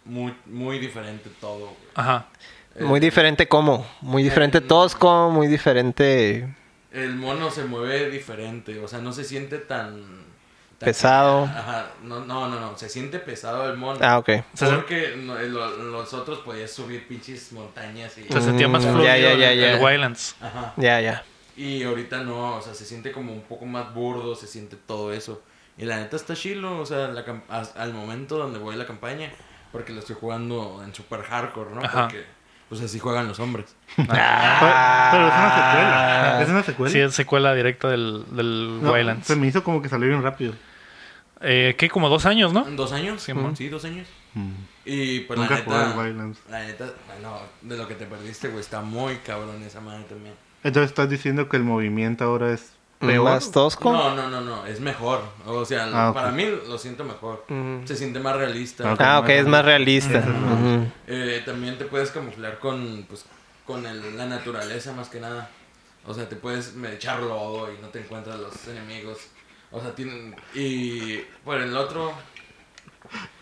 S3: muy, muy diferente todo. güey.
S1: Ajá.
S3: Eh,
S2: Muy diferente cómo, muy diferente tosco, muy diferente
S3: El mono se mueve diferente, o sea, no se siente tan... tan-
S2: pesado.
S3: Ajá, no, no, no, no, se siente pesado el mono.
S2: Ah, ok.
S3: Porque no- eh, lo- los otros podías subir pinches montañas y...
S1: Se sentía más
S2: Mm,
S1: fluido
S2: ya, ya, ya,
S1: el-
S2: ya. ¿Ah,
S1: el Wildlands.
S3: Ajá.
S2: Ya, ya.
S3: Y ahorita no, o sea, se siente como un poco más burdo, se siente todo eso. Y la neta está chilo, o sea, la cam- as- al momento donde voy a la campaña, porque lo estoy jugando en super hardcore, ¿no?
S1: Ajá.
S3: Porque pues así juegan los hombres.
S4: Pero es una secuela. Es una secuela.
S1: Ah. Sí, es secuela directa del, del
S4: No,
S1: Wildlands.
S4: Se me hizo como que salió bien rápido.
S1: Eh, ¿Qué? Como dos años, ¿no?
S3: ¿En ¿Dos años? Sí,
S1: Simón.
S3: dos años.
S4: Mm.
S3: Y pues
S4: Nunca
S3: la
S4: jugué al
S3: neta,
S4: Wildlands.
S3: la neta, bueno, de lo que te perdiste, güey, está muy cabrón esa madre también.
S4: Entonces estás diciendo que el movimiento ahora es peor.
S2: Más tosco.
S3: No, no, no, no, es mejor. O sea, lo-
S4: Ah, ok.
S3: para mí lo siento mejor.
S2: Mm.
S3: Se siente más realista.
S4: Ah, ok.
S2: Ah, ok, es más realista. Ujú.
S3: Eh, también te puedes camuflar con, pues, con el- la naturaleza más que nada. O sea, te puedes me- echar lodo y no te encuentras los enemigos. O sea, tienen... Y por el otro...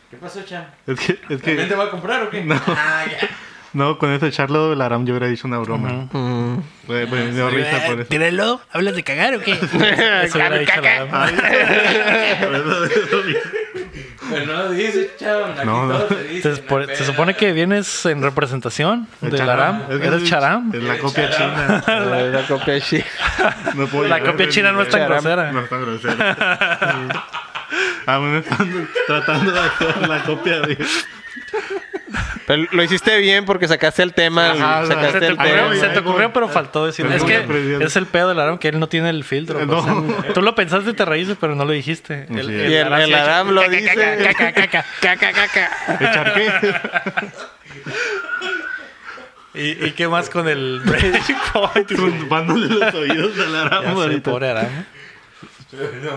S3: ¿Qué pasó, Chan?
S4: Es que, es
S3: ¿También te
S4: que
S3: va a comprar o qué? Ah, ya.
S4: no, con eso echarlo de Laram yo hubiera dicho una broma.
S2: Mm.
S4: Fue- fue- Me dio risa por eso.
S1: Tíralo. Eh, ¿Hablas de cagar o qué? Eso hubiera dicho la dama.
S4: Por eso me dio risa.
S3: Pero Pues no lo dices, Chan. Aquí
S4: No, no.
S3: todo se dice.
S1: Se, supone-
S3: no hay
S1: se supone
S3: pedo.
S1: que vienes en representación
S4: El
S1: del
S4: charam.
S1: Aram.
S4: Es que
S1: Eres
S4: es-
S1: charam.
S4: Es la
S3: El
S4: copia
S3: charam.
S4: china.
S2: La, la copia chi-
S4: No puedo
S1: La
S4: llevar
S1: copia
S4: el-
S1: china no es tan
S4: el-
S1: grosera.
S4: No es tan grosera. Aún Ah, están tratando de hacer la copia de...
S2: Pero lo hiciste bien porque sacaste el tema.
S4: Ajá, o sea,
S1: Se
S2: sacaste
S1: te
S2: el
S4: Ay,
S1: ocurrió,
S4: ay,
S2: tema.
S1: se te
S4: ay,
S1: ocurrió,
S4: güey.
S1: pero faltó decirlo.
S4: Ay,
S1: Es que
S4: güey.
S1: es el pedo del Aram que él no tiene el filtro.
S4: Eh,
S1: pues,
S4: no.
S1: o sea, tú lo pensaste y te reíste, pero no lo dijiste.
S4: Así
S2: Y el,
S1: Aram sí
S2: el
S1: ha hecho-
S2: Aram lo
S1: caca, caca,
S2: dice.
S1: caca, caca.
S4: ¿Echar qué?
S1: ¿Y, y qué más con el breakpoint?
S4: Tumbándole los oídos al
S1: Ya
S4: Aram
S1: sé,
S4: ahorita.
S1: pobre ¿eh? Aram.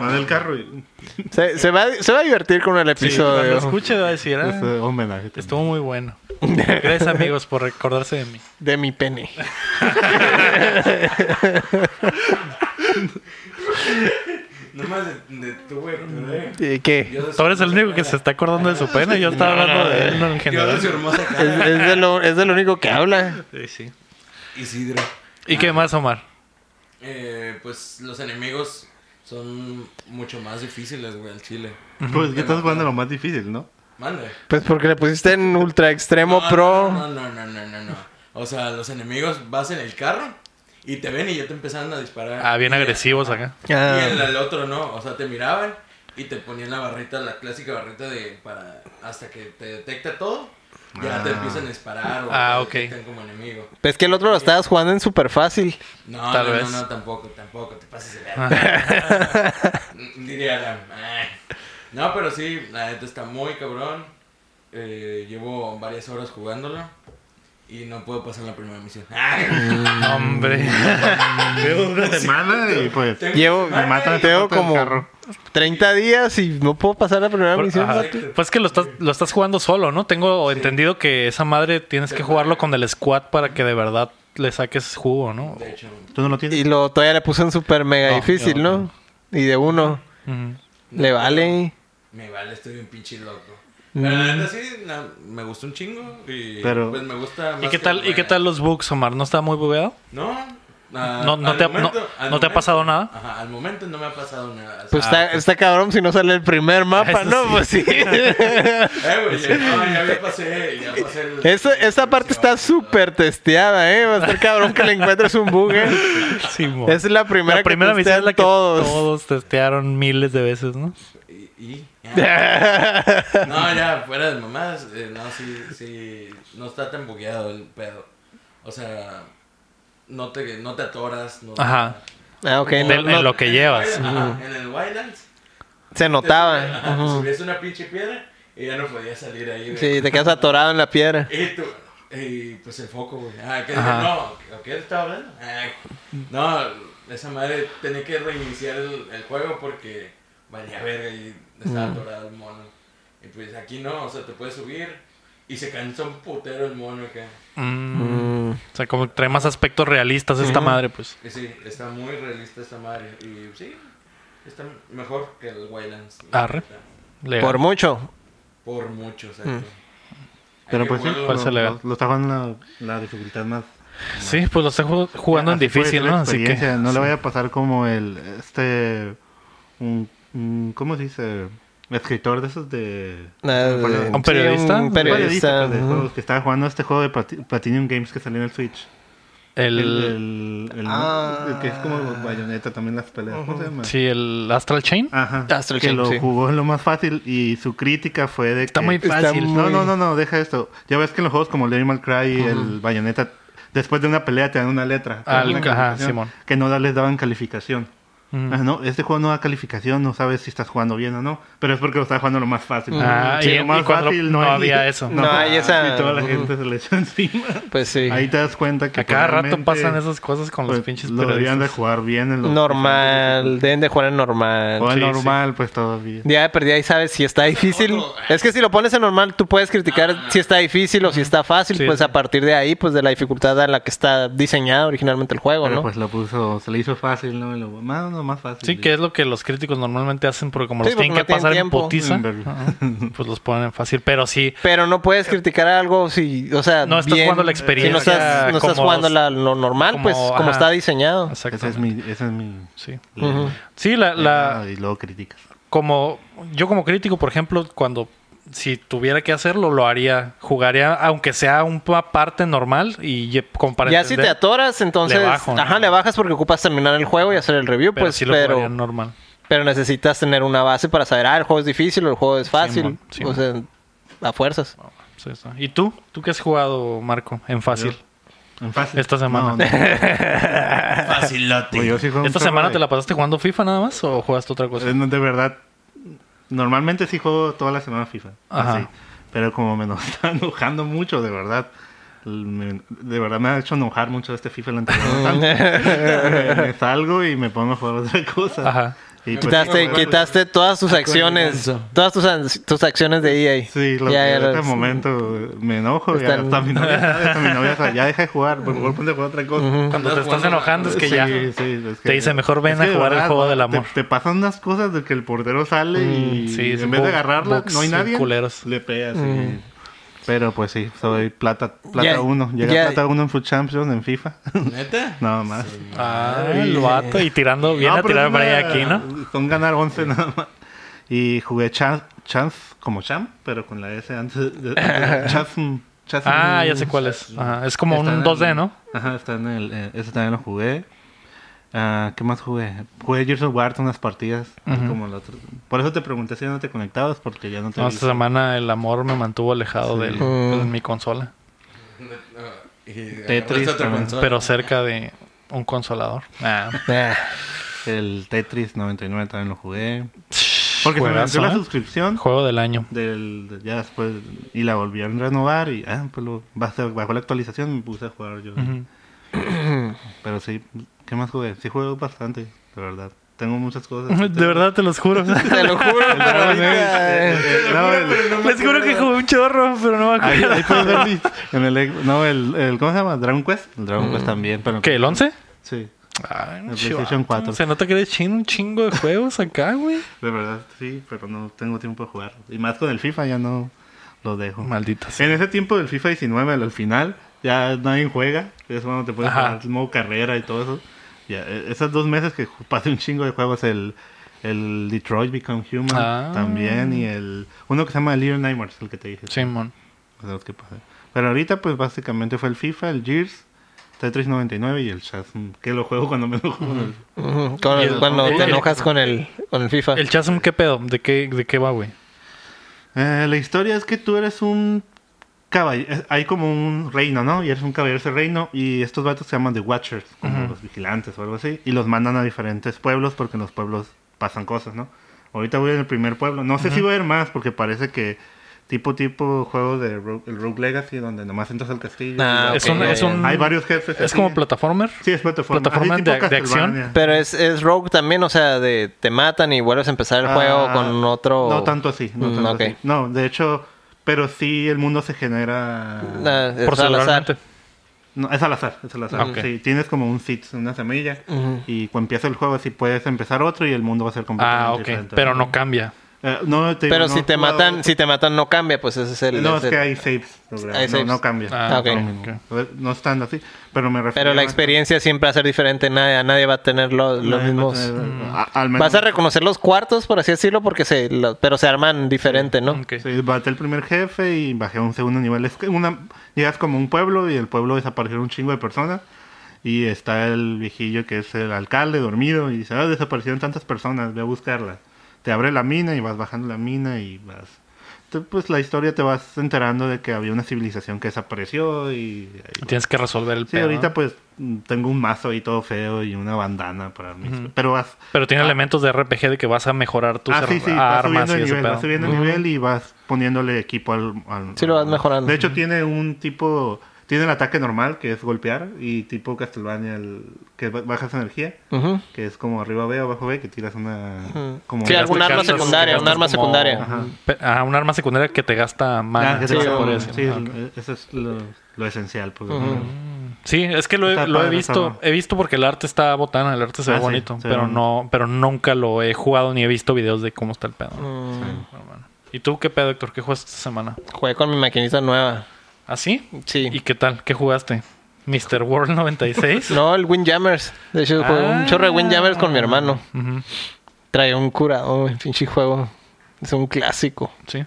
S4: Va del carro y...
S2: Se, se va, se va a divertir con el
S1: Sí, cuando lo
S2: episodio.
S1: escuche va a decir, "Ah,
S4: Es eh, homenaje.
S1: estuvo muy bueno. Gracias amigos por recordarse de mí.
S2: de mi pene.
S3: Nomás de, de tu
S1: Mm.
S2: eh, ¿Qué?
S3: Yo de su
S1: Tú eres el
S3: hermosa
S1: único que
S3: cara.
S1: se está acordando de su pena. Yo estaba hablando de él no, en
S3: Yo de
S1: general.
S3: su hermosa
S2: Es,
S3: cara.
S2: es de lo, es de lo único que habla.
S1: Sí, sí.
S3: Isidro.
S1: ¿Y qué más, Omar?
S3: Eh, pues los enemigos son mucho más difíciles, güey, al chile.
S4: Pues que estás jugando lo más difícil, ¿no?
S3: Mande.
S2: Pues porque le pusiste en ultra extremo
S3: No,
S2: pro.
S3: No, no, no, no, no, no. O sea, los enemigos vas en el carro y te ven y ya te empezaron a disparar.
S1: Ah, bien
S3: Y-
S1: agresivos acá.
S2: Ah.
S3: Y el, el otro no, o sea, te miraban y te ponían la barrita, la clásica barrita de para hasta que te detecta todo. Ya te empiezan a disparar o
S1: Ah,
S3: te
S1: ok.
S3: detectan como enemigo.
S2: Pues que el otro lo estabas jugando en super fácil.
S3: No,
S1: Tal
S3: no,
S1: vez.
S3: no, no, tampoco, tampoco, te pases de verga. Diría Alan. "Ay". No, pero sí, la neta está muy cabrón. Eh, llevo varias horas jugándolo y no puedo pasar la primera misión.
S1: Mm. Hombre.
S4: Una semana y pues...
S3: Tengo-
S2: Llevo,
S4: Me matan esta
S2: tengo
S4: foto del
S2: como
S4: carro.
S2: 30 días y no puedo pasar la primera misión.
S1: Ajá.
S2: vato.
S1: Pues que lo estás, lo estás jugando solo, ¿no? Tengo entendido que esa madre tienes que jugarlo con el squad para que de verdad le saques jugo, ¿no?
S3: De hecho,
S4: ¿Tú no lo
S2: Y
S4: tienes?
S2: lo todavía le puse en super mega
S4: No,
S2: difícil,
S4: yo-
S2: ¿no? Y de uno.
S1: Ujú.
S2: Le vale.
S3: me vale, estoy bien pinche loco. Pero la neta sí, la- me gusta un chingo y
S4: Pero-
S3: pues me gusta más
S1: ¿Y qué
S3: que
S1: tal,
S3: el
S1: ¿Y qué tal los bugs, Omar? ¿No está muy bugueado?
S3: No. ah,
S1: No- no
S3: al
S1: te ha- no-
S3: momento- al
S1: ¿no te ha
S3: momento-
S1: pasado nada?
S3: Ajá, al momento no me ha pasado nada. o sea,
S2: Pues está, está cabrón si no sale el primer mapa,
S1: Eso
S2: ¿no?
S1: Ah, sí.
S2: Pues sí.
S3: Eh, güey, ya, no, ya me pasé, ya pasé el-
S2: Esa, esa parte está súper testeada, ¿eh? Va a estar cabrón que le encuentres un bug, ¿eh?
S1: Sí, mo.
S2: Es la primera
S1: la primera
S2: que
S1: misión es
S2: testean
S1: la que
S2: todos.
S1: todos. testearon miles de veces, ¿no?
S3: Y- y- No, ya, fuera de mamás, eh, no, sí, sí, no está tan bugueado el pedo. O sea, no te, no te atoras. No,
S1: Ajá.
S2: Ah, ok.
S1: Del-
S2: no- no-
S1: en lo que
S3: En el
S1: llevas.
S3: Wild- ajá, en el Wildlands.
S2: se
S3: te
S2: notaba.
S3: subías- ajá,
S2: Ujú.
S3: Subías una pinche piedra y ya no podías salir ahí. güey.
S2: Sí, te quedas atorado en la piedra.
S3: Y tú, y pues el foco, güey. Ah, que
S1: Ajá.
S3: no, ¿qué estaba hablando? Ay, no, esa madre tenía que reiniciar el, el juego porque valía verga y estaba atorado el mono. Y pues aquí no, o sea, te puedes subir y se cansa un putero el mono acá.
S1: Mm.
S2: Mm.
S1: O sea, como que trae más aspectos realistas esta madre, pues.
S3: Y sí, está muy realista esa madre. Y sí, está mejor que el Wildlands.
S1: Arre. Legal.
S2: Por mucho.
S3: Por mucho, exacto.
S1: Mm.
S3: Hay
S4: Pero
S3: que
S4: pues sí,
S3: jugarlo.
S4: lo,
S1: Pues se le ve.
S4: lo- lo está jugando en la, la dificultad más...
S1: Sí, pues lo está ju- jugando en
S4: Así Ah, puede
S1: difícil,
S4: ser la
S1: ¿no? Así que.
S4: experiencia, No le vaya a pasar como el... Este... Un, un- ¿Cómo se dice? Escritor de esos de...
S2: Ah,
S4: Bueno,
S2: de-
S1: ¿Un periodista?
S2: sí,
S1: Un
S2: un
S4: periodista,
S2: periodista.
S4: pues, de
S2: ujú.
S4: juegos que estaba jugando este juego de Plati- Platinum Games que salió en el Switch.
S1: El,
S4: El, el- el-
S2: Ah.
S4: el que es como bayoneta también las peleas. ¿Cómo se llama?
S1: Sí, el Astral Chain.
S4: Ajá.
S2: Astral
S4: que
S2: Chain,
S4: lo
S2: sí.
S4: jugó en lo más fácil y su crítica fue de
S1: Está
S4: que...
S1: muy
S2: Está
S1: fácil.
S4: No, no, no, no, deja esto. Ya ves que en los juegos como el Animal Cry y el Bayonetta, después de una pelea te dan una letra. te dan
S1: Ah,
S4: una
S1: ajá,
S4: calificación,
S1: Simón.
S4: Que no da- les daban calificación.
S1: Ujú.
S4: Ah, no, este juego no da calificación, no sabes si estás jugando bien o no. Pero es porque lo estás jugando lo más fácil.
S1: Ah,
S4: Si
S1: y-
S4: lo más
S1: y cuando no
S4: hay-
S1: había eso.
S2: No hay esa-
S4: Y toda la
S2: Ujú.
S4: gente se le echó encima.
S2: Pues sí.
S4: Ahí te das cuenta que...
S1: A cada rato
S4: probablemente,
S1: pasan esas cosas con los
S4: pues,
S1: pinches
S4: Lo debían de
S1: periodistas.
S4: jugar bien en los...
S2: Normal. Deben de jugar en normal.
S4: O en
S1: Sí,
S4: normal, pues todavía.
S2: Ya de perdida ahí sabes si está difícil.
S3: otro.
S2: Es que si lo pones en normal, tú puedes criticar si está difícil o si está fácil.
S1: Sí,
S2: pues
S1: sí.
S2: a partir de ahí, pues de la dificultad a la que está diseñado originalmente el juego,
S4: Pero
S2: ¿no?
S4: pues lo puso, se le hizo fácil, ¿no? Y lo- más, no, más fácil.
S1: Sí, que es lo que los críticos normalmente hacen, porque como
S2: Sí,
S1: los tienen que
S2: porque no tienen
S1: pasar en potiza,
S2: tiempo.
S4: Mm, verga.
S1: ajá, pues los ponen en fácil. Pero sí,
S2: Pero no puedes criticar algo si, o sea,
S1: No estás
S2: bien-
S1: jugando la
S2: si
S1: experiencia
S2: no estás, no estás
S1: como-
S2: jugando la- lo normal,
S1: como-
S2: pues como
S1: ajá.
S2: está diseñado.
S4: Ese es
S1: exactamente.
S4: mi... Ese es mi
S1: Sí,
S2: Ujú.
S1: sí la, la,
S4: Ah, Y luego criticas.
S1: como yo como crítico, por ejemplo, cuando si tuviera que hacerlo, lo haría, jugaría aunque sea un- una parte normal y ye- como para
S2: Ya si
S1: entender,
S2: te atoras, entonces,
S1: le bajo, ¿no?
S2: ajá, le bajas porque ocupas terminar el juego y hacer el review,
S1: pero
S2: pues,
S1: sí lo
S2: pero,
S1: jugaría normal.
S2: pero necesitas tener una base para saber, ah, el juego es difícil o el juego es fácil,
S1: Simón, Simón.
S2: o sea, a fuerzas.
S4: Ah,
S1: Sí, está. ¿Y tú? ¿Tú qué has jugado, Marco, en fácil?
S4: En fácil.
S1: Esta semana.
S4: No, no.
S3: Facilote.
S4: Pues yo sí juego un
S1: ¿Esta
S4: chorro
S1: semana
S4: de-
S1: te la pasaste jugando FIFA nada más o jugaste otra cosa?
S4: Eh, no, De verdad, normalmente sí juego toda la semana FIFA.
S1: Ajá.
S4: así. Pero como me nos está enojando mucho, de verdad. l- me- de verdad me ha hecho enojar mucho este FIFA el anterior. tanto. me, me salgo y me pongo a jugar otra cosa.
S1: Ajá.
S4: Y pues,
S2: Quitaste,
S4: bueno,
S2: quitaste todas tus acciones. Todas tus, ans- tus acciones de EA.
S4: Sí, lo
S2: Ya
S4: que en
S2: era-
S4: este momento me enojo. Ya,
S2: Están-
S4: hasta mi novia, sabe, hasta mi novia sabe, ya deja de jugar, por favor ponte a jugar otra cosa.
S1: Cuando te
S3: Andas
S1: estás
S3: jugando a la-
S1: enojando es que
S4: Sí,
S1: ya.
S4: sí, es
S1: Te dice, mejor ven
S4: es
S1: a
S4: que de
S1: jugar el
S4: verdad,
S1: juego del
S4: te-
S1: amor.
S4: Te, pasan unas cosas de que el portero sale y
S1: sí, es
S4: en vez
S1: bo-
S4: de agarrarla,
S1: box
S4: no hay
S1: de
S4: nadie.
S1: culeros.
S4: Le pegas. y- Pero pues sí, soy plata plata
S2: Ya-
S4: 1. Llega
S2: ya-
S4: plata 1 en Food Champions, en FIFA.
S3: ¿Neta?
S4: nada más.
S1: Ah, el vato. Y tirando, viene
S4: No,
S1: a
S4: pero
S1: tirar
S4: es una-
S1: Bray aquí, ¿no?
S4: Son ganar 11 nada más. Y jugué Chance, chance como Champ, pero con la S antes. De, chance, Chance-
S1: Ah, ya sé cuál es. Ajá, Es como
S4: Está
S1: un
S4: en-
S1: 2D, ¿no?
S4: Ajá, está en el. eh, ese también lo jugué. Ah, ¿Qué más jugué? Jugué Gears of War unas partidas. así como el otro. Por eso te pregunté si ya no te conectabas, porque ya no te.
S1: No,
S4: vi.
S1: esta semana el amor me mantuvo alejado
S4: Sí.
S1: del- pues,
S2: Mm.
S1: de mi consola,
S3: Y
S4: Tetris
S3: agarraste otra
S4: también.
S3: consola.
S1: pero cerca de un consolador. Ah,
S2: Ah,
S4: El Tetris 99 también lo jugué. Porque se me
S1: Juegazo,
S4: venció la
S1: ¿eh?
S4: suscripción.
S1: juego del año.
S4: Del, de- ya después y la volvieron a renovar y ah, pues lo, bajo, bajo la actualización me puse a jugar yo
S1: Ujú.
S4: pero sí qué más jugué sí juego bastante de verdad tengo muchas cosas
S1: De verdad, te los juro.
S2: Te lo juro, pero
S4: El-
S2: ahorita,
S4: el-
S2: eh,
S4: el- no, el-
S1: Les juro que jugué un chorro, pero no me
S4: Ahí,
S1: acuerdo.
S4: ahí puedes ver si- en el, no, el, el- ¿cómo se llama? Dragon Quest. El Dragon Quest también, pero
S1: Mm. ¿Qué, el 11?
S4: sí,
S1: Ay,
S4: El
S1: chivato.
S4: PlayStation 4.
S1: Se nota que eres chino un chingo de juegos acá, güey.
S4: de verdad sí, pero no tengo tiempo de jugar. Y más con el FIFA ya no lo dejo.
S1: Maldita sea.
S4: En ese tiempo del FIFA 19 al al final ya nadie juega, es cuando te puedes
S1: Ajá.
S4: jugar el modo carrera y todo eso. Ya, e- esas dos meses que ju- pasé un chingo de juegos el el Detroit Become Human
S1: Ah.
S4: también y el uno que se llama Little Nightmares, el que te dije.
S1: Simón.
S4: de los pues, que pasé. Pero ahorita, pues básicamente fue el FIFA, el Gears, Tetris 99 y el Shazam, que lo juego cuando me lo juego.
S2: ujú, con-
S1: Y el-
S2: cuando
S1: el-
S2: te
S1: el-
S2: enojas con el, con el FIFA.
S1: ¿El Chasm qué pedo? ¿De qué, de qué va, güey?
S4: Eh, la historia es que tú eres un caballero. Hay como un reino, ¿no? Y eres un caballero de ese reino. Y estos vatos se llaman The Watchers, como los vigilantes o algo así. Y los mandan a diferentes pueblos porque en los pueblos pasan cosas, ¿no? Ahorita voy en el primer pueblo. No sé si voy a ir más porque parece que. Tipo, tipo juego de Rogue, el Rogue Legacy, donde nomás entras al castillo. y
S2: Ah,
S4: luego-
S1: es un,
S2: ya,
S1: es
S2: ya.
S1: un-
S4: Hay varios jefes.
S1: ¿Es
S4: así.
S1: como plataformer?
S4: Sí, es plataforma.
S1: plataforma
S4: Así tipo
S1: de- de acción.
S4: Castlevania.
S2: Pero es, es Rogue también, o sea, de te matan y vuelves a empezar el juego
S4: Ah,
S2: con otro.
S4: No tanto así. No,
S2: Mm,
S4: tanto
S2: ok.
S4: así. no, de hecho, pero sí el mundo se genera.
S2: Ah, es
S1: Proceduralmente.
S2: al azar.
S4: No, es al azar, es al azar.
S1: Ah, ok.
S4: Sí, tienes como un seed, una semilla,
S2: Ujú.
S4: y cuando empieza el juego así puedes empezar otro y el mundo va a ser completamente
S1: Ah, ok.
S4: diferente.
S1: Pero no cambia.
S4: Eh, no, te digo,
S2: Pero
S4: no
S2: si
S4: he
S2: te
S4: jugado-
S2: matan, si te matan no cambia, pues ese es el.
S4: No,
S2: es
S4: es
S2: el-
S4: que hay saves. No,
S2: Hay
S4: no,
S2: saves.
S4: no cambia.
S1: Ah,
S2: ok.
S4: No, no están así, pero me refiero
S2: Pero la
S4: a-
S2: experiencia siempre va a ser diferente, nadie, a nadie va a tener lo- los,
S4: no, no
S2: mismos.
S4: tener-
S1: Mm.
S4: a- al menos
S2: Vas a reconocer los cuartos, por así decirlo, porque se, lo- pero se arman diferente, ¿no?
S1: Ok.
S4: Sí, maté el primer jefe y bajé a un segundo nivel. Es que una, llegas como a un pueblo y el pueblo desaparecieron un chingo de personas. Y está el viejillo que es el alcalde dormido y dice, ah, desaparecieron tantas personas, ve a buscarlas. Te abre la mina y vas bajando la mina y vas... Entonces, pues la historia te vas enterando de que había una civilización que desapareció y... y-
S1: Tienes que resolver el
S4: Sí,
S1: pedo,
S4: ahorita
S1: ¿no?
S4: pues mm, tengo un mazo ahí todo feo y una bandana para mí. Pero vas,
S1: Pero
S2: Ah.
S1: tiene elementos de RPG de que vas a mejorar tus
S4: ah, sí,
S1: ar-
S4: sí, vas
S1: armas
S4: subiendo
S1: y
S4: el
S1: ese
S4: nivel, vas
S1: pedo.
S4: subiendo el nivel y vas poniéndole equipo al, al-
S2: Sí, lo vas
S4: al-
S2: mejorando.
S4: De hecho, tiene un tipo, tiene el ataque normal, que es golpear, y tipo Castlevania, el, que ba- bajas energía,
S2: Ujú.
S4: que es como arriba B, abajo B, que tiras una...
S2: Ujú.
S4: Como
S2: Sí,
S1: Te
S2: algún
S1: gastas-
S2: arma
S1: gastas-
S2: secundaria, un
S1: gastas
S2: arma
S1: como-
S2: secundaria.
S1: Ajá. Pe- Ajá, un arma secundaria que te gasta mana.
S4: Ah, que te
S2: Sí,
S4: vas a
S2: como-
S4: poner,
S1: sí,
S4: sí,
S1: ah, ok.
S4: es- eso es lo, lo esencial. Pues,
S2: Ujú.
S4: ¿no?
S1: Sí, es que lo he,
S4: Está
S1: lo he
S4: padre esa
S1: visto.
S4: rola.
S1: He visto porque el arte está botana, el arte se ve
S4: Ah, sí,
S1: bonito.
S4: se ve
S1: pero
S4: bonito.
S1: no, pero nunca lo he jugado ni he visto videos de cómo está el pedo. ¿no?
S2: Mm,
S1: Pero bueno. ¿Y tú qué pedo, Héctor? ¿Qué jugaste esta semana?
S2: Jugué con mi maquinita nueva.
S1: ¿Ah, sí?
S2: Sí.
S1: ¿Y qué tal? ¿Qué jugaste? ¿Mr. World 96?
S2: No, el Windjammers. De hecho, jugué un chorro de Windjammers con mi hermano.
S1: Ah. Ujú,
S2: Trae un curado, el pinche juego. Es un clásico.
S1: Sí.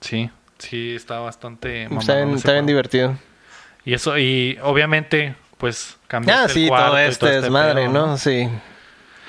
S1: Sí. Sí, está bastante.
S2: está
S1: mamalón
S2: bien,
S1: ese
S2: está bien
S1: juego.
S2: divertido.
S1: Y eso, y obviamente, pues cambiaste
S2: Ah,
S1: el
S2: sí,
S1: cuarto
S2: todo
S1: y
S2: este desmadre,
S1: pedo,
S2: ¿no? Sí.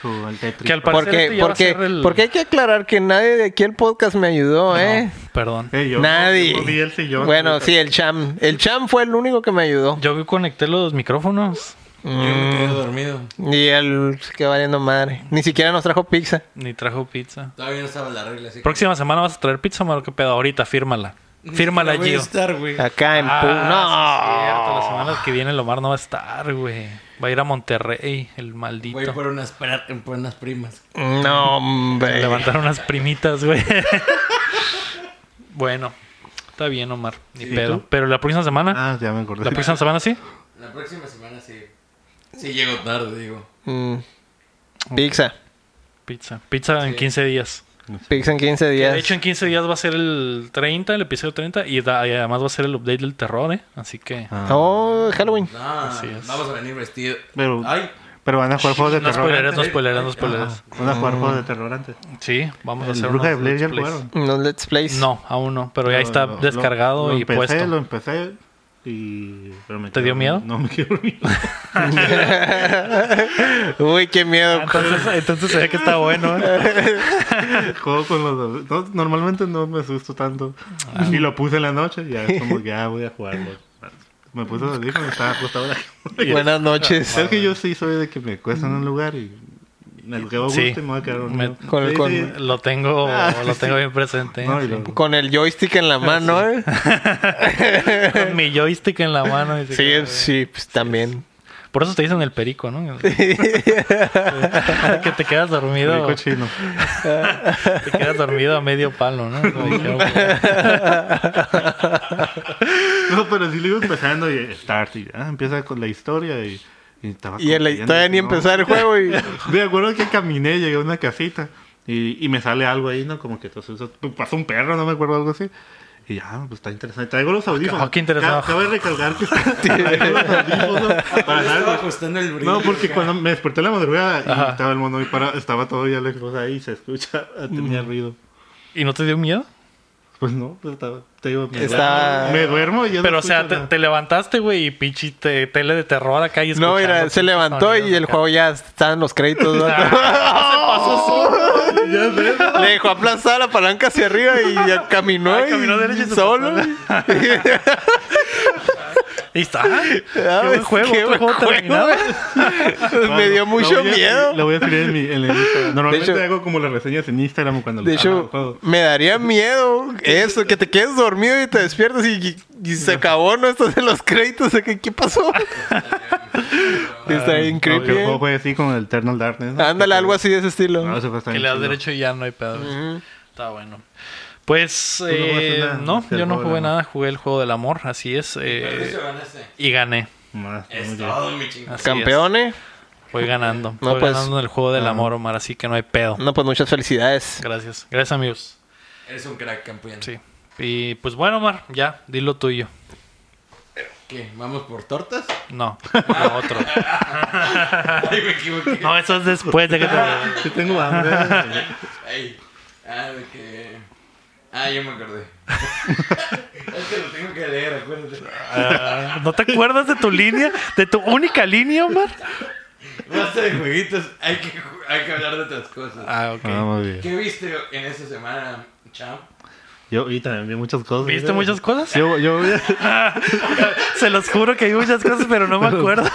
S4: Tú, el Tetris.
S1: Que al parecer
S2: Porque,
S1: este ya va a
S2: porque,
S1: ser el-
S2: porque hay que aclarar que nadie de aquí el podcast me ayudó, ¿eh?
S1: No, perdón.
S4: Eh, yo-
S2: Nadie.
S4: yo vi el sillón.
S2: bueno, sí, el Cham. El Cham fue el único que me ayudó.
S1: Yo conecté los micrófonos.
S3: Yo
S1: Mm.
S3: me quedé dormido.
S2: Y él, que valiendo madre. Ni siquiera nos trajo pizza.
S1: Ni trajo pizza.
S3: Todavía no estaba la regla, así que-
S1: Próxima semana vas a traer pizza, Mario. ¿Qué pedo? Ahorita, fírmala. Fírmala,
S6: voy a
S1: Gio.
S6: estar, güey.
S2: Acá en
S1: Ah,
S2: Pu-
S1: sí es
S4: Ah,
S1: cierto.
S2: No.
S1: La semana que viene Lomar no va a estar, güey. Va a ir a Monterrey, el maldito.
S3: Güey, por unas, pra- por unas primas.
S2: No, hombre.
S1: Levantar unas primitas, güey. bueno, está bien, Omar. Ni
S4: ¿Y
S1: pedo.
S4: tú?
S1: Pero la próxima semana,
S4: Ah, ya me acordé.
S1: la próxima semana sí.
S3: La próxima semana sí. Sí llego tarde, digo.
S2: Mm. Pizza.
S1: Pizza. Pizza en
S3: Sí.
S1: 15 días.
S2: Pizza en 15 días.
S1: De hecho, en 15 días va a ser el 30, el episodio 30. Y da- y además va a ser el update del terror, ¿eh? Así que.
S4: Ah,
S2: Oh, Halloween.
S3: No,
S1: Así es.
S3: vamos a venir vestido.
S4: Pero-
S3: Ay,
S4: Pero van a jugar juegos de
S1: No
S4: terror.
S1: spoileres, no
S4: antes.
S1: spoileres, no spoileres.
S4: Van a jugar juegos de terror antes.
S1: Sí, Mm. vamos a
S4: El
S1: hacer
S4: Bruja de
S1: unos
S4: Blair ya
S1: let's plays.
S4: jugaron.
S2: No Let's Plays.
S1: No, aún no. Pero ya está
S4: Lo- lo-
S1: descargado
S4: lo
S1: y
S4: empecé,
S1: puesto.
S4: Lo empecé y... pero me
S1: ¿Te dio
S4: quedé-
S1: miedo?
S4: No, me quedé dormido.
S2: Uy, qué miedo.
S4: Ah,
S1: Entonces, entonces se ve que está bueno, ¿eh?
S4: Juego con los dos. No, normalmente no me asusto tanto.
S1: Ah.
S4: Y lo puse en la noche y ya es como que ah, voy a jugarlo. Me puse los audífonos y estaba acostado. en la cama.
S2: Buenas noches.
S4: Es que yo sí soy de que me cuesta en un lugar y me quedo a gusto
S1: Mm. Sí.
S4: y me voy a quedar dormido.
S1: Me-
S2: Con-
S4: Sí,
S2: con-
S4: sí.
S1: Lo tengo,
S4: Ah,
S1: lo
S4: sí.
S1: tengo bien presente.
S4: No, y
S1: sí.
S4: lo-
S2: Con el joystick en la
S4: Ah,
S2: mano, ¿eh?
S1: Con mi joystick en la mano. y se
S2: Sí,
S1: queda-
S2: sí, pues también.
S1: Por eso te dicen el perico, ¿no? que te quedas dormido.
S4: Rico chino.
S1: Te quedas dormido a medio palo, ¿no? Como dijeron.
S4: No, pero sí lo iba empezando y start y ah, empieza con la historia y, y estaba
S2: Y el,
S4: corriendo,
S2: todavía ni
S4: no.
S2: empezar el juego y...
S4: Me acuerdo que caminé, llegué a una casita y, y me sale algo ahí, ¿no? Como que entonces, pasó un perro, no me acuerdo, algo así. Y ya, pues está interesante. Traigo los audífonos.
S1: Ah, qué interesante.
S4: Ca- Cabe recalcar que traigo los audífonos para
S3: yo estaba
S4: nada.
S3: ajustando Pues el brillo.
S4: No, porque cuando me desperté en la madrugada y
S1: Ajá.
S4: estaba el mono ahí para, estaba todo ya la cosa ahí y se escucha,
S1: Mm.
S4: tenía ruido.
S1: ¿Y no te dio miedo?
S4: Pues no, pues estaba, te digo, me,
S2: Está-
S4: duermo, me duermo y ya no
S1: Pero, o sea,
S4: escucho
S1: te,
S4: nada.
S1: te levantaste, güey, y pinche te- tele de terror acá y
S2: No, mira,
S1: escuchando
S2: se levantó
S1: sonidos
S2: y el
S1: acá. Ah.
S2: juego ya está en los créditos. ¿no?
S4: Ya sé.
S2: Le dejó aplastar la palanca hacia arriba y ya caminó.
S1: Ay,
S2: y
S1: caminó derecho y se
S2: solo.
S1: Y está. Qué
S2: ¿Sabes?
S1: buen juego,
S2: Qué
S1: otro
S2: Ah, buen
S1: juego terminado.
S2: güey. Me dio
S4: Lo voy
S2: mucho
S4: a-
S2: miedo.
S4: Lo voy a escribir en mi, en el Instagram. Normalmente
S2: hecho-
S4: hago como las reseñas en Instagram cuando
S2: De
S4: les hablo del
S2: hecho,
S4: juego.
S2: me daría miedo eso, que te quedes dormido y te despiertas y, y se acabó, no estás en los créditos. ¿Qué, qué pasó? Está bien
S4: No, que
S2: creepy.
S4: el juego
S2: ¿eh?
S4: fue Ah, así con el Eternal Darkness. ¿no?
S2: Ándale, algo así de ese estilo.
S4: No, eso fue hasta
S1: Que
S4: bien
S1: le das
S4: chido.
S1: derecho y ya no hay pedo. Está bueno. Pues,
S4: no jugaste
S1: eh,
S4: nada,
S1: no,
S4: hiciste el
S1: yo no
S4: juego del
S1: jugué
S4: amor.
S1: nada. Jugué el juego del amor, así es. eh,
S3: Perdiste o ganaste.
S1: y gané.
S4: Más,
S3: Es
S4: muy bien.
S3: todo, mi chingada.
S1: Así
S2: Campeones.
S1: es. Voy ganando.
S2: No,
S1: Voy
S2: pues.
S1: ganando en el juego del amor, Omar, así que no hay pedo.
S2: No, pues muchas felicidades.
S1: Gracias. Gracias, amigos.
S3: Eres un crack campeón.
S1: Sí. Y pues bueno, Omar, ya, di lo tuyo.
S3: ¿Qué? ¿Vamos por tortas?
S1: No, lo otro.
S3: Ay, me equivoqué.
S1: No, eso es después de que te...
S4: Sí, tengo hambre.
S3: Ay. Ah, de que. Ah, yo me acordé. es que lo tengo que leer, acuérdate.
S1: Ah, ¿No te acuerdas de tu línea? ¿De tu única línea, Omar?
S3: Basta de jueguitos, hay que, ju- hay que hablar de otras cosas.
S1: Ah, ok.
S4: Ah, muy bien.
S3: ¿Qué viste en esa semana, Cham?
S4: Yo vi también vi muchas cosas.
S1: ¿Viste
S4: ¿eh?
S1: muchas cosas?
S4: Yo, yo vi-
S1: Se los juro que vi muchas cosas, pero no me acuerdo.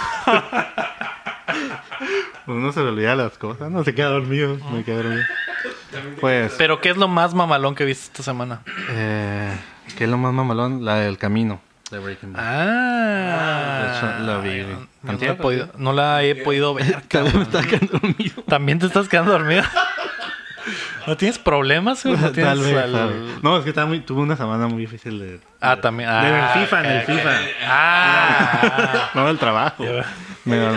S4: Uno pues, se le olvida las cosas, no se queda dormido. Me quedé dormido. Pues,
S1: Pero ¿qué es lo más mamalón que viste esta semana?
S4: eh, ¿qué es lo más mamalón? La del camino. De Breaking Bad.
S1: Ah,
S4: Eso la vi, güey.
S1: No, la he
S4: Antier,
S1: podido, no la he podido ver. cabrón. También te estás quedando dormido. ¿No tienes problemas? güey? ¿No tienes
S4: Tal vez,
S1: al-
S4: tal vez. No, es que estaba muy, tuve una semana muy difícil de.
S1: Ah, también. Ah,
S4: del FIFA, en el
S1: ok, ok.
S4: FIFA.
S1: Ah,
S4: No, del trabajo. Me-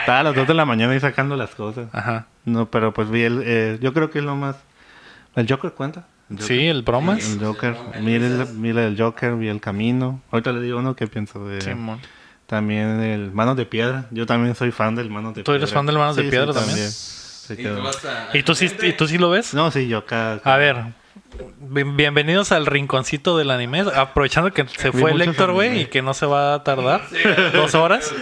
S4: estaba a las 2 de la mañana ahí sacando las cosas.
S1: ajá.
S4: No, pero pues vi el. eh, yo creo que es lo más. ¿El Joker cuenta? ¿El
S1: Sí, el bromas.
S4: El Joker, mira el, mira el Joker, vi el camino. Ahorita le digo uno que pienso de.
S1: Simón.
S4: También el Manos de Piedra. Yo también soy fan del Manos de
S1: ¿Tú
S4: Piedra.
S1: eres fan del Manos de Piedra también?
S4: Sí,
S3: ¿Y
S4: que-
S3: tú, vas a-
S1: ¿Y tú sí, y tú sí lo ves?
S4: No, sí, yo acá.
S1: A ver. bien- bienvenidos al rinconcito del anime. Aprovechando que se
S4: Vi
S1: fue el
S4: muchos
S1: Héctor, güey,
S4: anime.
S1: y que no se va a tardar dos horas.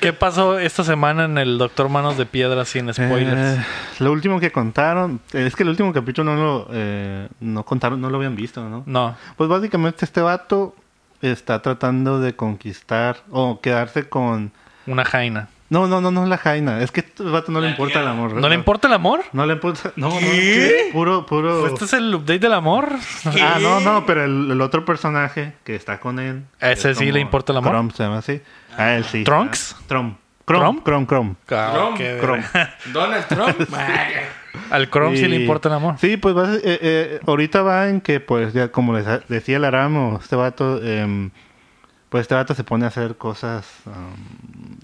S1: ¿Qué pasó esta semana en el Doctor Manos de Piedra sin
S4: Eh,
S1: spoilers?
S4: lo último que contaron, eh, es que el último capítulo no lo, eh, no contaron, no lo habían visto, ¿no?
S1: No.
S4: Pues básicamente este vato está tratando de conquistar o quedarse con
S1: Una jaina.
S4: No, no, no, no es la Jaina. Es que este vato no le
S3: La
S4: importa el
S3: tía.
S4: amor.
S1: ¿No le importa el amor?
S4: No le importa. No, no.
S1: ¿Qué?
S4: Puro, puro.
S1: ¿Este es el update del amor?
S4: Ah, no, no, pero el, el otro personaje que está con él.
S1: ¿A
S4: que
S1: ese
S4: es
S1: sí
S4: como
S1: le importa el amor?
S4: Chrome se llama así. A él sí. Ah,
S1: ¿Trunks?
S4: Trom.
S1: ¿Chrome?
S4: Chrome, Chrome, Chrome.
S1: Cabrón,
S3: Chrome,
S1: qué
S4: Chrome.
S1: verga.
S3: Donald Trump.
S1: Ah, Al Chrome sí le
S4: Y-
S1: importa el amor.
S4: Sí, pues va a ser- eh, eh, ahorita va en que, pues, ya como les a- decía el Aramo, este vato, em, pues este vato se pone a hacer cosas. um,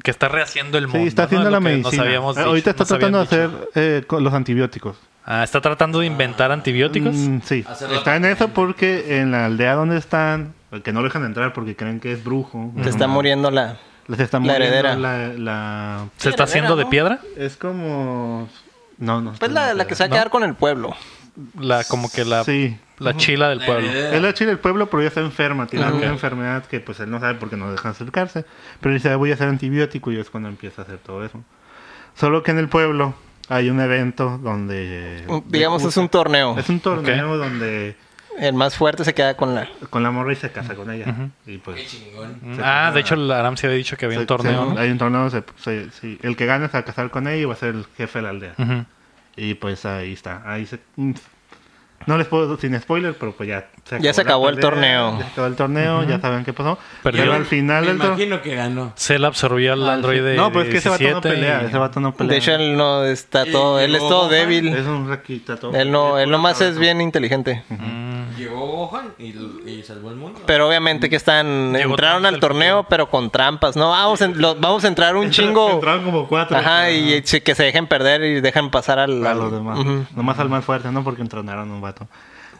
S1: Que está rehaciendo el mundo.
S4: sí, está
S1: ¿no?
S4: haciendo
S1: Lo
S4: la
S1: que
S4: medicina.
S1: Nos habíamos
S4: Eh,
S1: dicho-
S4: ahorita está
S1: nos habían
S4: tratando de
S1: dicho.
S4: hacer eh, con los antibióticos.
S1: Ah, está tratando de inventar antibióticos.
S4: Mm, sí,
S3: Hacer la-
S4: está en eso porque en la aldea donde están, que no lo dejan entrar porque creen que es brujo.
S2: Se está muriendo la...
S4: Les está
S2: la
S4: muriendo
S2: heredera.
S4: la- la-
S1: ¿Se está
S2: Piedra,
S1: haciendo de
S2: ¿no?
S1: piedra?
S4: Es como... No, no.
S2: Pues la, la que se va a quedar con el pueblo.
S1: La, como que la,
S4: Sí.
S1: la chila del pueblo.
S4: Es la chile del pueblo, pero ya está enferma. Tiene una enfermedad que pues él no sabe porque no dejan acercarse. Pero él dice, "Ah, voy a hacer antibiótico y es cuando empieza a hacer todo eso. Solo que en el pueblo hay un evento donde... eh,
S2: Un- digamos, es un torneo.
S4: Es un torneo donde
S2: El más fuerte se queda con la...
S4: con la morra y se casa con ella. Y
S3: Qué
S4: pues...
S3: chingón.
S1: Mm,
S4: se
S1: Ah,
S4: pone
S1: de
S4: a-
S1: hecho, el Aram se había dicho que había un
S4: se-
S1: torneo,
S4: se-
S1: ¿no?
S4: Hay un torneo, se- se- sí. el que gana se va a casar con ella y va a ser el jefe de la aldea.
S1: Ujú.
S4: Y pues ahí está. Ahí se... mm. No les puedo sin spoiler, pero pues ya
S2: Ya se
S4: la
S2: acabó el
S4: pelea,
S2: torneo.
S4: Ya se acabó el torneo, ya saben qué pasó.
S1: Perdió.
S4: Pero al final
S3: Me
S4: del torneo...
S3: imagino que ganó.
S1: Se la absorbió
S2: Ah,
S1: al androide.
S4: No, pues es que ese vato no
S1: 17
S4: pelea,
S1: y-
S4: ese vato no pelea.
S2: De hecho, él no está
S3: Y
S2: todo... Él es
S3: llegó
S2: todo
S3: Gohan,
S2: débil.
S4: es un raquita todo.
S2: Él no, él nomás es bien inteligente.
S3: Llegó Gohan y, y salvó el mundo.
S2: Pero obviamente que están...
S1: Llegó
S2: entraron
S1: Trunks
S2: al
S1: al
S2: torneo, pero con trampas, ¿no? Vamos, en- lo- vamos a entrar un chingo...
S4: Entraron como cuatro.
S2: Ajá, y sí, que se dejen perder y dejan pasar al...
S4: A los demás.
S2: Ujú.
S4: Nomás al más fuerte, ¿no? Porque entronaron a un vato.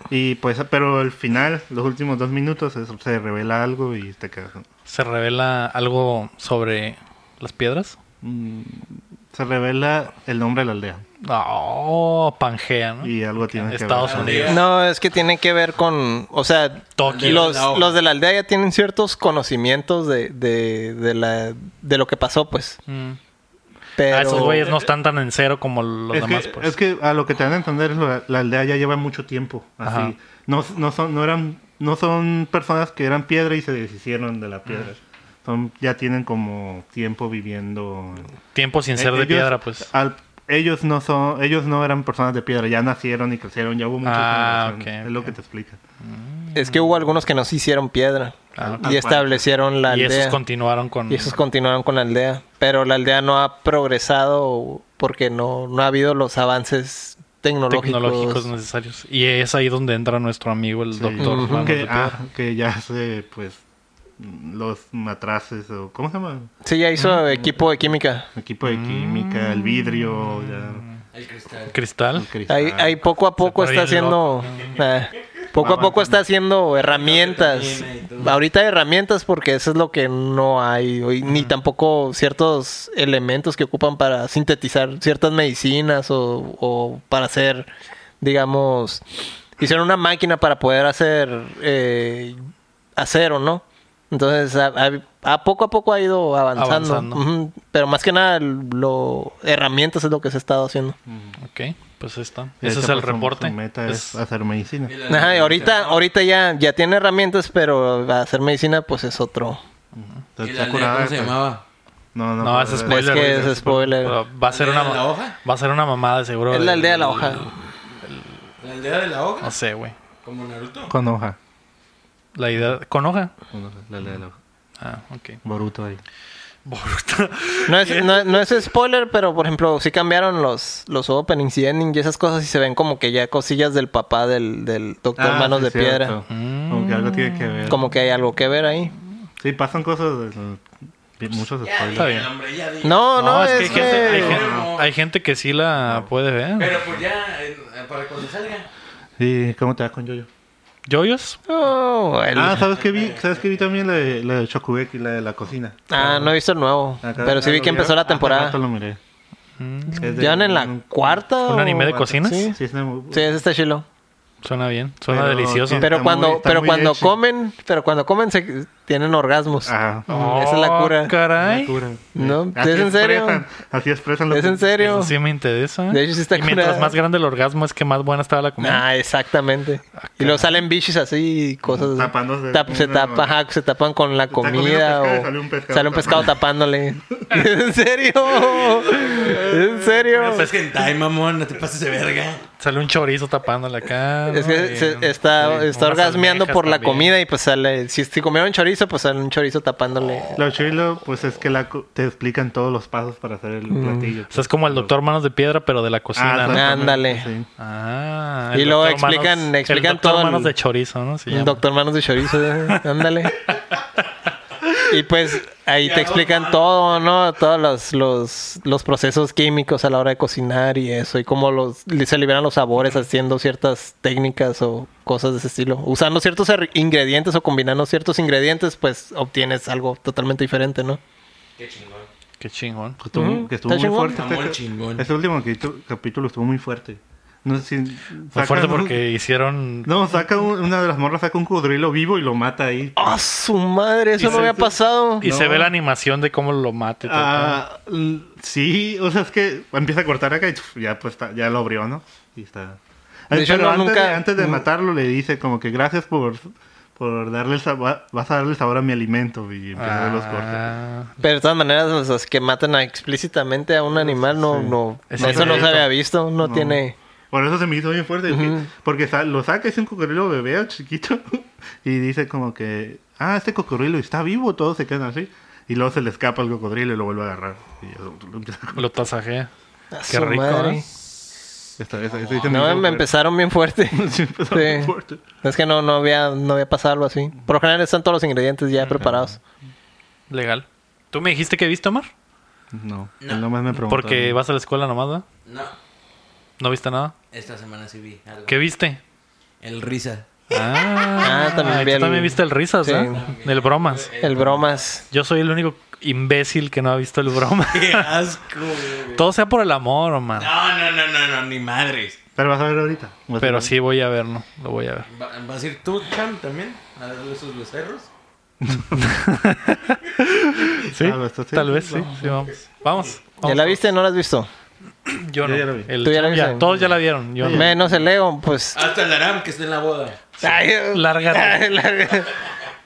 S4: Y pues, pero al final, los últimos dos minutos, es- se revela algo y te quedas.
S1: Se revela algo sobre las piedras.
S4: mm, se revela el nombre de la aldea.
S1: No, Pangea, ¿no?
S4: Y algo tiene que
S1: Ah. Estados
S4: ver.
S1: Unidos.
S2: No, es que tiene que ver con, o sea,
S1: Tokio.
S2: los,
S3: La hoja.
S2: los de la aldea ya tienen ciertos conocimientos de, de, de la, de lo que pasó, pues.
S1: Mm.
S2: Pero
S1: Ah, esos güeyes no están tan en cero como los
S4: es
S1: demás,
S4: que,
S1: pues.
S4: es que a lo que te dan a entender es lo- la aldea ya lleva mucho tiempo
S1: Ajá.
S4: así. No, no son, no eran, no son personas que eran piedra y se deshicieron
S1: Ah.
S4: de la piedra. Son, ya tienen como tiempo viviendo.
S1: Tiempo sin ser
S4: Eh,
S1: de
S4: ellos-
S1: piedra, pues.
S4: al- ellos no son, ellos no eran personas de piedra, ya nacieron y crecieron, ya hubo muchas
S1: Ah,
S4: generaciones.
S1: ok,
S4: Es lo
S1: ok.
S4: que te explica.
S2: es que hubo algunos que nos hicieron piedra
S1: Ah,
S4: ok.
S2: y establecieron la
S1: Y
S2: aldea.
S1: esos continuaron con.
S2: y esos continuaron con la aldea. Pero la aldea no ha progresado porque no, no ha habido los avances tecnológicos.
S1: tecnológicos necesarios. Y es ahí donde entra nuestro amigo el
S4: Sí.
S1: doctor.
S4: Ujú.
S1: Manos de
S4: que,
S1: Piedra.
S4: ah, que ya se, pues, los matraces o cómo se llama,
S2: Sí, ya hizo equipo de química.
S4: equipo de química, el vidrio, ya,
S3: El cristal.
S1: Cristal.
S4: el cristal.
S2: Ahí, ahí poco a poco
S1: Se
S2: está
S1: pone bien
S2: haciendo. ah, poco a poco está haciendo herramientas. Ahorita hay herramientas porque eso es lo que no hay hoy, ni tampoco ciertos elementos que ocupan para sintetizar ciertas medicinas o, o para hacer, digamos, hicieron una máquina para poder hacer eh, acero, ¿no? Entonces, a, a- a poco a poco ha ido avanzando.
S1: Avanzando.
S2: Ujú. Pero más que nada, lo herramientas es lo que se ha estado haciendo.
S1: Ok, pues ahí está.
S4: De
S1: Ese
S4: hecho,
S1: es el
S4: pues, su-
S1: reporte.
S4: Su meta es,
S1: Es-
S4: hacer medicina.
S3: Y la-
S2: Ajá, y ahorita, ahorita ya, ya tiene herramientas, pero hacer medicina pues es otro.
S3: ¿Y
S4: Está
S3: la aldea
S4: curada,
S3: cómo se
S4: pues.
S3: llamaba?
S4: No, no.
S1: No,
S4: pues,
S1: es
S4: eh,
S1: spoiler.
S2: es que
S1: güey.
S2: es spoiler.
S1: Pero Va a ser
S3: ¿La
S1: una,
S3: aldea de la hoja?
S1: va a ser una mamada, seguro.
S2: Es
S1: de-
S2: la aldea de la hoja.
S3: ¿La aldea de la hoja?
S1: No sé, güey.
S3: Como Naruto.
S4: Con hoja.
S1: La idea. ¿Con hoja?
S4: Con hoja, La aldea de la hoja.
S1: Ah, ok.
S4: Boruto ahí.
S1: Boruto.
S2: No es, no, no es spoiler, pero por ejemplo, sí cambiaron los, los openings y endings y esas cosas y se ven como que ya cosillas del papá del, del doctor
S4: Ah,
S2: Manos
S4: sí,
S2: de
S4: cierto.
S2: Piedra.
S4: Como que algo tiene que ver.
S2: Como que hay algo que ver ahí.
S4: Sí, pasan cosas. de- de- Muchos
S3: Ya
S4: spoilers.
S1: Está bien.
S3: dije el hombre, ya dije.
S2: No, no, es,
S1: hay
S2: que...
S1: gente- hay, gen- hay gente,
S3: No.
S1: que sí la puede ver.
S3: Pero pues ya, eh, para cuando salga.
S4: ¿Y cómo te va con Yoyo?
S1: ¿Yoyos?
S2: Oh, el-
S4: Ah,
S2: ah,
S4: ¿sabes qué vi? ¿Sabes qué vi también? La de, la de Shokugeki, la de la cocina.
S2: ah, no he visto el nuevo.
S4: Acá-
S2: pero sí
S4: ah,
S2: vi
S4: lo
S2: que empezó
S4: vieron.
S2: la
S4: Hace rato
S2: temporada.
S4: lo miré. Es de
S2: ¿Llevan en la
S4: un-
S2: cuarta?
S1: ¿Un
S2: o-
S1: anime Mm. de cocinas?
S2: Sí,
S4: Sí, es de-
S2: sí este ese está chilo.
S1: Suena bien. Suena
S4: Pero-
S1: delicioso.
S4: Sí,
S2: Pero
S4: está
S2: cuando,
S4: muy- está
S2: pero
S4: muy
S2: cuando
S4: hecho.
S2: comen, pero cuando comen se tienen orgasmos.
S4: Ajá.
S2: Esa es la cura.
S1: Oh, Caray.
S2: No,
S4: Así
S2: ¿es en serio?
S4: expresan- Así expresan lo
S2: ¿Es
S4: que-
S2: en serio?
S1: Eso sí me interesa.
S2: De hecho, sí está
S1: y mientras
S2: curada.
S1: más grande el orgasmo es que más buena estaba la comida.
S2: Ah, exactamente. y luego salen bichis así y cosas. así.
S4: Tapándose.
S2: Tap- se, tapa, ajá, se tapan con la
S4: está comiendo
S2: comida
S4: pescado y
S2: o
S4: sale un pescado
S2: sale un pescado tapándole. ¿En serio? ¿En serio?
S3: Pues es que en time, mamón, no te pases de verga.
S1: Sale un chorizo tapándole acá.
S2: Es
S1: ¿no?
S2: que
S1: Y-
S2: se- está,
S1: sí,
S2: está
S1: unas
S2: orgasmeando
S1: almejas
S2: por la
S1: también.
S2: comida y pues sale. Si, si comieron chorizo, pues sale un chorizo tapándole.
S4: Lo chilo, pues es que la, co- te explican todos los pasos para hacer
S2: Mm.
S4: el platillo.
S1: O sea, es como el doctor Manos de Piedra, pero de la cocina.
S4: Ah,
S1: ¿no?
S4: exactamente,
S2: Ándale.
S4: sí.
S1: Ah,
S2: Y
S1: el
S2: luego
S1: Dr. Manos-
S2: explican- explican
S1: el doctor
S2: todo el-
S1: Manos de chorizo, ¿no? Se
S2: Un
S1: llama.
S2: doctor manos de chorizo, ¿eh? ándale. Y pues ahí te explican todo, ¿no? Todos los, los, los procesos químicos a la hora de cocinar y eso, y cómo los, se liberan los sabores haciendo ciertas técnicas o cosas de ese estilo. Usando ciertos er- ingredientes o combinando ciertos ingredientes, pues obtienes algo totalmente diferente, ¿no?
S3: Qué chingón.
S1: Qué chingón.
S4: Que Pues, estuvo,
S2: Ujú,
S4: que estuvo
S2: Mm. está
S4: muy
S2: chingón.
S4: fuerte.
S3: Mamón
S4: este-
S3: chingón.
S4: Este último capítulo- capítulo estuvo muy fuerte. No sé si.
S1: Fue
S4: sacan
S1: fuerte
S4: un-
S1: porque hicieron...
S4: No, saca un- una de las morras, saca un cocodrilo vivo y lo mata ahí.
S2: ¡Ah, su madre! Eso
S1: Y
S2: no
S1: se-
S2: había pasado.
S1: Y se
S4: No.
S1: ve la animación de cómo lo mate. y todo,
S4: Ah, l- sí, o sea, es que empieza a cortar acá y tuf, ya, pues, está- ya lo abrió, ¿no? Y está.
S2: De hecho,
S4: Pero
S2: no,
S4: antes, de,
S2: nunca-
S4: antes de
S2: nu-
S4: matarlo le dice como que gracias por, por darle el sabor, vas a darle sabor a mi alimento y
S1: ¿no?
S4: empieza a ver los cortes.
S1: Ah,
S2: Pero de todas maneras, o sea, que maten a- explícitamente a un animal, no,
S4: Sí.
S2: no,
S1: Es
S2: eso no se
S1: inédito.
S2: había visto, no.
S4: No.
S2: tiene...
S4: Por eso se me hizo bien fuerte, dije,
S2: Ujú.
S4: porque sa- lo saca, es un cocodrilo bebé o chiquito, y dice como que, ah, este cocodrilo está vivo, todos se quedan así, y luego se le escapa el cocodrilo y lo vuelve a agarrar. Y ya lo- lo empieza a comer.
S1: Lo tasajé.
S2: ¡Ah,
S1: Qué
S2: su
S1: rico, ¿eh?
S2: madre!
S4: Esta- esta- esta- esta me
S2: Ah, No,
S4: hizo
S2: me
S4: fuerte.
S2: empezaron bien fuerte.
S4: Sí, empezó bien
S2: Sí.
S4: fuerte.
S2: Es que no, no había, no había pasado algo así. Por lo general están todos los ingredientes ya preparados.
S1: Legal. ¿Tú me dijiste que viste, Omar?
S4: No, él nomás me preguntó.
S1: Porque vas a la escuela nomás, ¿verdad?
S3: No,
S1: ¿No viste nada?
S3: esta semana sí vi algo.
S1: ¿Qué viste?
S3: El risa.
S1: Ah,
S2: Ah, también
S1: ay,
S2: vi
S1: tú
S2: el-
S1: también viste el Risas,
S2: Sí.
S1: ¿eh? El Bromas.
S2: El bromas.
S1: Yo soy el único imbécil que no ha visto el Bromas.
S3: Qué asco, güey.
S1: Todo sea por el amor, Omar.
S3: No, no, no, no, no, ni madres.
S4: Pero vas a ver ahorita. Vas a
S1: Pero
S4: ver. Eh,
S1: sí voy a verlo, lo voy a ver.
S3: Va- ¿Vas a ir tú, Chan, también? ¿A darle sus becerros?
S1: ¿Sí?
S4: Ah, ¿estás
S1: Tal
S4: bien?
S1: vez, sí, sí, vamos. Vamos.
S2: ¿Ya
S1: vamos.
S2: la viste? ¿No la has visto?
S1: Yo
S4: Yo
S1: no.
S4: ya la vi.
S1: El
S2: ¿Tú ya la
S1: Cham
S2: viste?
S1: ya. Todos ya la vieron. Yo no.
S2: Menos el Leo,
S1: Ah,
S2: pues.
S3: Hasta el Aram, que está en la boda.
S2: Ay, eh,
S1: Lárgate.
S2: ay, lárgate.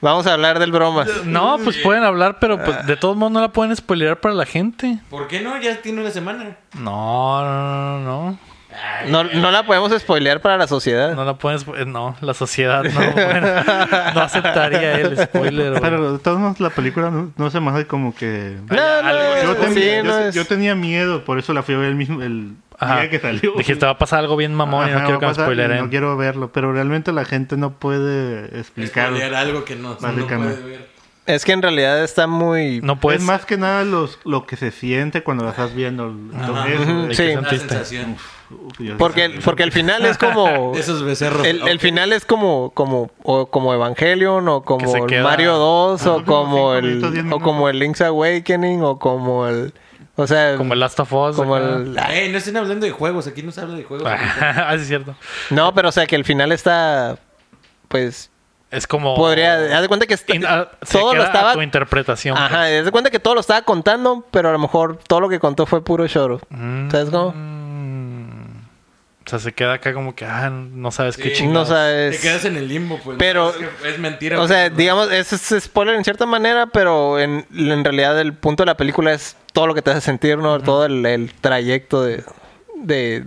S2: Vamos a hablar del bromas.
S1: No, pues pueden hablar, pero
S2: Ah.
S1: pues, de todos modos no la pueden spoilear para la gente.
S3: ¿Por qué no? Ya tiene una semana.
S1: No, no, no,
S3: Ay,
S2: No, no la podemos spoilear para la
S1: no.
S2: sociedad.
S1: No la pueden spo- eh, No, la sociedad no, bueno, no aceptaría el spoiler. güey.
S4: Pero de todos modos, la película no, no se me hace como que.
S2: No, no,
S4: Yo,
S2: no,
S4: tenía,
S2: sí,
S4: yo-
S2: no es-
S4: yo tenía miedo, por eso la fui a ver el mismo el
S1: Ajá.
S4: día que salió.
S1: Dijiste, va a pasar algo bien mamón y no
S4: Ajá,
S1: quiero
S4: va
S1: que
S4: a
S1: me
S4: pasar-
S1: spoileren.
S4: No quiero verlo, pero realmente la gente no puede explicarlo.
S3: Spoilear algo que no, no
S4: Básicamente.
S3: puede ver.
S2: Es que en realidad está muy.
S1: No puedes.
S4: es más que nada los, lo que se siente cuando la estás viendo.
S3: Ajá.
S4: Eso,
S2: Ujú,
S4: de-
S1: ¿de
S2: sí.
S1: qué
S3: La
S1: sentiste?
S3: sensación
S4: Uf, Dios
S2: Porque
S4: mío.
S2: el, porque el final es como.
S3: de esos becerros.
S2: El, el final es como como o como Evangelion o
S1: se
S2: como
S1: queda-
S2: Mario 2
S4: Ajá,
S2: o
S4: como
S2: como
S4: cinco
S2: el
S4: minutos, diez
S2: o
S4: minutos.
S2: como el Link's Awakening o como el o sea
S1: Como el Last of Us.
S2: como
S1: acá.
S2: el-
S3: Ey, Eh, no estén hablando de juegos. Aquí no se habla de juegos.
S1: Ah, sí, es cierto.
S2: no pero o sea que el final está pues
S1: Es como.
S2: podría haz de cuenta que está-
S1: In- a- Oh. ah, se
S2: todo lo
S1: queda a
S2: estaba
S1: tu pues. interpretación.
S2: ajá haz de cuenta que todo lo estaba contando pero a lo mejor todo lo que contó fue puro choro
S1: Mm.
S2: sabes cómo
S1: O sea, se queda acá como que, ah, no sabes qué
S3: Sí.
S1: chingón.
S2: no
S3: Te
S2: sabes
S3: quedas en el limbo, pues.
S2: Pero-
S3: Es, que es mentira.
S2: O sea,
S3: pues,
S2: digamos, es, es spoiler en cierta manera, pero en, en realidad el punto de la película es todo lo que te hace sentir, ¿no? Todo el, el trayecto de, de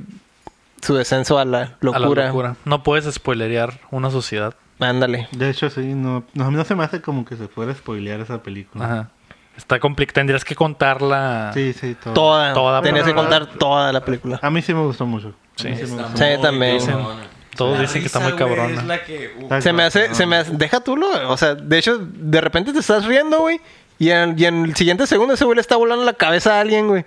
S2: su descenso a la
S1: A la
S2: locura.
S1: locura. No puedes spoilerear una sociedad.
S2: Ándale.
S4: De hecho, sí, no, no, a mí no se me hace como que se pueda spoilear esa película.
S1: Ajá. Está complicado. Tendrías que contarla.
S4: Sí, sí, todo.
S2: Toda.
S1: Toda,
S2: Tenías que
S1: pero-
S2: contar toda la película.
S4: A mí sí me gustó mucho. A
S1: Sí.
S4: mí
S3: está
S4: me gustó.
S3: muy
S2: Sí, también.
S3: cabrona.
S1: Todos
S3: La
S1: dicen que está
S3: risa,
S1: muy
S3: güey,
S1: cabrona.
S3: Es la que... uf,
S2: Se me hace, se me hace, deja tú lo, o sea, de hecho, de repente te estás riendo, güey, y en, y en el siguiente segundo ese güey le está volando la cabeza a alguien, güey.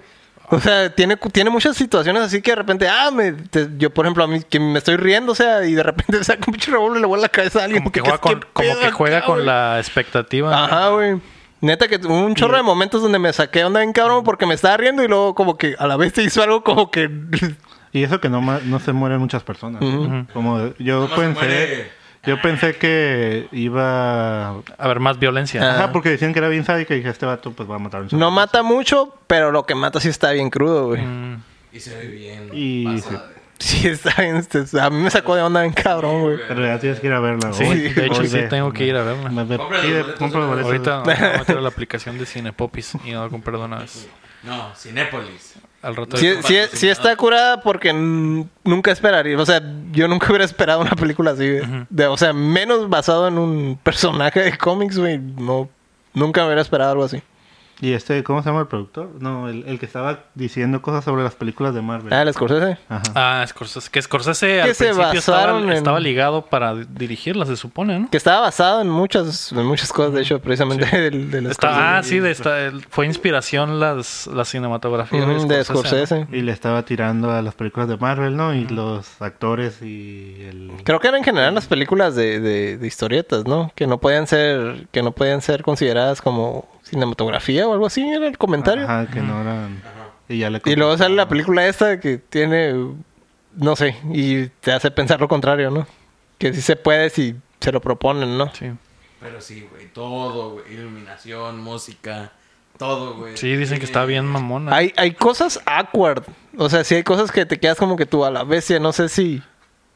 S2: O sea, tiene, tiene muchas situaciones así que de repente, ah, me, te- yo por ejemplo, a mí que me estoy riendo, o sea, y de repente saca un pinche revólver y le vuela la cabeza a alguien.
S1: Como que
S2: porque
S1: juega con,
S2: ¿qué
S1: como
S2: pedo
S1: que juega
S2: acá,
S1: con
S2: güey?
S1: la expectativa.
S2: Ajá, güey. Neta que tuve un chorro de momentos donde me saqué onda bien cabrón porque me estaba riendo y luego como que a la vez te hizo algo como que...
S4: Y eso que no, ma- no se mueren muchas personas. ¿eh? Como yo
S3: Nomás se
S4: pensé.
S3: muere
S4: Yo pensé que iba.
S1: A ver, más violencia.
S2: Ah,
S4: Ajá, porque decían que era bien sádico y dije, este vato pues va a matar a un
S2: No
S4: chavo.
S2: mata mucho, pero lo que mata sí está bien crudo, güey.
S1: Mm.
S3: Y se ve bien.
S4: Y
S3: pasada de-
S2: Sí, está bien. este, A mí me sacó de onda bien cabrón, güey.
S4: Pero ya tienes que ir a verla.
S1: Sí,
S4: hoy.
S1: de hecho
S2: pues
S4: Hoy
S1: sí
S4: ve.
S1: tengo que ir a verla.
S4: Me- me
S3: Compra los
S4: pide-
S3: boletos,
S4: compra los boletos.
S1: Ahorita voy a meter a la aplicación de Cinepopis y no con perdonas.
S3: No, Cinépolis.
S1: Al rato.
S2: Sí, sí- sí está curada porque n- nunca esperaría. O sea, yo nunca hubiera esperado una película así. güey. De- o sea, menos basado en un personaje de cómics, güey. No, nunca hubiera esperado algo así.
S4: ¿Y este, cómo se llama el productor? No, el, el que estaba diciendo cosas sobre las películas de Marvel.
S2: Ah, el Scorsese.
S4: Ajá.
S1: Ah, Scorsese. Que Scorsese
S2: Que
S1: al
S2: se
S1: principio estaba,
S2: basaron en-
S1: estaba ligado para dirigirla, se supone, ¿no?
S2: Que estaba basado en muchas, en muchas cosas, de hecho, precisamente del, del
S1: Está, ah,
S2: Scorsese.
S1: sí, de esta, el- fue inspiración las, la cinematografía
S2: Ujú, Mm, de
S1: de Scorsese. ¿no?
S2: Scorsese.
S4: Y le estaba tirando a las películas de Marvel, ¿no? Y los actores y el...
S2: Creo que eran en general las películas de, de- de historietas, ¿no? Que no podían ser, que no podían ser consideradas como cinematografía o algo así, era el comentario.
S4: Ajá, que no eran... Y ya le...
S2: Y luego sale la película esta que tiene, no sé, y te hace pensar lo contrario, ¿no? Que sí se puede si se lo proponen, ¿no?
S1: Sí.
S3: Pero sí, güey, todo, güey. Iluminación, música, todo, güey.
S1: Sí, dicen que está bien mamona.
S2: Hay, hay cosas awkward. O sea, sí hay cosas que te quedas como que tú a la bestia, no sé si...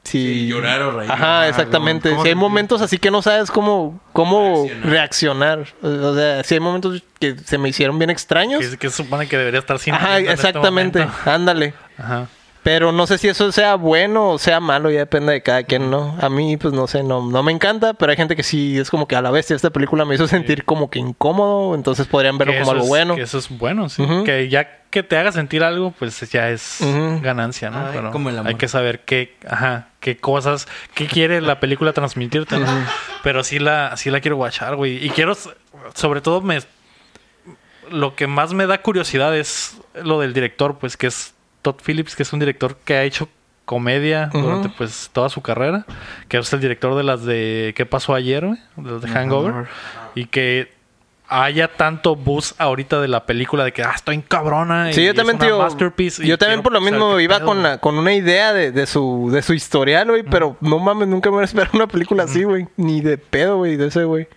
S2: Si
S3: Sí, llorar o reír.
S2: Ajá,
S4: Ah,
S2: exactamente.
S4: ¿cómo
S2: Si hay
S4: se-
S2: momentos así que no sabes cómo, cómo reaccionar. O sea, si hay momentos que se me hicieron bien extraños.
S1: Que, que se supone que debería estar sin.
S2: Ajá, exactamente. Ándale.
S1: Ajá.
S2: Pero no sé si eso sea bueno o sea malo, ya depende de cada quien, ¿no? A mí, pues no sé, no, no me encanta, pero hay gente que sí es como que a la bestia esta película me hizo sentir como que incómodo, entonces podrían verlo
S1: Que eso
S2: como algo
S1: es-
S2: bueno.
S1: que eso es bueno, sí.
S2: Ujú.
S1: Que ya que te haga sentir algo, pues ya es
S2: Ujú.
S1: ganancia, ¿no?
S3: Ay,
S1: Pero
S3: como el amor.
S1: hay que saber qué, ajá, qué cosas, qué quiere la película transmitirte, ¿no? Pero sí la, sí la quiero watchar, güey. Y quiero, s- sobre todo, me lo que más me da curiosidad es lo del director, pues que es Todd Phillips, que es un director que ha hecho comedia
S2: Ujú.
S1: durante pues toda su carrera, que es el director de las de ¿Qué pasó ayer? güey? De las de Hangover. Y que haya tanto buzz ahorita de la película de que ah, estoy en cabrona.
S2: Sí,
S1: y
S2: yo
S1: es
S2: también,
S1: una
S2: tío.
S1: masterpiece", y
S2: Yo también
S1: quiero
S2: por lo
S1: saber
S2: mismo
S1: qué
S2: iba
S1: pedo,
S2: con,
S1: güey.
S2: la, con una idea de, de su, de su historial, güey, pero no mames, nunca me hubiera esperado una película así, güey. Ni de pedo, güey, de ese, güey.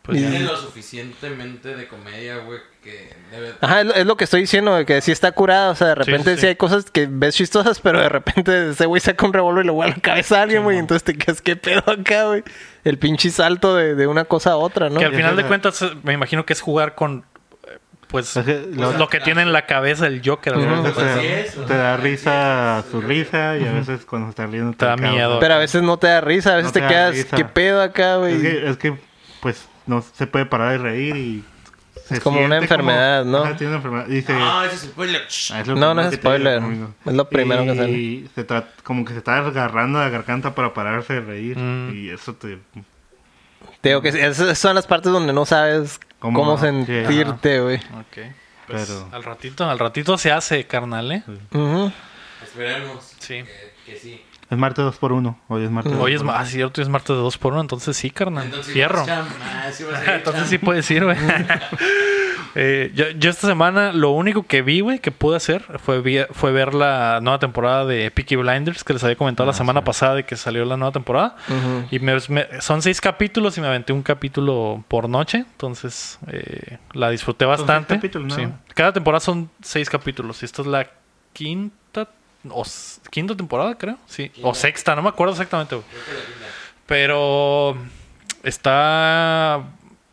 S1: Pues
S3: Tiene
S1: ya.
S3: lo suficientemente de comedia, güey, que debe...
S1: Ah,
S2: Ajá, es lo, es lo que estoy diciendo, de que sí está curada. O sea, de repente sí,
S1: sí, sí.
S2: hay cosas que ves chistosas, pero de repente ese güey saca un revólver y le vuela la cabeza a alguien, güey. entonces te quedas, ¿qué pedo acá, güey? El pinche salto de, de una cosa a otra, ¿no?
S1: Que al
S4: Yo
S1: final de
S4: creo-
S1: cuentas eh, me imagino que es jugar con eh, pues
S4: Es que la-
S1: lo que tiene en la cabeza el Joker. al final de
S4: O sea,
S1: cuentas.
S3: Así es, o
S4: te da
S3: sea,
S4: risa su risa y a veces cuando está riendo
S1: Te da
S4: cagas.
S1: miedo.
S2: Pero a veces no te da risa, a veces
S4: No
S2: te,
S4: te da
S2: quedas,
S4: risa.
S2: ¿qué pedo acá,
S4: Es
S2: güey?
S4: que, es que, pues, no se puede parar de reír y... se
S2: Es como una
S4: siente
S2: enfermedad, ¿no?
S4: Ajá, tiene una enfermedad. Y se-
S3: No, ese es spoiler.
S4: Ah,
S2: No,
S4: primero
S2: no es
S4: que te digo,
S2: spoiler.
S4: amigo.
S2: Es lo primero
S4: y,
S2: que sale.
S4: Y se tra- como que se está agarrando la garganta para pararse de reír.
S1: Mm.
S4: Y eso te...
S2: Te digo que esas son las partes donde no sabes cómo,
S4: Cómo- sí,
S2: sentirte, güey.
S1: Ok. Pues,
S4: Pero-
S1: al ratito, al ratito se hace, carnal, ¿eh?
S2: Ujú.
S3: Esperemos
S1: Sí.
S3: que, que sí.
S4: Es martes 2 por 1 Hoy es martes.
S1: Hoy es, ma-
S4: martes.
S1: ah, cierto, es martes de 2 por 1 entonces sí, carnal.
S3: Entonces,
S1: Fierro.
S3: chamba, sí va a ser
S1: Entonces sí
S3: chamba.
S1: puedes ir, güey. Eh, yo, yo esta semana lo único que vi, güey, que pude hacer fue, vi- fue ver la nueva temporada de Peaky Blinders, que les había comentado
S4: Ah,
S1: la semana pasada de que salió la nueva temporada. Y me- me- son seis capítulos y me aventé un capítulo por noche, entonces eh, la disfruté bastante.
S4: capítulos, ¿no?
S1: Sí. Cada temporada son seis capítulos y esta es la quinta o s- quinta temporada, creo, sí, o sexta, no me acuerdo exactamente. güey. Pero está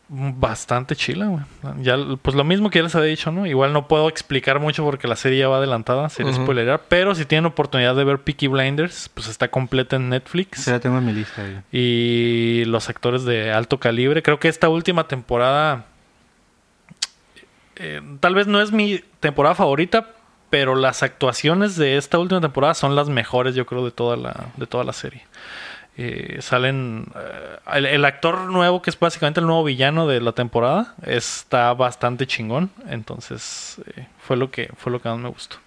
S1: bastante chila, güey. Ya, pues lo mismo que ya les había dicho, ¿no? Igual no puedo explicar mucho porque la serie ya va adelantada, sería spoilerar. Pero si tienen oportunidad de ver Peaky Blinders, pues está completa en Netflix.
S4: Sí, la tengo en mi lista. ahí.
S1: Y los actores de alto calibre. Creo que esta última temporada. eh, tal vez no es mi temporada favorita. Pero las actuaciones de esta última temporada son las mejores, yo creo, de toda la, de toda la serie. Eh, salen. eh, el, el actor nuevo, que es básicamente el nuevo villano de la temporada, está bastante chingón. Entonces, eh, fue lo que fue lo que más me gustó.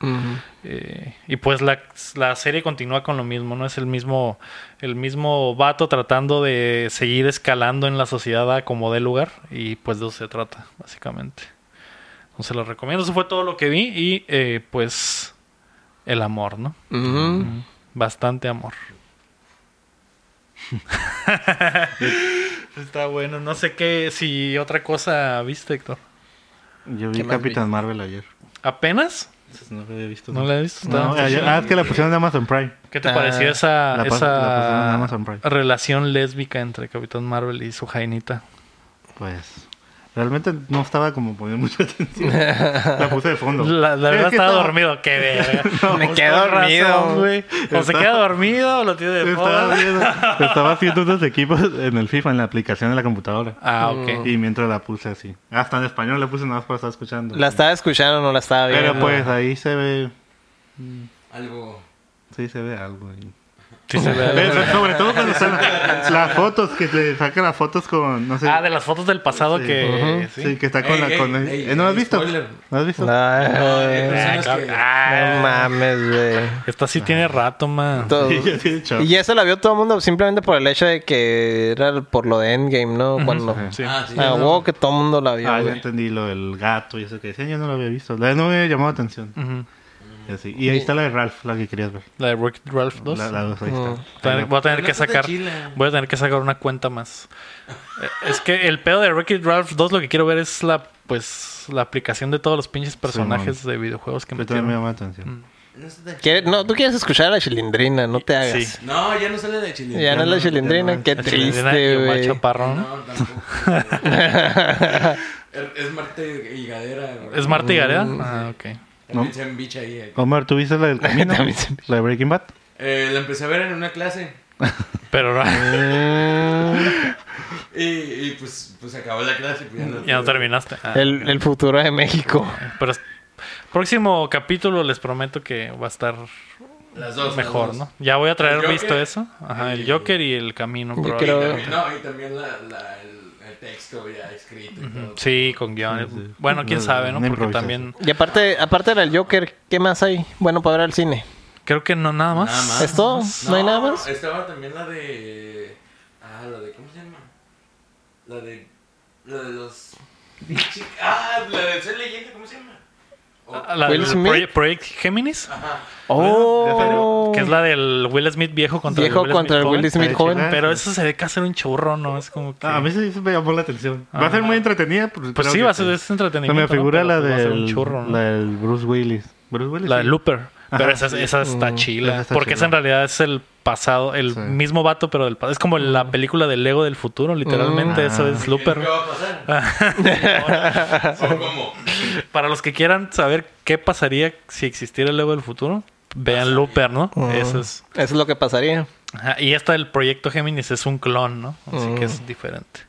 S1: Eh, y pues la, la serie continúa con lo mismo, ¿no? Es el mismo, el mismo vato tratando de seguir escalando en la sociedad a como dé lugar. Y pues de eso se trata, básicamente. Entonces lo recomiendo. Eso fue todo lo que vi. Y eh, pues el amor, ¿no?
S2: Ujú.
S1: Bastante amor. Está bueno. No sé qué, si otra cosa viste, Héctor.
S4: Yo
S2: ¿Qué
S4: vi
S2: más
S4: Capitán Marvel ayer.
S1: ¿Apenas?
S4: No la había visto.
S1: No la he visto.
S4: Pues No,
S1: Está-
S4: ayer- ah, es que la pusieron de Amazon Prime.
S1: ¿Qué te
S2: Ah,
S1: pareció esa,
S4: la pas-
S1: esa
S4: la pasaron en Amazon Prime.
S1: relación lésbica entre Capitán Marvel y su jainita?
S4: Pues realmente no estaba como poniendo mucha atención. La puse de fondo.
S1: La, la
S4: Es
S1: verdad
S4: que
S1: estaba
S4: estaba-
S1: dormido, qué verga.
S2: Me
S1: Con
S2: quedé dormido.
S1: razón, güey. O se
S4: Estaba-
S1: queda dormido o lo tiene de
S4: Estaba,
S1: fondo.
S4: viendo- estaba haciendo unos equipos en el FIFA, en la aplicación de la computadora.
S1: Ah,
S3: Mm.
S1: ok.
S4: Y mientras la puse así. Hasta en español la puse nada más para estar escuchando.
S2: La estaba escuchando, no la estaba viendo.
S4: Pero pues ahí se ve.
S3: Algo.
S4: Sí, se ve algo. ahí.
S1: Sí se ve.
S4: Pero sobre todo cuando están las, las fotos, que le sacan las fotos con. No sé.
S1: Ah, de las fotos del pasado
S4: Sí.
S1: que...
S4: Ujú.
S1: sí.
S4: Sí, que está con
S3: Ey,
S4: la.
S3: ey,
S4: con-
S3: ey,
S4: eh, ¿No lo has
S3: ey,
S4: visto?
S3: spoiler.
S4: ¿No has visto?
S2: No,
S3: hay
S2: güey.
S1: Ah,
S3: personas
S1: cab-
S3: que-
S1: ah,
S2: No mames, güey.
S1: Esta
S4: Ah.
S1: sí tiene rato, man.
S2: Todo-
S4: Sí, yo sí he dicho.
S2: Y ya se la vio todo el mundo simplemente por el hecho de que era por lo de Endgame, ¿no? Cuando...
S1: Sí.
S3: Ah, sí.
S2: Ah, wow, que todo el mundo la vio,
S4: Ah, ya
S2: güey.
S4: entendí lo del gato y eso que decían. Yo no lo había visto. La- No me había llamado atención.
S1: Ujú.
S4: Y, así. y ahí está la de Ralph, la que querías ver.
S1: La de Rocket Ralph 2.
S4: La, la dos, ahí está.
S1: Tener- Voy a tener
S3: Pero
S1: que
S3: está
S1: sacar.
S3: chila.
S1: Voy a tener que sacar una cuenta más. Eh, es que el pedo de Wreck-It Ralph 2 lo que quiero ver es la pues la aplicación de todos los pinches personajes de videojuegos que
S4: Pero también me
S1: metieron.
S4: llamó la atención.
S3: No está tan
S2: ¿Quieres-
S3: chila.
S2: No, tú quieres escuchar a la chilindrina, no te hagas.
S1: Sí.
S3: No, ya no sale de Chile.
S2: Ya no es la
S4: no, ya
S2: chilindrina,
S4: no.
S2: qué
S1: La chilindrina y
S2: triste,
S1: Omar
S2: güey.
S1: Chaparrón.
S3: No, tampoco. Es- es Marte y Gadera. güey.
S1: ¿Es Marta y Gareda?
S4: Mm.
S1: Ah, ok.
S3: También
S4: No.
S3: se embicha ahí. eh.
S4: Mm. Omar, ¿tú viste la del camino?
S2: También se-
S4: la de Breaking Bad.
S3: Eh, la empecé a ver en una clase.
S1: Pero no-
S2: Mm,
S3: Y, y pues, pues acabó la clase. Pues ya no,
S1: ya no terminaste. Ah,
S2: el, el futuro de México.
S1: Pero es- próximo capítulo les prometo que va a estar
S3: Las dos. las
S1: mejor,
S3: dos.
S1: ¿no? Ya voy a traer
S3: El Joker.
S1: visto eso. Ajá, el
S3: Y-
S1: Joker y el camino.
S2: Yo
S3: Y
S1: probablemente.
S2: creo-
S3: también, no, y también la, la- el, el texto ya escrito y todo.
S1: Sí, con guiones.
S4: Sí, sí.
S1: Bueno, quién
S4: Una-
S1: sabe, ¿no?
S4: una
S1: Porque
S4: improvisación.
S1: también...
S2: Y aparte, aparte del Joker, ¿qué más hay? Bueno, para ver al cine.
S1: Creo que Ah, no, nada más.
S3: Nada más.
S2: ¿Es todo? ¿No hay nada más?
S3: Estaba también la de. Ah, la de. ¿Cómo se llama? La de. La de los. pinche- Ah, la de ser leyenda, ¿cómo se llama? O-
S1: Ah, La
S2: Will
S1: del
S2: Smith.
S1: Proye- Project Géminis,
S3: Ajá.
S2: Oh,
S1: que es la del Will Smith viejo contra
S2: viejo
S1: el Will
S2: contra
S1: Smith
S2: el
S1: joven. Ah,
S2: Will Smith
S4: Está
S2: joven.
S4: chida.
S1: Pero eso se ve que hacer un churro, ¿no? Es como que...
S4: Ah, a mí sí sí me llamó la atención. Va a ser muy entretenida. Pues,
S1: Ah, pues sí, va a ser es
S4: Se
S1: entretenimiento.
S4: me figura
S1: ¿no?
S4: la
S1: Pero pues va a ser
S4: del,
S1: un churro, ¿no?
S4: la del Bruce Willis. Bruce Willis.
S1: La de
S4: sí.
S1: Looper. Pero
S4: Ajá,
S1: esa,
S4: sí.
S1: esa está
S2: Mm,
S1: chila.
S4: esa está
S1: porque esa en
S4: chila.
S1: realidad es el pasado, el
S4: Sí.
S1: mismo vato, pero del pasado. Es como
S2: Mm.
S1: la película del Lego del futuro, literalmente.
S4: Mm.
S1: Eso
S2: Ah.
S1: es Looper.
S3: ¿Qué va a pasar? ¿O cómo?
S1: Para los que quieran saber qué pasaría si existiera el Lego del futuro, vean Looper, ¿no?
S2: Mm.
S1: Eso es.
S2: Eso es lo que pasaría.
S1: Ajá, y esta del proyecto Géminis es un clon, ¿no? Así
S2: Mm.
S1: que es diferente.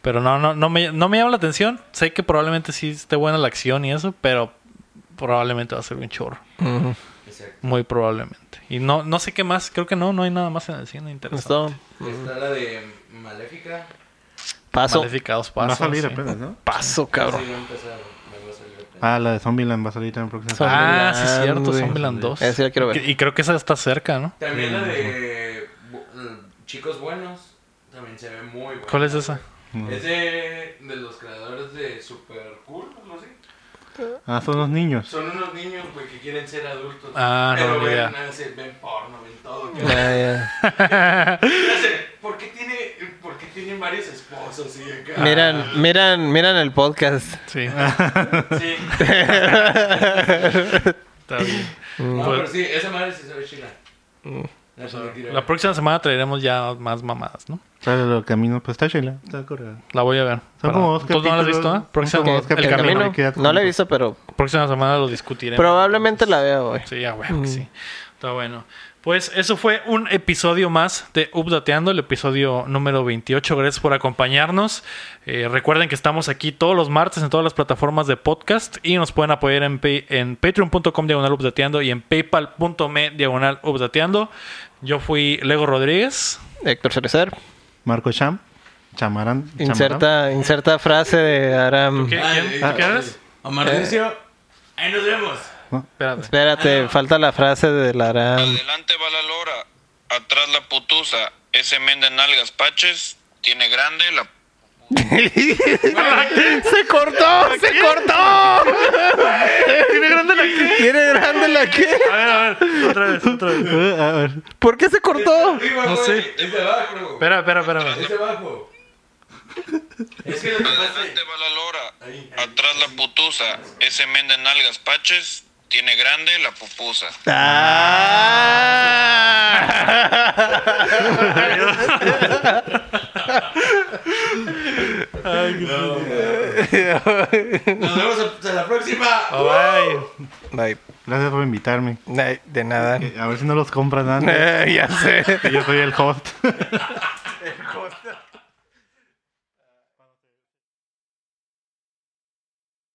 S1: Pero no, no, no me, no me llama la atención. Sé que probablemente sí esté buena la acción y eso, pero probablemente va a ser un chorro.
S2: Ujú.
S3: Exacto.
S1: Muy probablemente. Y no, no sé qué más, creo que no, no hay nada más en el cine
S2: Es
S1: interesante.
S2: todo.
S3: Está la de Maléfica.
S2: Paso.
S1: Maleficados
S4: Va a
S1: pasos,
S4: salir
S1: sí.
S4: apenas, ¿no?
S2: Paso,
S3: Sí,
S2: cabrón.
S3: va a empezar. Me va a salir apenas.
S4: Ah, la de Zombieland va a salir también próxima.
S2: Zombie-
S1: Ah, sí, es
S2: Zombieland,
S1: cierto,
S2: güey.
S1: Zombieland 2.
S2: Esa ya quiero ver.
S1: Y, y creo que esa está cerca, ¿no?
S3: También la de bu- Chicos Buenos. También se ve muy buena.
S1: ¿Cuál es esa?
S4: Mm.
S3: Es de, de los creadores de Super Cool, no sé.
S4: Ah, son los niños.
S3: Son unos niños güey, que quieren ser adultos.
S1: Ah, no,
S3: pero
S1: ni
S3: ven,
S1: idea. Mm.
S3: eh, se ven porno, ven todo. ¿qué hacen?
S2: Ah,
S3: ¿Por qué tiene, por qué tienen varios esposos y acá?
S1: Ah.
S2: ya. Miran, miran, miran el podcast.
S1: Sí,
S3: Sí.
S1: está bien.
S3: No,
S1: Pues- Mm.
S3: pero sí, esa madre sí se ve chila. La, tengo que ir a
S1: La
S3: ver.
S1: próxima semana traeremos ya más mamadas, ¿no?
S4: Sale los caminos. Pues está chila. Está curada.
S1: La voy a ver.
S4: Son
S1: Para-
S4: como dos
S1: ¿Tú no la has
S4: capítulos.
S1: visto, ah?
S4: Son
S1: Próxima,
S4: como dos
S1: el
S4: capítulos.
S1: camino.
S4: Hay que dar
S2: No la he
S4: tiempo.
S2: visto, pero
S1: Próxima semana lo discutiremos.
S2: probablemente la vea hoy.
S1: Sí, ya, güey, que sí. Está bueno. Pues eso fue un episodio más de Updateando, el episodio número 28. Gracias por acompañarnos. Eh, recuerden que estamos aquí todos los martes en todas las plataformas de podcast y nos pueden apoyar en, pay- en patreon.com diagonal updateando y en paypal.me diagonal updateando. Yo fui Lego Rodríguez.
S2: Héctor Cerecer,
S4: Marco Cham. Chamarán. Chamarán.
S2: inserta, inserta frase de Aram.
S1: ¿Qué-
S3: Ah,
S1: quién-
S3: eh,
S1: tú qué eres?
S3: Omar Decio, ahí nos vemos.
S1: Espérate.
S2: Espérate, falta la frase del Aram.
S6: Adelante va la lora, atrás la putusa, ese men de nalgas paches, tiene grande la
S2: ¡Se cortó! ¡Se cortó!
S1: Tiene grande la que.
S2: ¿Tiene grande la que?
S1: A ver, a ver. Otra vez, otra vez.
S4: Eh, a ver.
S2: ¿Por qué se cortó?
S3: Arriba,
S1: No
S3: güey.
S1: sé.
S3: Es de abajo.
S1: Espera, espera, espera.
S3: Es de abajo. Es que lo que pasa es-
S6: Adelante va la lora, atrás la putusa. Ese men de nalgas paches tiene grande la pupusa.
S1: Ah.
S3: Nos vemos hasta la próxima.
S1: Bye.
S2: Ay,
S4: Gracias por invitarme.
S2: ay, de nada.
S4: Eh, A ver si no los compran antes.
S2: Eh, ya sé.
S4: que Yo soy el host.